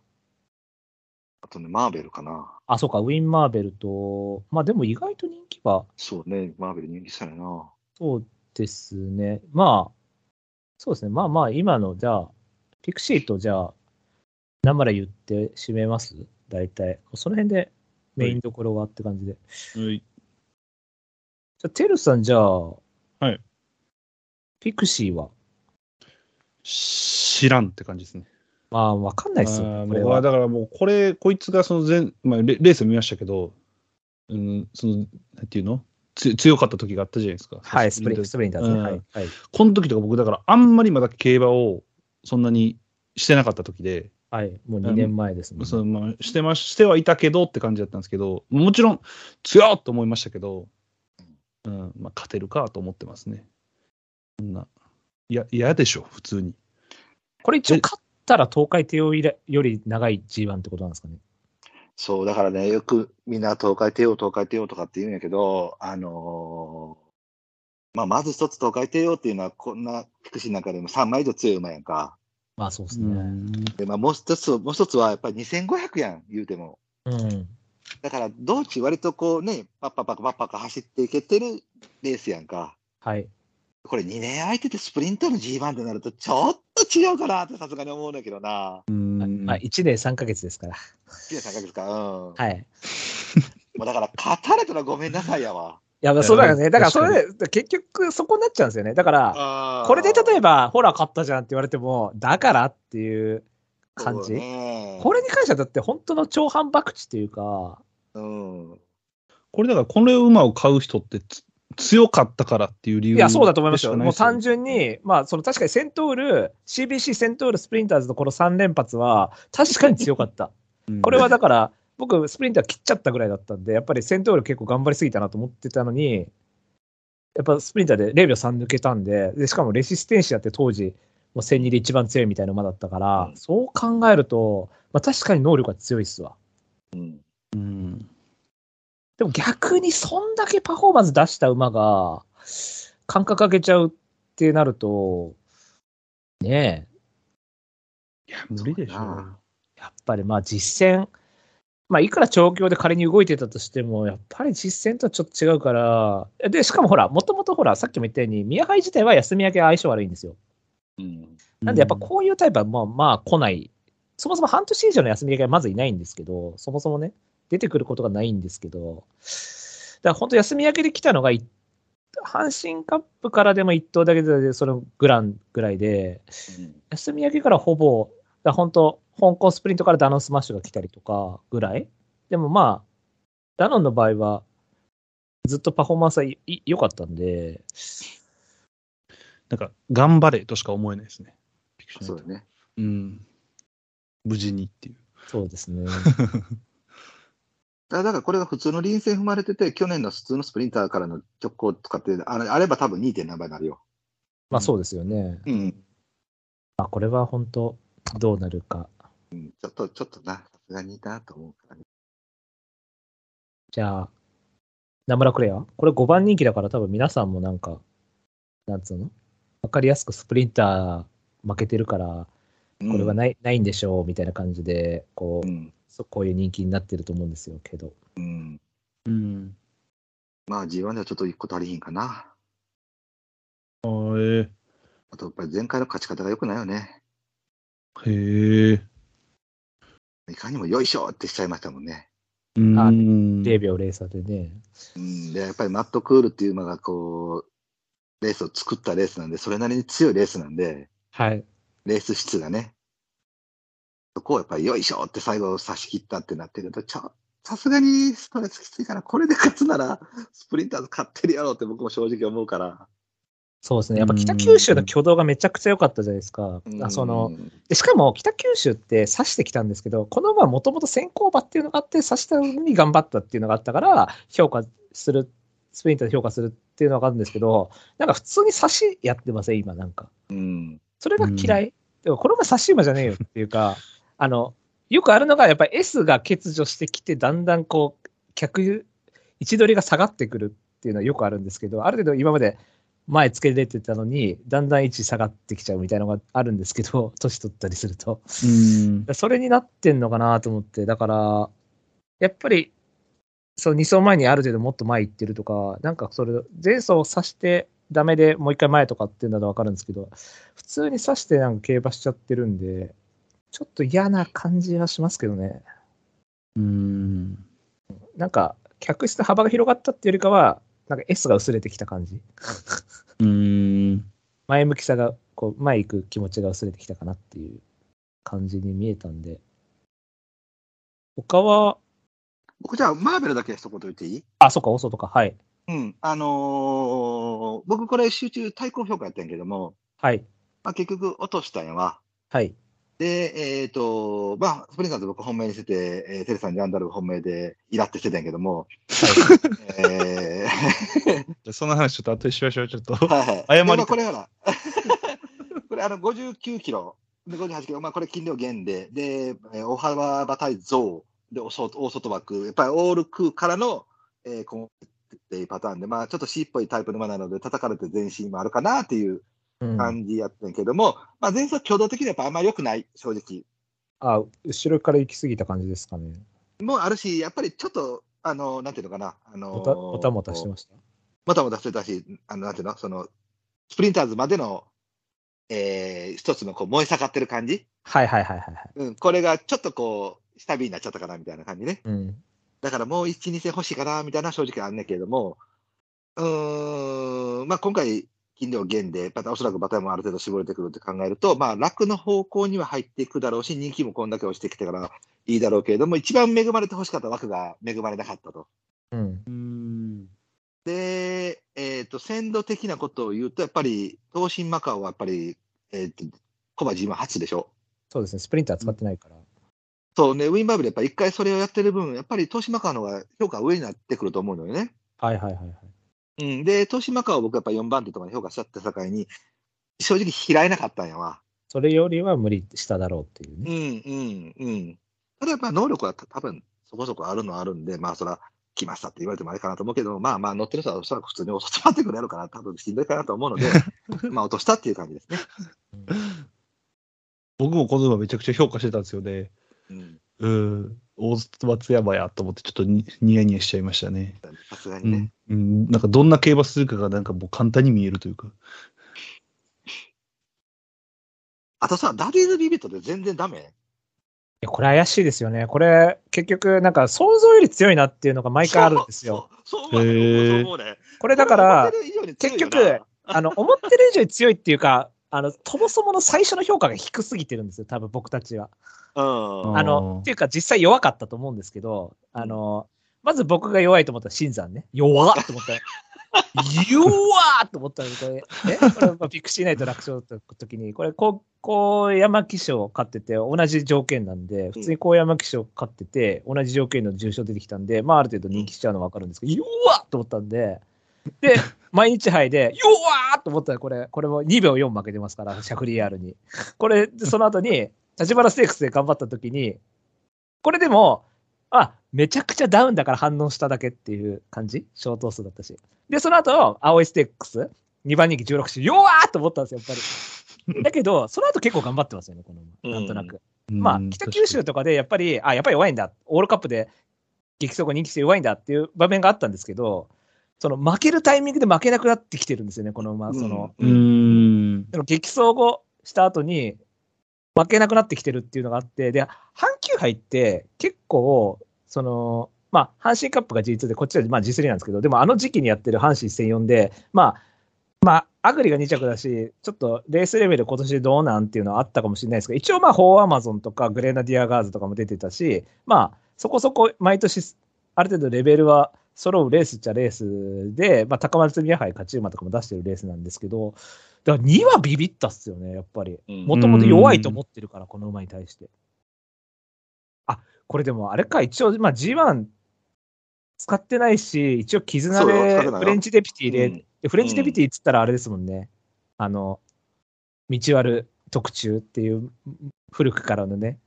Speaker 3: あとね、マーベルかな。
Speaker 4: あ、そうか、ウィン・マーベルと、まあでも意外と人気は、
Speaker 3: そうね、マーベル人気したよな。
Speaker 4: そうですね。まあ、そうですね。まあまあ、今の、じゃあ、ピクシーと、じゃあ、ナムラ言って締めます大体。その辺でメインどころはって感じで。
Speaker 6: はい。
Speaker 4: じゃあ、テルさん、じゃあ、はいピクシーは
Speaker 6: 知らんって感じですね。
Speaker 4: まあ、わかんないですよ
Speaker 6: あー
Speaker 4: ね、これ
Speaker 6: 僕は
Speaker 4: は。
Speaker 6: だからもう、これ、こいつがその前、まあ、レレースを見ましたけど、うん、その、なんていうのつ強かった時があったじゃないですか。
Speaker 4: はい、スプリン
Speaker 6: で
Speaker 4: スプリンターズね。
Speaker 6: うん
Speaker 4: はい。はい、
Speaker 6: この時とか僕、だからあんまりまだ競馬をそんなにしてなかった時で、
Speaker 4: はいもう2年前ですもん
Speaker 6: そ
Speaker 4: ね。
Speaker 6: のまあ、してまししてはいたけどって感じだったんですけど、もちろん強っと思いましたけど、うんまあ、勝てるかと思ってますね。そんな、いや、嫌でしょ、普通に。
Speaker 4: これ一応勝ったら東海帝王以来より長い G1 ってことなんですかね。
Speaker 3: そう、だからね、よくみんな東海帝王、東海帝王とかって言うんやけど、あのーまあ、まず一つ東海帝王っていうのは、こんなピクシーなんかでも3枚以上強い馬やんか。
Speaker 4: まあ、そうです
Speaker 6: う
Speaker 4: ね。
Speaker 6: ん
Speaker 3: で、まあ、もう一つ、もう一つはやっぱり2500やん、言うても。
Speaker 4: うん。
Speaker 3: だから、道中割とこうね、パッパパカパッパカ走っていけてるレースやんか。
Speaker 4: はい。
Speaker 3: これ2年空いててスプリントの G1 ってなると、ちょっと違うかなってさすがに思うんだけどな。
Speaker 6: うん
Speaker 4: まあ、1年3ヶ月ですから。
Speaker 3: 月3ヶ月か。うん。
Speaker 4: はい。
Speaker 3: もうだから、勝たれたらごめんなさいやわ。
Speaker 4: いや、まあそうだよね。だから、それで、結局、そこになっちゃうんですよね。だから、こ
Speaker 3: こ
Speaker 4: れで例えば、ほら、勝ったじゃんって言われても、だからっていう感じ。こ
Speaker 3: れ、
Speaker 4: れに関しては、だって、本当の超反博打というか、
Speaker 3: うん。
Speaker 6: これだから、この馬を買う人ってつ強かったからっていう理由
Speaker 4: いや、そうだと思いますよ。
Speaker 6: でしかな
Speaker 4: もう
Speaker 6: ですよ
Speaker 4: 単純に、まあ、その確かにセントウル、CBC セントウルスプリンターズのこの3連発は、確かに強かった。
Speaker 6: うん
Speaker 4: これはだから、僕、スプリンター切っちゃったぐらいだったんで、やっぱりセントウル結構頑張りすぎたなと思ってたのに、やっぱスプリンターで0秒3抜けたんで、でしかもレシステンシアって当時、もう1002で一番強いみたいな馬だったから、
Speaker 3: うん
Speaker 4: そう考えると、まあ、確かに能力が強いっすわ。
Speaker 3: うん。
Speaker 6: うん
Speaker 4: でも逆にそんだけパフォーマンス出した馬が、感覚上げちゃうってなると、ね
Speaker 6: いや、無理でし
Speaker 3: そうだ
Speaker 6: ょ
Speaker 3: な。
Speaker 4: え、やっぱりまあ実戦、まあいくら調教で仮に動いてたとしても、やっぱり実戦とはちょっと違うから、で、しかもほら、もともとほら、さっきも言ったように、宮杯自体は休み明けは相性悪いんですよ。
Speaker 3: うん。
Speaker 4: なんでやっぱこういうタイプはまあまあ来ない。そもそも半年以上の休み明けはまずいないんですけど、そもそもね、出てくることがないんですけど、だから本当休み明けで来たのが、い阪神カップからでも1頭だけで、そのグランぐらいで、休み明けからほぼ、だから本当香港スプリントからダノンスマッシュが来たりとかぐらい。でもまあ、ダノンの場合は、ずっとパフォーマンスはいい良かったんで、
Speaker 6: なんか、頑張れとしか思えないですね。ピクシブ
Speaker 3: そうだね。
Speaker 6: うん。無事にっていう。
Speaker 4: そうですね。
Speaker 3: だからこれが普通の臨戦踏まれてて、去年の普通のスプリンターからの直行とかって、あれあれば多分 2. 何倍になるよ。
Speaker 4: まあそうですよね。
Speaker 3: うん。
Speaker 4: まあこれは本当どうなるか。
Speaker 3: ちょっと、ちょっとな、さすがにいたなと思うからね。
Speaker 4: じゃあ、名村クレアこれ5番人気だから多分皆さんもなんか、なんつうのわかりやすくスプリンター負けてるから、これはない,、ないんでしょうみたいな感じで、こ
Speaker 3: う
Speaker 4: う、
Speaker 3: ん。
Speaker 4: そこういう人気になってると思うんですよけど。
Speaker 3: うん。
Speaker 6: うん。
Speaker 3: まあ G1 ではちょっと一個足りひんかな。
Speaker 6: あー
Speaker 3: あとやっぱり前回の勝ち方が良くないよね。
Speaker 6: えー、へえ。
Speaker 3: いかにもよいしょってしちゃいましたもんね。
Speaker 6: うん
Speaker 4: あ
Speaker 6: で
Speaker 4: 0秒0差でね。
Speaker 3: うん。で、やっぱりマットクールっていう馬がこう、レースを作ったレースなんで、それなりに強いレースなんで、
Speaker 4: はい。
Speaker 3: レース質がね、そこをやっぱりよいしょって最後差し切ったってなってると、ちょ、さすがにストレスきついから、これで勝つなら、スプリンターズ勝ってるやろうって僕も正直思うから。
Speaker 4: そうですね。やっぱ北九州の挙動がめちゃくちゃ良かったじゃないですか。あその、
Speaker 3: うん、
Speaker 4: でしかも北九州って刺してきたんですけど、この馬はもともと先行馬っていうのがあって、刺したのに頑張ったっていうのがあったから、評価する、スプリンターで評価するっていうのは分かるんですけど、なんか普通に刺しやってません、今なんか。
Speaker 3: うん。
Speaker 4: それが嫌い。でもこの馬刺し馬じゃねえよっていう か、あの、よくあるのが、やっぱり S が欠如してきて、だんだんこう、客、位置取りが下がってくるっていうのはよくあるんですけど、ある程度今まで前つけれてたのに、だんだん位置下がってきちゃうみたいなのがあるんですけど、年取ったりすると。
Speaker 6: うん。
Speaker 4: それになってんのかなと思って、だから、やっぱり、そう、2走前にある程度もっと前行ってるとか、なんかそれ、前走を刺してダメでもう一回前とかっていうのはわかるんですけど、普通に刺してなんか競馬しちゃってるんで、ちょっと嫌な感じはしますけどね。
Speaker 6: うん。
Speaker 4: なんか、客室の幅が広がったっていうよりかは、なんか S が薄れてきた感じ。
Speaker 6: うん。
Speaker 4: 前向きさが、こう、前行く気持ちが薄れてきたかなっていう感じに見えたんで。他は、
Speaker 3: 僕じゃあ、マーベルだけ一言言っていい
Speaker 4: あ、そっか、オソとか、はい。
Speaker 3: うん。あのー僕これ集中対抗評価やったんやけども、
Speaker 4: はい。
Speaker 3: まあ、結局落としたんやわ。
Speaker 4: はい。
Speaker 3: で、えっ、と、まあ、スプリンターズ僕本命にしてて、えーテレさんにアンダルブ本命でイラってしてたんやけども、えー
Speaker 6: じゃあその話ちょっと後でしましょう、ちょっと。
Speaker 3: はい
Speaker 6: 謝り
Speaker 3: でまあこれほら、 これあの59キロ、で58キロ、まあこれ筋量減で、で、えー大幅馬対増で、大外大外枠、やっぱりオール空からの、えー、こうっていうパターンで、まあちょっと C っぽいタイプの馬なので、叩かれて全身もあるかなっていう
Speaker 4: うん
Speaker 3: 感じやったんやけども、まあ前走挙動的にはやっぱあんまり良くない、正直。
Speaker 4: あ、後ろから行き過ぎた感じですかね。
Speaker 3: もあるし、やっぱりちょっと、あの、なんていうのかな、あの
Speaker 4: もたもたもたしてました。
Speaker 3: もたもたしてたし、あの、なんていうの、その、スプリンターズまでの、えー一つのこう燃え盛ってる感じ、
Speaker 4: はいはいはいはいはい。
Speaker 3: うん、これがちょっとこう、下火になっちゃったかなみたいな感じね。
Speaker 4: うん。
Speaker 3: だからもう1、2戦欲しいかな、みたいな正直あんねんけれども、うーん、まあ今回、金量減で、またおそらくバターもある程度絞れてくるって考えると、まあ楽の方向には入っていくだろうし、人気もこんだけ落ちてきてからいいだろうけれども、一番恵まれて欲しかった枠が恵まれなかったと。
Speaker 4: うん。
Speaker 6: うん。
Speaker 3: で、えっ、と、鮮度的なことを言うと、やっぱり、東進マカオはやっぱり、えっ、と、コバ G1 初でしょ。
Speaker 4: そうですね。スプリンター使ってないから。
Speaker 3: そうね、ウィンバーブルやっぱ一回それをやってる分、やっぱり東進マカオの方が評価上になってくると思うのよね。
Speaker 4: はいはいはいはい。
Speaker 3: うん、で、豊島川を僕やっぱ4番手とかに評価しちゃった境に、正直嫌いなかったんやわ。
Speaker 4: それよりは無理しただろうっていう
Speaker 3: うん、
Speaker 4: ね。
Speaker 3: うん、うん。ただやっぱ能力はた多分そこそこあるのはあるんで、まあそら、来ましたって言われてもあれかなと思うけど、まあまあ乗ってる人はおそらく普通に落としてってくれるから、多分しんどいかなと思うので、まあ落としたっていう感じですね。
Speaker 6: 僕もこの馬めちゃくちゃ評価してたんですよね。
Speaker 3: うん、
Speaker 6: うん。大松山やと思ってちょっとにニヤニヤしちゃいましたね。
Speaker 3: さすが
Speaker 6: う
Speaker 3: にね
Speaker 6: ん。。うんなんかどんな競馬するかがなんかもう簡単に見えるというか。
Speaker 3: あとさ、ダディーズ・ビビットで全然ダメ
Speaker 4: いや、これ怪しいですよね。これ、結局、なんか想像より強いなっていうのが毎回あるんですよ。。
Speaker 3: そうそうそう思う
Speaker 6: へー
Speaker 3: そう思うね。
Speaker 4: これだか
Speaker 3: こ、
Speaker 4: ら
Speaker 3: れ思ってる以上に強
Speaker 4: 結
Speaker 3: いよな
Speaker 4: 局、あの、思ってる以上に強いっていうか、あの、ともそもの最初の評価が低すぎてるんですよ、多分僕たちは。
Speaker 3: うん。
Speaker 4: あ
Speaker 6: あ
Speaker 4: の
Speaker 6: ー、
Speaker 4: っていうか実際弱かったと思うんですけど、あの、まず僕が弱いと思ったら、新山ね。弱っと思ったら、弱っと思ったので、これ、えこれまあピクシーナイト楽勝だった時に、これ、こう、高山騎手を勝ってて、同じ条件なんで、普通に高山騎手を勝ってて、同じ条件の重賞出てきたんで、まあ、ある程度人気しちゃうの分かるんですけど、弱っと思ったんで、 で、毎日杯で、弱っと思ったら、これ、これも2秒4負けてますから、シャフリヤールに。これ、でその後に、立花ステークスで頑張った時に、これでも、あ、めちゃくちゃダウンだから反応しただけっていう感じ小頭数だったし。で、その後、青いステークス、2番人気16種、弱ーっと思ったんですよ、やっぱり。だけど、その後結構頑張ってますよね、この馬、なんとなく。まあ、北九州とかでやっぱり、あ、やっぱり弱いんだ。オールカップで激走が人気して弱いんだっていう場面があったんですけど、その負けるタイミングで負けなくなってきてるんですよね、この馬、その、
Speaker 6: うん。うん。
Speaker 4: その激走後した後に、負けなくなってきてるっていうのがあって、で、阪急杯って結構、その、まあ、阪神カップが G2 で、こっちはまあ G3 なんですけど、でもあの時期にやってる阪神戦4で、まあ、まあ、アグリが2着だし、ちょっとレースレベル今年どうなんっていうのはあったかもしれないですけど、一応まあ、ホーアマゾンとかグレナディアガーズとかも出てたし、まあ、そこそこ毎年ある程度レベルは揃うレースっちゃレースで、まあ、高松宮杯勝ち馬とかも出してるレースなんですけど、だから2はビビったっすよね、やっぱり。
Speaker 3: うん
Speaker 4: もともと弱いと思ってるから、この馬に対して。あ、これでもあれか、一応、まあ、G1 使ってないし、一応絆
Speaker 3: そうよ使って
Speaker 4: で
Speaker 3: ないよ
Speaker 4: フレンチデピティで、
Speaker 3: うん
Speaker 4: でフレンチデピティっつったらあれですもんね。あの、道悪特注っていう古くからのね、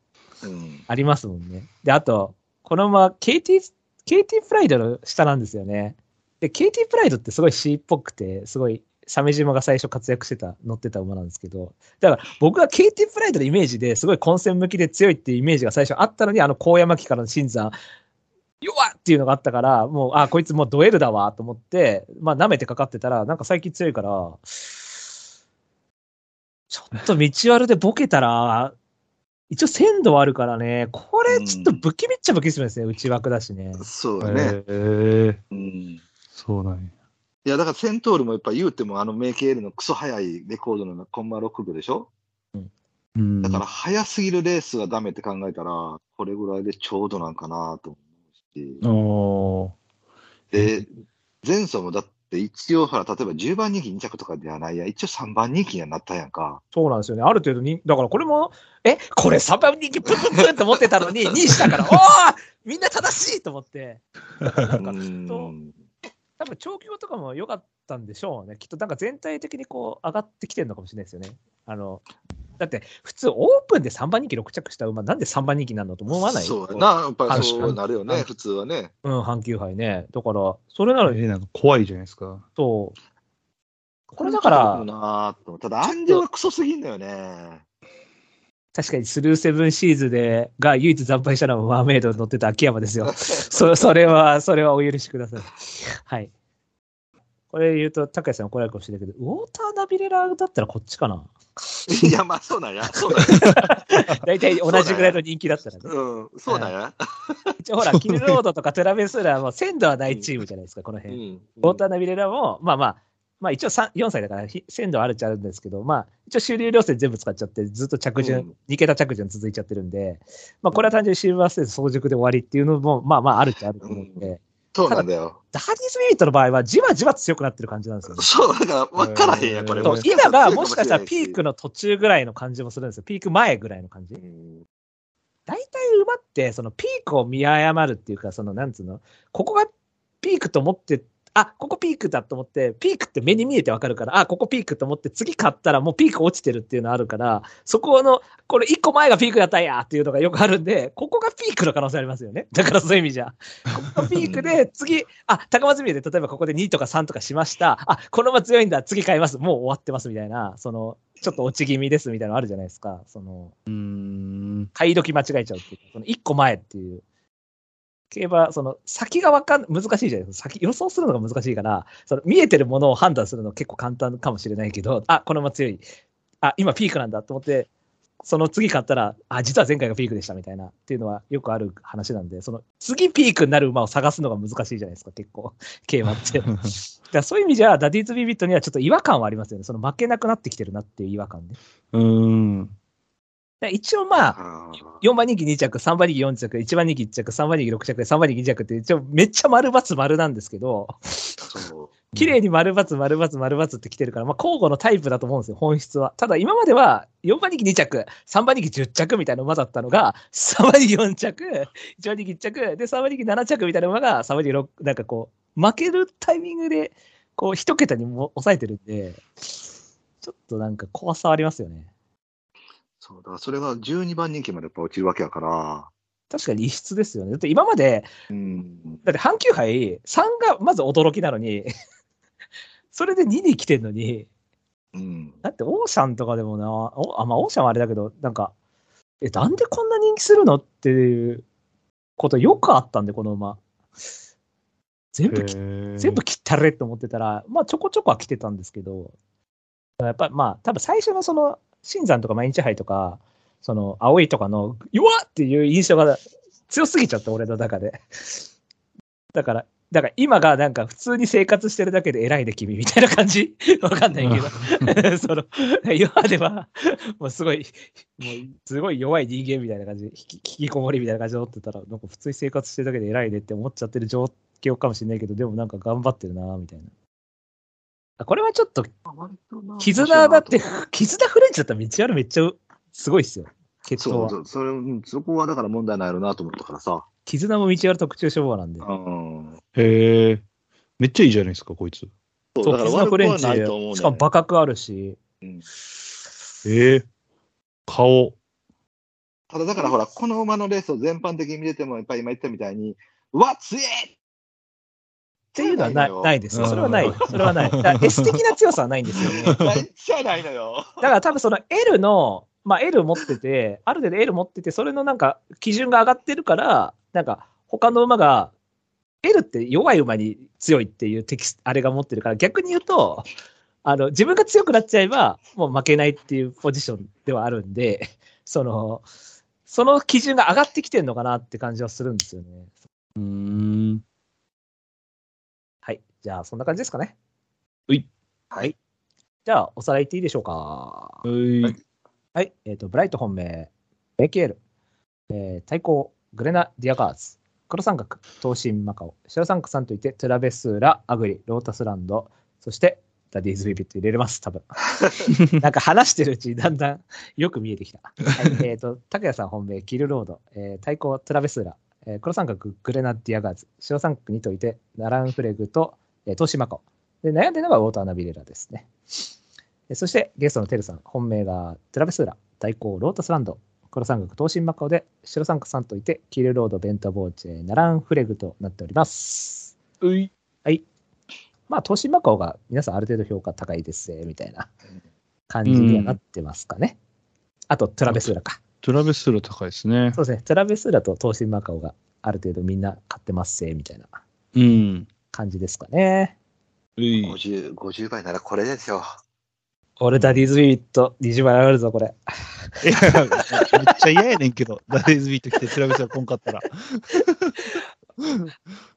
Speaker 3: うん
Speaker 4: ありますもんね。で、あと、このまま KT、KT プライドの下なんですよね。で、KT プライドってすごい C っぽくて、すごい、鮫島が最初活躍してた、乗ってた馬なんですけど、だから僕は KT プライドのイメージですごい混戦向きで強いっていうイメージが最初あったのに、あの高山期からの新山、弱っっていうのがあったから、もう、あ、こいつもうドエルだわと思って、まあ舐めてかかってたら、なんか最近強いから、ちょっと道悪でボケたら、一応鮮度はあるからね、これちょっと不気味っちゃ不気味ですね、内枠だしね。
Speaker 3: そう
Speaker 6: へ
Speaker 3: だね。
Speaker 6: え。
Speaker 3: うん
Speaker 6: そうなんや。
Speaker 3: いや、だからセントールもやっぱ言うても、あのメイケールのクソ速いレコードのコンマ6秒でしょ
Speaker 6: うん
Speaker 3: だから、速すぎるレースはダメって考えたら、これぐらいでちょうどなんかなと思うし。
Speaker 6: おー
Speaker 3: で、前走もだって一応、ほら、例えば10番人気2着とかではないや、一応3番人気にはなったやんか。
Speaker 4: そうなんですよね。ある程度に、だからこれも、え、これ3番人気プンプンプンって思ってたのに、2位した から、おーみんな正しいと思って。
Speaker 3: う
Speaker 4: と
Speaker 3: ん。
Speaker 4: 多分長期後とかも良かったんでしょうね。きっとなんか全体的にこう上がってきてるのかもしれないですよね。あの、だって普通オープンで3番人気6着した馬なんで3番人気なのと思わない
Speaker 3: そうやな、やっぱり
Speaker 4: 確か
Speaker 3: そう
Speaker 4: に
Speaker 3: なるよ
Speaker 4: う
Speaker 3: ね、
Speaker 4: ん
Speaker 3: 普通はね。
Speaker 4: うん、阪急杯ね。だから、それな
Speaker 6: え
Speaker 4: のに、
Speaker 6: ーなんか怖いじゃないですか。
Speaker 4: そう。これだから
Speaker 3: これちょっとなーと思うただ、安定はクソすぎんだよね。
Speaker 4: 確かにスルーセブンシーズで、が唯一惨敗したのはマーメイドに乗って た秋山ですよ。そ、それは、それはお許しください。はい。これ言うと、拓也さん怒られるかもしれないけど、ウォーターナビレラだったらこっち かな。
Speaker 3: いや、まあ、そう なんや。そうなんや。
Speaker 4: 大体同じぐらいの人気だったらね。
Speaker 3: うん、そうなんや。
Speaker 4: 一応ほら、キルロードとかテラベスラーも鮮度はないチームじゃないですか、この
Speaker 3: う
Speaker 4: 辺。
Speaker 3: ん。
Speaker 4: ウォーターナビレラも、まあまあ、まあ一応さん4歳だからひ鮮度はあるっちゃあるんですけど、まあ一応終了量線全部使っちゃって、ずっと着順、
Speaker 3: うん
Speaker 4: 2桁着順続いちゃってるんで、まあこれは単純にシルバーステージ早熟で終わりっていうのも、まあまああるっちゃあると思うんで、
Speaker 3: そうなんだよ。
Speaker 4: ダーディーズミリットの場合はじわじわ強くなってる感じなんですよね。
Speaker 3: そう、だから、わからへんやん、これ。
Speaker 6: そ
Speaker 4: そうう
Speaker 3: もしかした
Speaker 4: 今
Speaker 3: ら
Speaker 4: がもしかしたらピークの途中ぐらいの感じもするんですよ。ピーク前ぐらいの感じ
Speaker 3: う。ん
Speaker 4: 大体馬って、そのピークを見誤るっていうか、そのなんつうの、ここがピークと思って、あ、ここピークだと思って、ピークって目に見えてわかるから、あ、ここピークと思って、次買ったらもうピーク落ちてるっていうのあるから、そこの、これ一個前がピークだったんやっていうのがよくあるんで、ここがピークの可能性ありますよね。だからそういう意味じゃ。ここピークで、次、あ、高松宮で例えばここで2とか3とかしました。あ、この馬強いんだ、次買います。もう終わってますみたいな、その、ちょっと落ち気味ですみたいなのあるじゃないですか。その、
Speaker 6: うん。
Speaker 4: 買い時間違えちゃうっていうか、その一個前っていう。競馬、その先がわかん、難しいじゃないですか。先、予想するのが難しいから、その見えてるものを判断するの結構簡単かもしれないけど、あ、この馬強い。あ、今ピークなんだと思って、その次買ったら、あ、実は前回がピークでしたみたいなっていうのはよくある話なんで、その次ピークになる馬を探すのが難しいじゃないですか、結構。競馬 って。だからそういう意味じゃ、ダディーズ・ビビットにはちょっと違和感はありますよね。その負けなくなってきてるなっていう違和感ね。だか
Speaker 6: うん。
Speaker 4: ら一応まあ、
Speaker 3: あ
Speaker 4: 4番人気2着、3番人気4着、1番人気1着、3番人気6着で3番人気2着って、一応めっちゃ丸×丸なんですけど、
Speaker 3: ーそう
Speaker 4: 綺麗に丸×丸×丸×って来てるから、まあ交互のタイプだと思うんですよ、本質は。ただ今までは4番人気2着、3番人気10着みたいな馬だったのが、3番人気4着、1番人気1着、で3番人気7着みたいな馬が、3番人気6、なんかこう、負けるタイミングで、こう、一桁にも抑えてるんで、ちょっとなんか怖さはありますよね。
Speaker 3: そう、だからそれが12番人気までやっぱ落ちるわけやから。
Speaker 4: 確かに異質ですよね。だって今まで、
Speaker 3: うん。
Speaker 4: だって阪急杯3がまず驚きなのに それで2に来てんのに
Speaker 3: うん。
Speaker 4: だってオーシャンとかでもなおあまあオーシャンはあれだけどなんかえなんでこんな人気するのっていうことよくあったんでこの馬全部き全部切ったれと思ってたらまあちょこちょこは来てたんですけどやっぱまあ多分最初のその新山とか毎日杯とかその青いとかの弱っっていう印象が強すぎちゃった俺の中でだからだから今がなんか普通に生活してるだけで偉いね君みたいな感じわかんないけど その今まではもうすごいもうすごい弱い人間みたいな感じで引き引きこもりみたいな感じで思ってたらなんか普通に生活してるだけで偉いねって思っちゃってる状況かもしれないけどでもなんか頑張ってるなみたいなあこれはちょっと絆だって、絆フレンチだったら道あるめっちゃすごいっすよ。決闘
Speaker 3: そう、
Speaker 4: は。
Speaker 3: そそれ、うんそこはだから問題ないのなと思ったからさ。
Speaker 4: 絆も道ある特注処方なんで。
Speaker 3: うん。
Speaker 6: へえ。めっちゃいいじゃないですか、こいつ。
Speaker 3: そう、
Speaker 4: そ
Speaker 3: だか
Speaker 4: う、
Speaker 3: ら
Speaker 4: 絆
Speaker 3: 悪
Speaker 4: フ
Speaker 3: く
Speaker 4: レン
Speaker 3: は
Speaker 4: チ
Speaker 3: ないと思う、ね。
Speaker 4: しかも馬角あるし、
Speaker 3: うん
Speaker 6: ええ。顔。
Speaker 3: ただだからほら、この馬のレースを全般的に見てても、やっぱり今言ったみたいに、うわ、強え
Speaker 4: っていうのはない
Speaker 3: そう
Speaker 4: ないですよ。それはない。それはない。だから S 的な強さはないんですよね。だ
Speaker 3: めっちゃないのよ。
Speaker 4: から多分その L の、まあ L 持ってて、ある程度 L 持ってて、それのなんか基準が上がってるから、なんか他の馬が、L って弱い馬に強いっていうテキスあれが持ってるから、逆に言うと、あの、自分が強くなっちゃえば、もう負けないっていうポジションではあるんで、その、その基準が上がってきてるのかなって感じはするんですよね。
Speaker 6: うん。
Speaker 4: はい。じゃあ、そんな感じですかね。
Speaker 3: はい。
Speaker 4: じゃあ、おさらいっていいでしょうか。
Speaker 6: はい。
Speaker 4: はい。えっ、と、ブライト本命、ベキエル、えー、対抗、グレナ・ディアガーズ、黒三角、東進マカオ、白三角さんといて、トゥラベスーラ、アグリ、ロータスランド、そして、ダディーズ・ビビット入れれます、多分なんか話してるうちにだんだんよく見えてきた。はい、えっ、と、拓也さん本命、キルロード、えー、対抗、トゥラベスーラ、えー、黒三角、グレナ・ディアガーズ、白三角にといて、ナランフレグと、えー、東進マカオ。で、悩んでるのがウォーター・ナビレラですね。えそしてゲストのテルさん、本命がトラベスーラ、対抗ロータスランド、黒三角、東進マカオで、白三角さんといて、キルロード、ベンタボーチェ、ナランフレグとなっております。
Speaker 6: はい。
Speaker 4: まあ、東進マカオが皆さんある程度評価高いですね、みたいな感じにはなってますかね。あと、トラベスーラか。
Speaker 6: トラベスラ高いですね。
Speaker 4: そうですね、トラベスーラと東進マカオがある程度みんな買ってますぜ、みたいな
Speaker 6: うん。
Speaker 4: 感じですかね。
Speaker 6: うい
Speaker 3: 50、50倍ならこれですよ。
Speaker 4: 俺ダディーズビビット20枚あるぞ、これ。
Speaker 6: いやめっちゃ嫌やねんけど、ダディーズビート来て調べちゃこんかったら。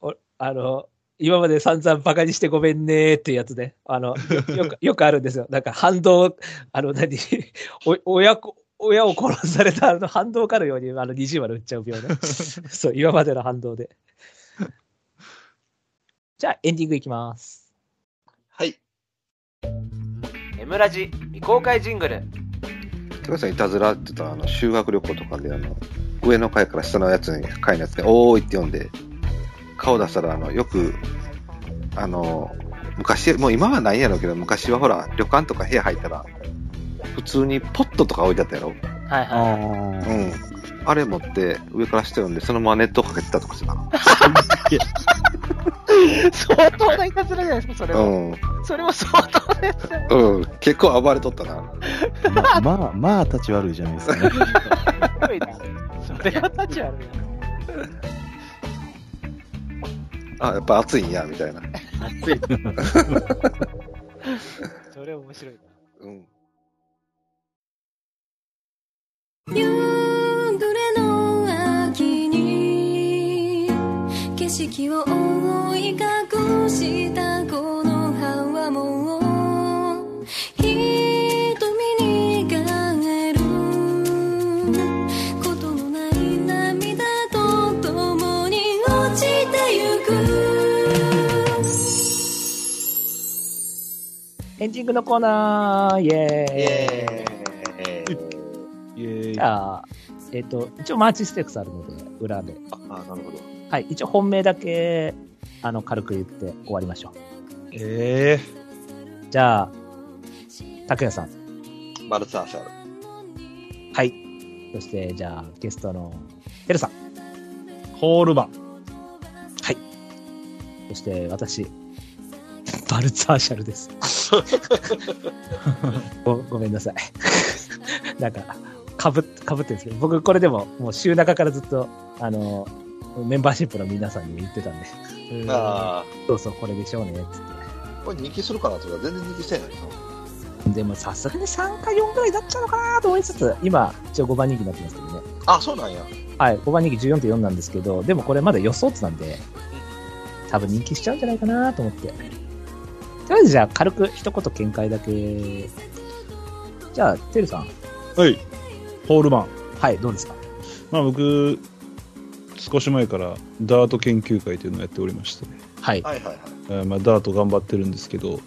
Speaker 4: おあの、今まで散々バカにしてごめんねーってやつね。あの、よよ く、よくあるんですよ。なんか反動、あの、何、 お親子、親を殺されたあの反動かのように、あの、二0丸打っちゃう 病ね。そう、今までの反動で。じゃあ、エンディングいきます。
Speaker 3: はい。
Speaker 5: エムラジ未公開ジングル
Speaker 7: 高橋さんいたずらって言ったらあの修学旅行とかであの上の階から下のやつに階のやつで「おーい」って呼んで顔出したらあのよくあの昔もう今はないんやろうけど昔はほら旅館とか部屋入ったら普通にポットとか置いてあったやろ、
Speaker 4: はいはい。
Speaker 7: うん、あれ持って上から下呼んでそのまま熱湯かけてたとかしてたな
Speaker 8: 相当ないたずらじゃないですか、それ
Speaker 7: う
Speaker 8: も。
Speaker 7: ん、
Speaker 8: それも相当なやつだよ
Speaker 7: うん、結構暴れとったな
Speaker 9: ままあ、まあ、立ち悪いじゃないですかね。
Speaker 8: すごいな。それは立ち悪いな。
Speaker 7: あやっぱ暑いんやみたいな、
Speaker 8: 熱い。それ面白いな。
Speaker 7: うん、
Speaker 10: 夕暮れの秋に景色を覆い隠したこの葉はもう瞳に変えることのない涙と共に落ちてゆく
Speaker 4: エンディングのコーナー、イエーイ。
Speaker 6: イエーイ
Speaker 4: じゃあ、えっ、と、一応マーチステークスあるので、裏で。
Speaker 3: あ、なるほど。
Speaker 4: はい、一応本命だけ、あの、軽く言って終わりましょ
Speaker 6: え
Speaker 4: う。じゃあ、拓也さん。
Speaker 3: バルツアーシャル。
Speaker 4: はい。そして、じゃあ、ゲストの、てるさん。
Speaker 6: ー、ホールバ。
Speaker 4: そして、私、 バルツァーシャル です。ごごめんなさい。 なんか、かぶっ、かぶってるんですけど、僕、これでも、もう週中からずっと、あの、メンバーシップの皆さんにも言ってたんで、
Speaker 3: あ
Speaker 4: そうそう、これでしょうね、つって。
Speaker 3: あ、これ人気するかなとか全然人気してないのに
Speaker 4: でもさすがに3か4ぐらいだったのかなと思いつつ、今、一応5番人気になってますけどね。
Speaker 3: な。あ、そうなんや。
Speaker 4: はい、5番人気14.4なんですけど、でもこれまだ予想値なんで、多分人気しちゃうんじゃないかなと思って。とりあえずじゃあ軽く一言見解だけ。じゃあ、てるさん。
Speaker 6: はい。ホールマン。
Speaker 4: はい、どうですか
Speaker 6: まあ僕、少し前からダート研究会というのをやっておりまして、ね
Speaker 4: はい。
Speaker 3: はいはいはい。
Speaker 6: えーまあ、ダート頑張ってるんですけど、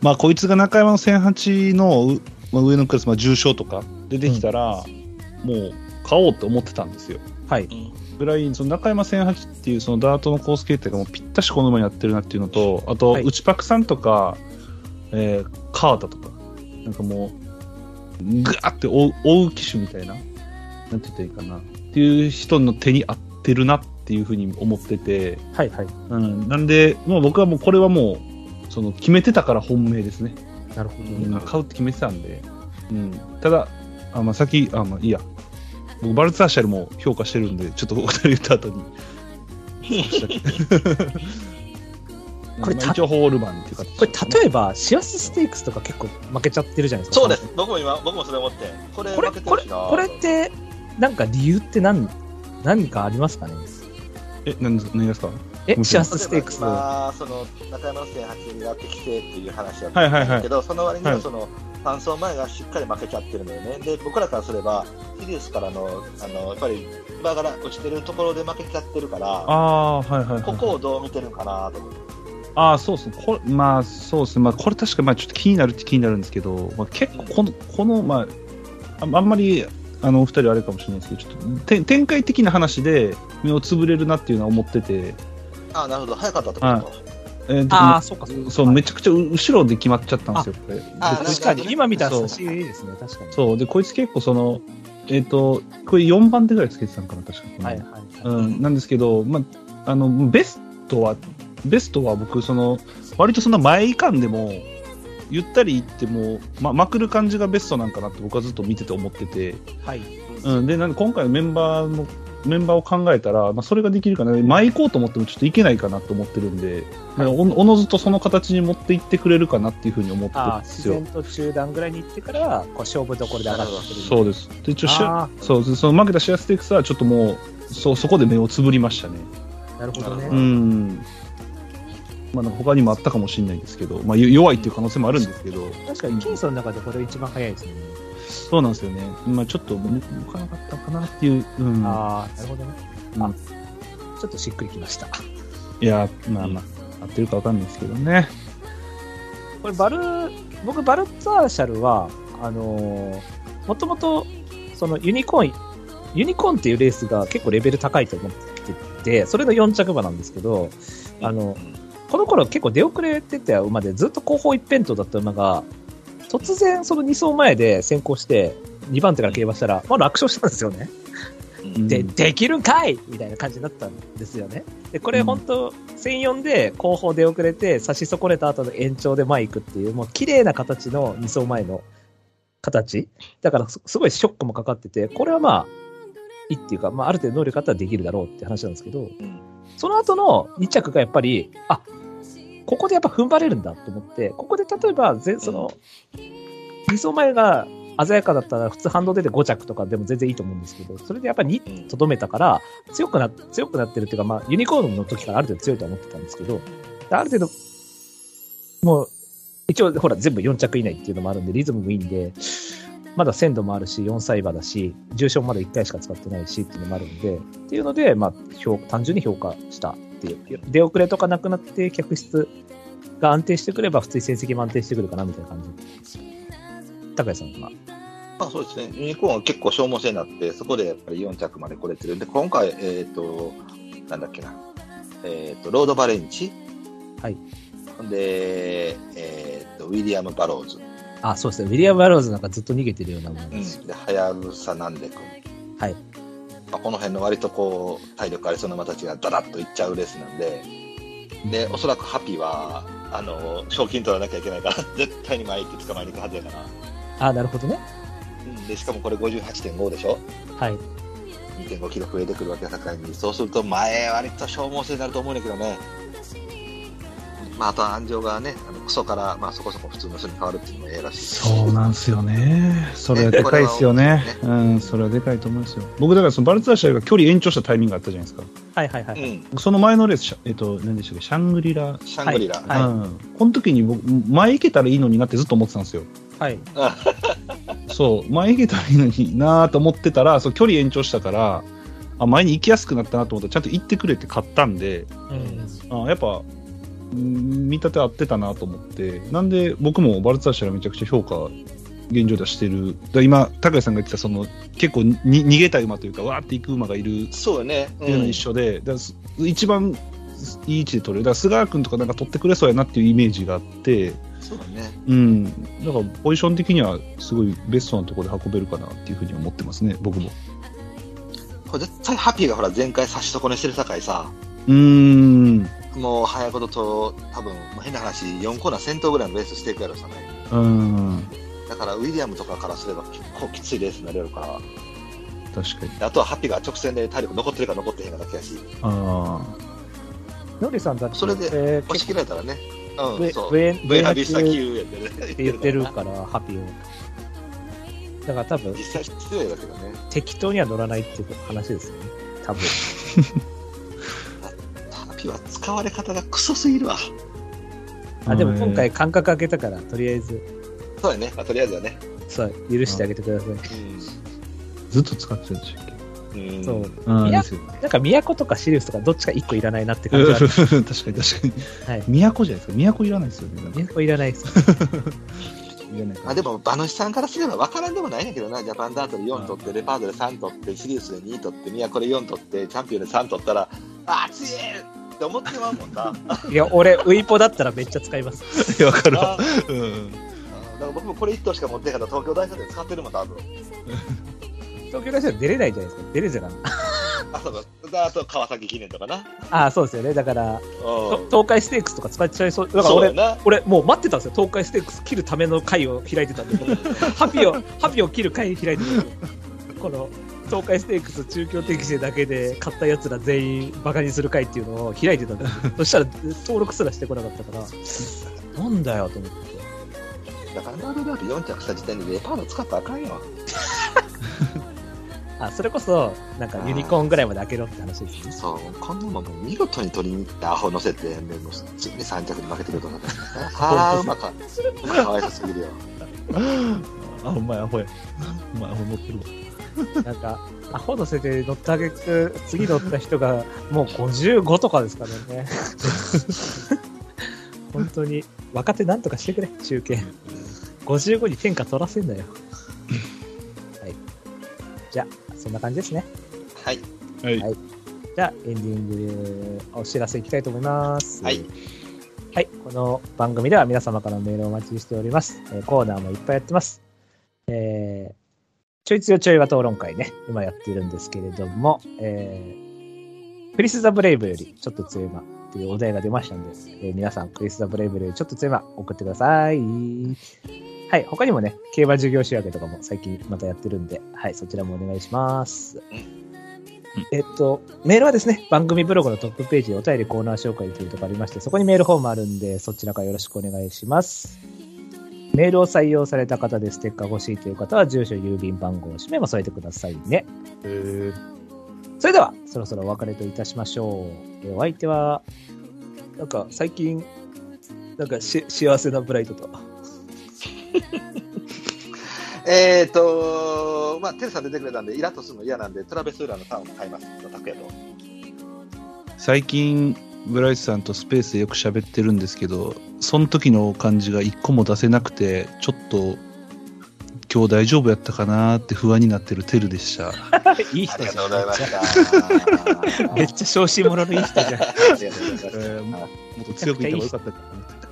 Speaker 6: まあこいつが中山の1008のう、まあ、上のクラス、まあ、重賞とか出てきたら、もう買おうと思ってたんですよ。
Speaker 4: はい。
Speaker 6: ぐらい、その中山1008っていうそのダートのコース形態がもうぴったしこの馬にやってるなっていうのと、あと、
Speaker 4: はい
Speaker 6: 内パクさんとか、えーカータとか、なんかもう、ぐわって追う追う機種みたいな、なんて言ったらいいかな、っていう人の手に合ってるなっていうふうに思ってて、
Speaker 4: はい、はい。
Speaker 6: うん、なんで、もう僕はもうこれはもう、その決めてたから本命ですね。
Speaker 4: なるほど。
Speaker 6: うん買うって決めてたんで、うん、ただ、あまあ、先、あまあ、いいや、僕、バルツァーシャルも評価してるんで、ちょっとお二人言った後に。
Speaker 4: これ
Speaker 6: まあ
Speaker 4: た
Speaker 6: 一応ホールマンっていう形
Speaker 4: これ、例えば、シアスステークスとか結構負けちゃってるじゃないですか。
Speaker 3: そうです。。僕も今、僕もそれ思って。これ、
Speaker 4: これ、
Speaker 3: 負けて
Speaker 4: こ
Speaker 3: る
Speaker 4: れ、
Speaker 3: しな
Speaker 4: これって、なんか理由って何、何かありますかね
Speaker 6: え、なんです何ですか
Speaker 4: え、
Speaker 6: もち
Speaker 4: シ
Speaker 6: ろ
Speaker 4: ア
Speaker 6: ん
Speaker 4: スステークス。は
Speaker 3: まあ、その、中山の線8になってきてっていう話だっ
Speaker 6: は
Speaker 3: た
Speaker 6: い
Speaker 3: ん
Speaker 6: はいは
Speaker 3: だ
Speaker 6: い
Speaker 3: けど、その割に
Speaker 6: は
Speaker 3: はいその、搬送前がしっかり負けちゃってるのよね。で、僕らからすれば、シリウスからの、あの、やっぱり、馬が落ちてるところで負けちゃってるから、
Speaker 6: ああー、はいはい、はい。
Speaker 3: ここをどう見てるかなと思って。
Speaker 6: ああ、そうですね。これまあ、そうですね。まあ、これ確か、まあ、ちょっと気になるって気になるんですけど、まあ、結構、この、この、まあ、ああんまり、あの、お二人あれかもしれないですけど、ちょっと、て展開的な話で、目をつぶれるなっていうのは思ってて、
Speaker 3: ああ、なるほど。早かったってことか。
Speaker 6: えーと
Speaker 4: ああ、そうか、そうか。
Speaker 6: そう、めちゃくちゃう後ろで決まっちゃったんですよ、これ。
Speaker 3: あ
Speaker 6: でこい
Speaker 4: 確
Speaker 6: つ
Speaker 4: かに、今見たら
Speaker 6: そう
Speaker 4: 差し入れですね、確かに。
Speaker 6: そう、で、こいつ結構その、えっ、と、これ4番手ぐらいつけてたんかな、確かに。
Speaker 4: はい、はい。
Speaker 6: うん、なんですけど、まあ、あの、ベストは、ベストは僕、その、割とそんな前いかんでも、ゆったりいっても、ま、まくる感じがベストなんかなって僕はずっと見てて思ってて、
Speaker 4: はい。
Speaker 6: うん、で、なんで今回のメンバーのメンバーを考えたら、まあ、それができるかな、前行こうと思ってもちょっといけないかなと思ってるんで、まあおおのずとその形に持っていってくれるかなっていうふうに思ってる
Speaker 4: あ
Speaker 6: ん
Speaker 4: ー
Speaker 6: で
Speaker 4: 自
Speaker 6: すよ
Speaker 4: 然。と中段ぐらいに行ってからはこう勝負どころで上がってくる
Speaker 6: そうです。で、一応シェア
Speaker 4: あ
Speaker 6: そうですその負けたシェアステークスはちょっともう、そうそこで目をつぶりましたね。
Speaker 4: ーなるほど
Speaker 6: う
Speaker 4: ね。
Speaker 6: ん。まあ、なんか他にもあったかもしれないですけど、まあ、よ弱いっていう可能性もあるんですけど、
Speaker 4: 確かに、ケイソンの中でこれ一番早いですね。
Speaker 6: そうなんですよね。まあ、ちょっと向向かなかったかなっていう。うん、
Speaker 4: ああ、なるほどね。
Speaker 6: うん
Speaker 4: あちょっとしっくりきました。
Speaker 6: いや、まあまあ、合ってるかわかんないですけどね。
Speaker 4: これバル僕バルザーシャルはあのもともとそのユニコーンユニコーンっていうレースが結構レベル高いと思っててそれの4着馬なんですけどあのこの頃結構出遅れてた馬でずっと後方一辺倒だった馬が突然その2走前で先行して2番手から競馬したら、まあ、楽勝したんですよね。で、できるんかいみたいな感じになったんですよね。で、これ本当、専4で後方出遅れて、差し損ねた後の延長で前行くっていう、もう綺麗な形の2走前の形。だからす、すごいショックもかかってて、これはまあ、いいっていうか、まあ、ある程度能力あったらできるだろうって話なんですけど、その後の2着がやっぱり、あ、ここでやっぱ踏ん張れるんだと思って、ここで例えば、ぜその、2走前が鮮やかだったら普通ハンド出て5着とかでも全然いいと思うんですけど、それでやっぱり2とどめたから、強くな、強くなってるっていうか、まあ、ユニコーンの時からある程度強いとは思ってたんですけど、である程度、もう、一応、ほら、全部4着以内っていうのもあるんで、リズムもいいんで、まだ鮮度もあるし、4歳馬だし、重賞もまだ1回しか使ってないしっていうのもあるんで、っていうので、まあ、評単純に評価したっていう。出遅れとかなくなって、客室が安定してくれば、普通に成績も安定してくるかな、みたいな感じ。高谷さんは。
Speaker 3: まあそうですね、ユニコーンは結構消耗性になって、そこでやっぱり4着まで来れてるんで、今回、えっ、と、なんだっけな、えっ、と、ロード・バレンチ、
Speaker 4: はい。
Speaker 3: で、えっ、と、ウィリアム・バローズ、
Speaker 4: あ、そうですね。ウィリアム・バローズなんかずっと逃げてるようなもんです
Speaker 3: うん、で、ハヤブサ・ナンデ君、
Speaker 4: はい。
Speaker 3: まあ、この辺の割とこう、体力ありそうな馬たちがダダッといっちゃうレースなんで、で、おそらくハピは、あの、賞金取らなきゃいけないから、絶対に前行って捕まえに行くはずやから、
Speaker 4: あ、なるほどね。
Speaker 3: うん、で、しかもこれ58.5でしょ
Speaker 4: はい。
Speaker 3: 2.5キロ増えてくるわけだからにそうすると前割と消耗性になると思うんだけどね、まあ、あとは安城がねあのクソから、まあ、そこそこ普通の人に変わるっていうのもええらしい
Speaker 6: そうなんですよね。それはでかいですよね。うん、それはでかいと思いますよ。僕、だからそのバルツァーシャが距離延長したタイミングがあったじゃないです
Speaker 4: はいはいは
Speaker 3: う
Speaker 4: い。
Speaker 3: ん、
Speaker 6: か。その前のレース、シャえっと、何でしたっけ、シャングリラ。
Speaker 3: シャングリラ、
Speaker 4: はい
Speaker 6: うん。この時に僕、前行けたらいいのになってずっと思ってたんですよ。
Speaker 4: はい。
Speaker 6: そう、前行けたらいいのになーと思ってたら、そう距離延長したから、あ前に行きやすくなったなと思ったら、ちゃんと行ってくれて買ったんで、
Speaker 4: うん。
Speaker 6: あやっぱ、うん見立て合ってたなと思って、なんで僕もバルツァーシャがめちゃくちゃ評価、現状ではしてる。だから今、高谷さんが言ってた、その、結構に逃げた馬というか、わーって行く馬がいるっ
Speaker 3: そうよね、
Speaker 6: ていうの
Speaker 3: う
Speaker 6: は
Speaker 3: ん
Speaker 6: 一緒で、だからす一番いい位置で取れる。だから、菅原君とかなんか取ってくれそうやなっていうイメージがあって、
Speaker 3: そうだね
Speaker 6: うん、だからポジション的にはすごいベストなところで運べるかなっていうふうに思ってますね、僕も。
Speaker 3: これ絶対ハッピーがほら前回差し損ねしてるさかいさ
Speaker 6: うーん、
Speaker 3: もう早いことと多分もう変な話4コーナー先頭ぐらいのレースしていくやろさね
Speaker 6: うん、
Speaker 3: だからウィリアムとかからすれば結構きついレースになれるか
Speaker 6: 確かに。
Speaker 3: らあとはハッピーが直線で体力残ってるか残ってへんかだけやし
Speaker 6: あ
Speaker 4: ノリさんだって、
Speaker 3: それで
Speaker 4: えー
Speaker 3: 押し切られたらね
Speaker 4: ウ
Speaker 3: うん
Speaker 4: ェ
Speaker 3: そう
Speaker 4: ウェウ
Speaker 3: ブエ
Speaker 4: ェ
Speaker 3: ハ
Speaker 4: ハ
Speaker 3: ビ
Speaker 4: ビ
Speaker 3: ス
Speaker 4: ス
Speaker 3: タ
Speaker 4: タ
Speaker 3: キ
Speaker 4: キュー
Speaker 3: ューやってね
Speaker 4: って言ってるから、ハピを。だから多分
Speaker 3: 実、際失礼だけどね
Speaker 4: 適当には乗らないっていう話ですよね。多分。
Speaker 3: タピは使われ方がクソすぎるわ
Speaker 6: あ。
Speaker 4: あ、でも
Speaker 6: うん
Speaker 4: 今回、間隔空けたから、とりあえず、
Speaker 3: そうだね、まあ、とりあえずはね
Speaker 4: そう、許してあげてください。
Speaker 6: ずっと使ってたんでしたっけ
Speaker 3: うん
Speaker 4: そう。
Speaker 6: あ
Speaker 4: い
Speaker 6: あ、
Speaker 4: や
Speaker 6: ですよね。
Speaker 4: なんか、都とかシリウスとか、どっちか一個いらないなって感じ
Speaker 6: 確
Speaker 4: はある。
Speaker 6: かに確かに。
Speaker 4: はい
Speaker 6: 都じゃないですか。都いらないですよね。なんか
Speaker 4: 都いらないです。
Speaker 6: いらないか
Speaker 3: まあでも馬主さんからすれば分からんでもないんだけどなジャパンダートで4取ってレパードで3取ってシリウスで2取って都で4取ってチャンピオンで3取ったらあー強えって思ってまうもん なあ
Speaker 4: いや、俺、ウイポだったらめっちゃ使います。
Speaker 6: いやわかるわ。
Speaker 3: ーだ
Speaker 6: うん。
Speaker 3: から僕もこれ1頭しか持ってへんかったら東京大賞で使ってるもん多分
Speaker 4: 東京大賞出れないじゃないですか。出れじゃない。
Speaker 3: あそうかだあと川崎記念とかな うん
Speaker 4: ああ、そうですよね。だから、と東海ステークスとか使っちゃいそう。だから
Speaker 3: そうや
Speaker 4: 俺、
Speaker 3: な
Speaker 4: 俺、もう待ってたんですよ。東海ステークス切る ための会を開いてたんで。ハピを、ハピを切る会開いてたんですよこの、東海ステークス中京適正だけで買ったやつら全員バカにする会っていうのを開いてたんですよそしたら登録すらしてこなかったから なんだよと思って
Speaker 3: だからナードループ4着した時点でレパード使ったらあかんよ。
Speaker 4: あそれこそなんかユニコーンぐらいまで開けろって話ですね
Speaker 3: そう、こんなもんもう見事に取りに行ったアホ乗せて、もう地に3着に負けてるとかだったね。ああ、うまかった。うまかわいそうすぎるよ。
Speaker 6: あ、お前アホや。お前アホ乗ってるわ。
Speaker 4: なんか、アホ乗せて乗ったあげく、次乗った人がもう55とかですからね。本当に、若手なんとかしてくれ、中堅。55に天下取らせんなよ。はい。じゃあ、そんな感じですね。
Speaker 3: はい。
Speaker 6: はい。
Speaker 4: はいじゃあ、エンディング、お知らせいきたいと思います。
Speaker 3: はい。
Speaker 4: はい、この番組では皆様からのメールをお待ちしております。えーコーナーもいっぱいやってます。えーちょいつよちょいは討論会ね、今やってるんですけれども、えークリス・ザ・ブレイブよりちょっと強い馬っていうお題が出ましたんで、えー皆さんクリス・ザ・ブレイブよりちょっと強い馬送ってください。はい、他にもね、競馬授業仕分けとかも最近またやってるんで、はい、そちらもお願いします。えっと、メールはですね、番組ブログのトップページでお便りコーナー紹介というところありまして、そこにメールフォームあるんで、そちらからよろしくお願いします。メールを採用された方でステッカー欲しいという方は、住所、郵便番号、氏名も添えてくださいね。それでは、そろそろお別れといたしましょう。えーお相手は、なんか最近、なんかし幸せなブライトと。
Speaker 3: えーと、まあ、テレサ出てくれたんで、イラッとするの嫌なんで、トラベスウーラーのタウンも買います。タクヤと。
Speaker 6: 最近、ブライスさんとスペースでよく喋ってるんですけど、その時の感じが一個も出せなくて、ちょっと、今日大丈夫やったかなーって不安になってるテルでした。
Speaker 4: いい
Speaker 3: あ
Speaker 4: 人
Speaker 3: り
Speaker 4: じ
Speaker 3: が
Speaker 4: ゃん
Speaker 3: とうございました。
Speaker 4: めっちゃ小心者のいい人じゃん。
Speaker 3: ありがとうございました
Speaker 6: えーもっと強く言った方がよかったかなって。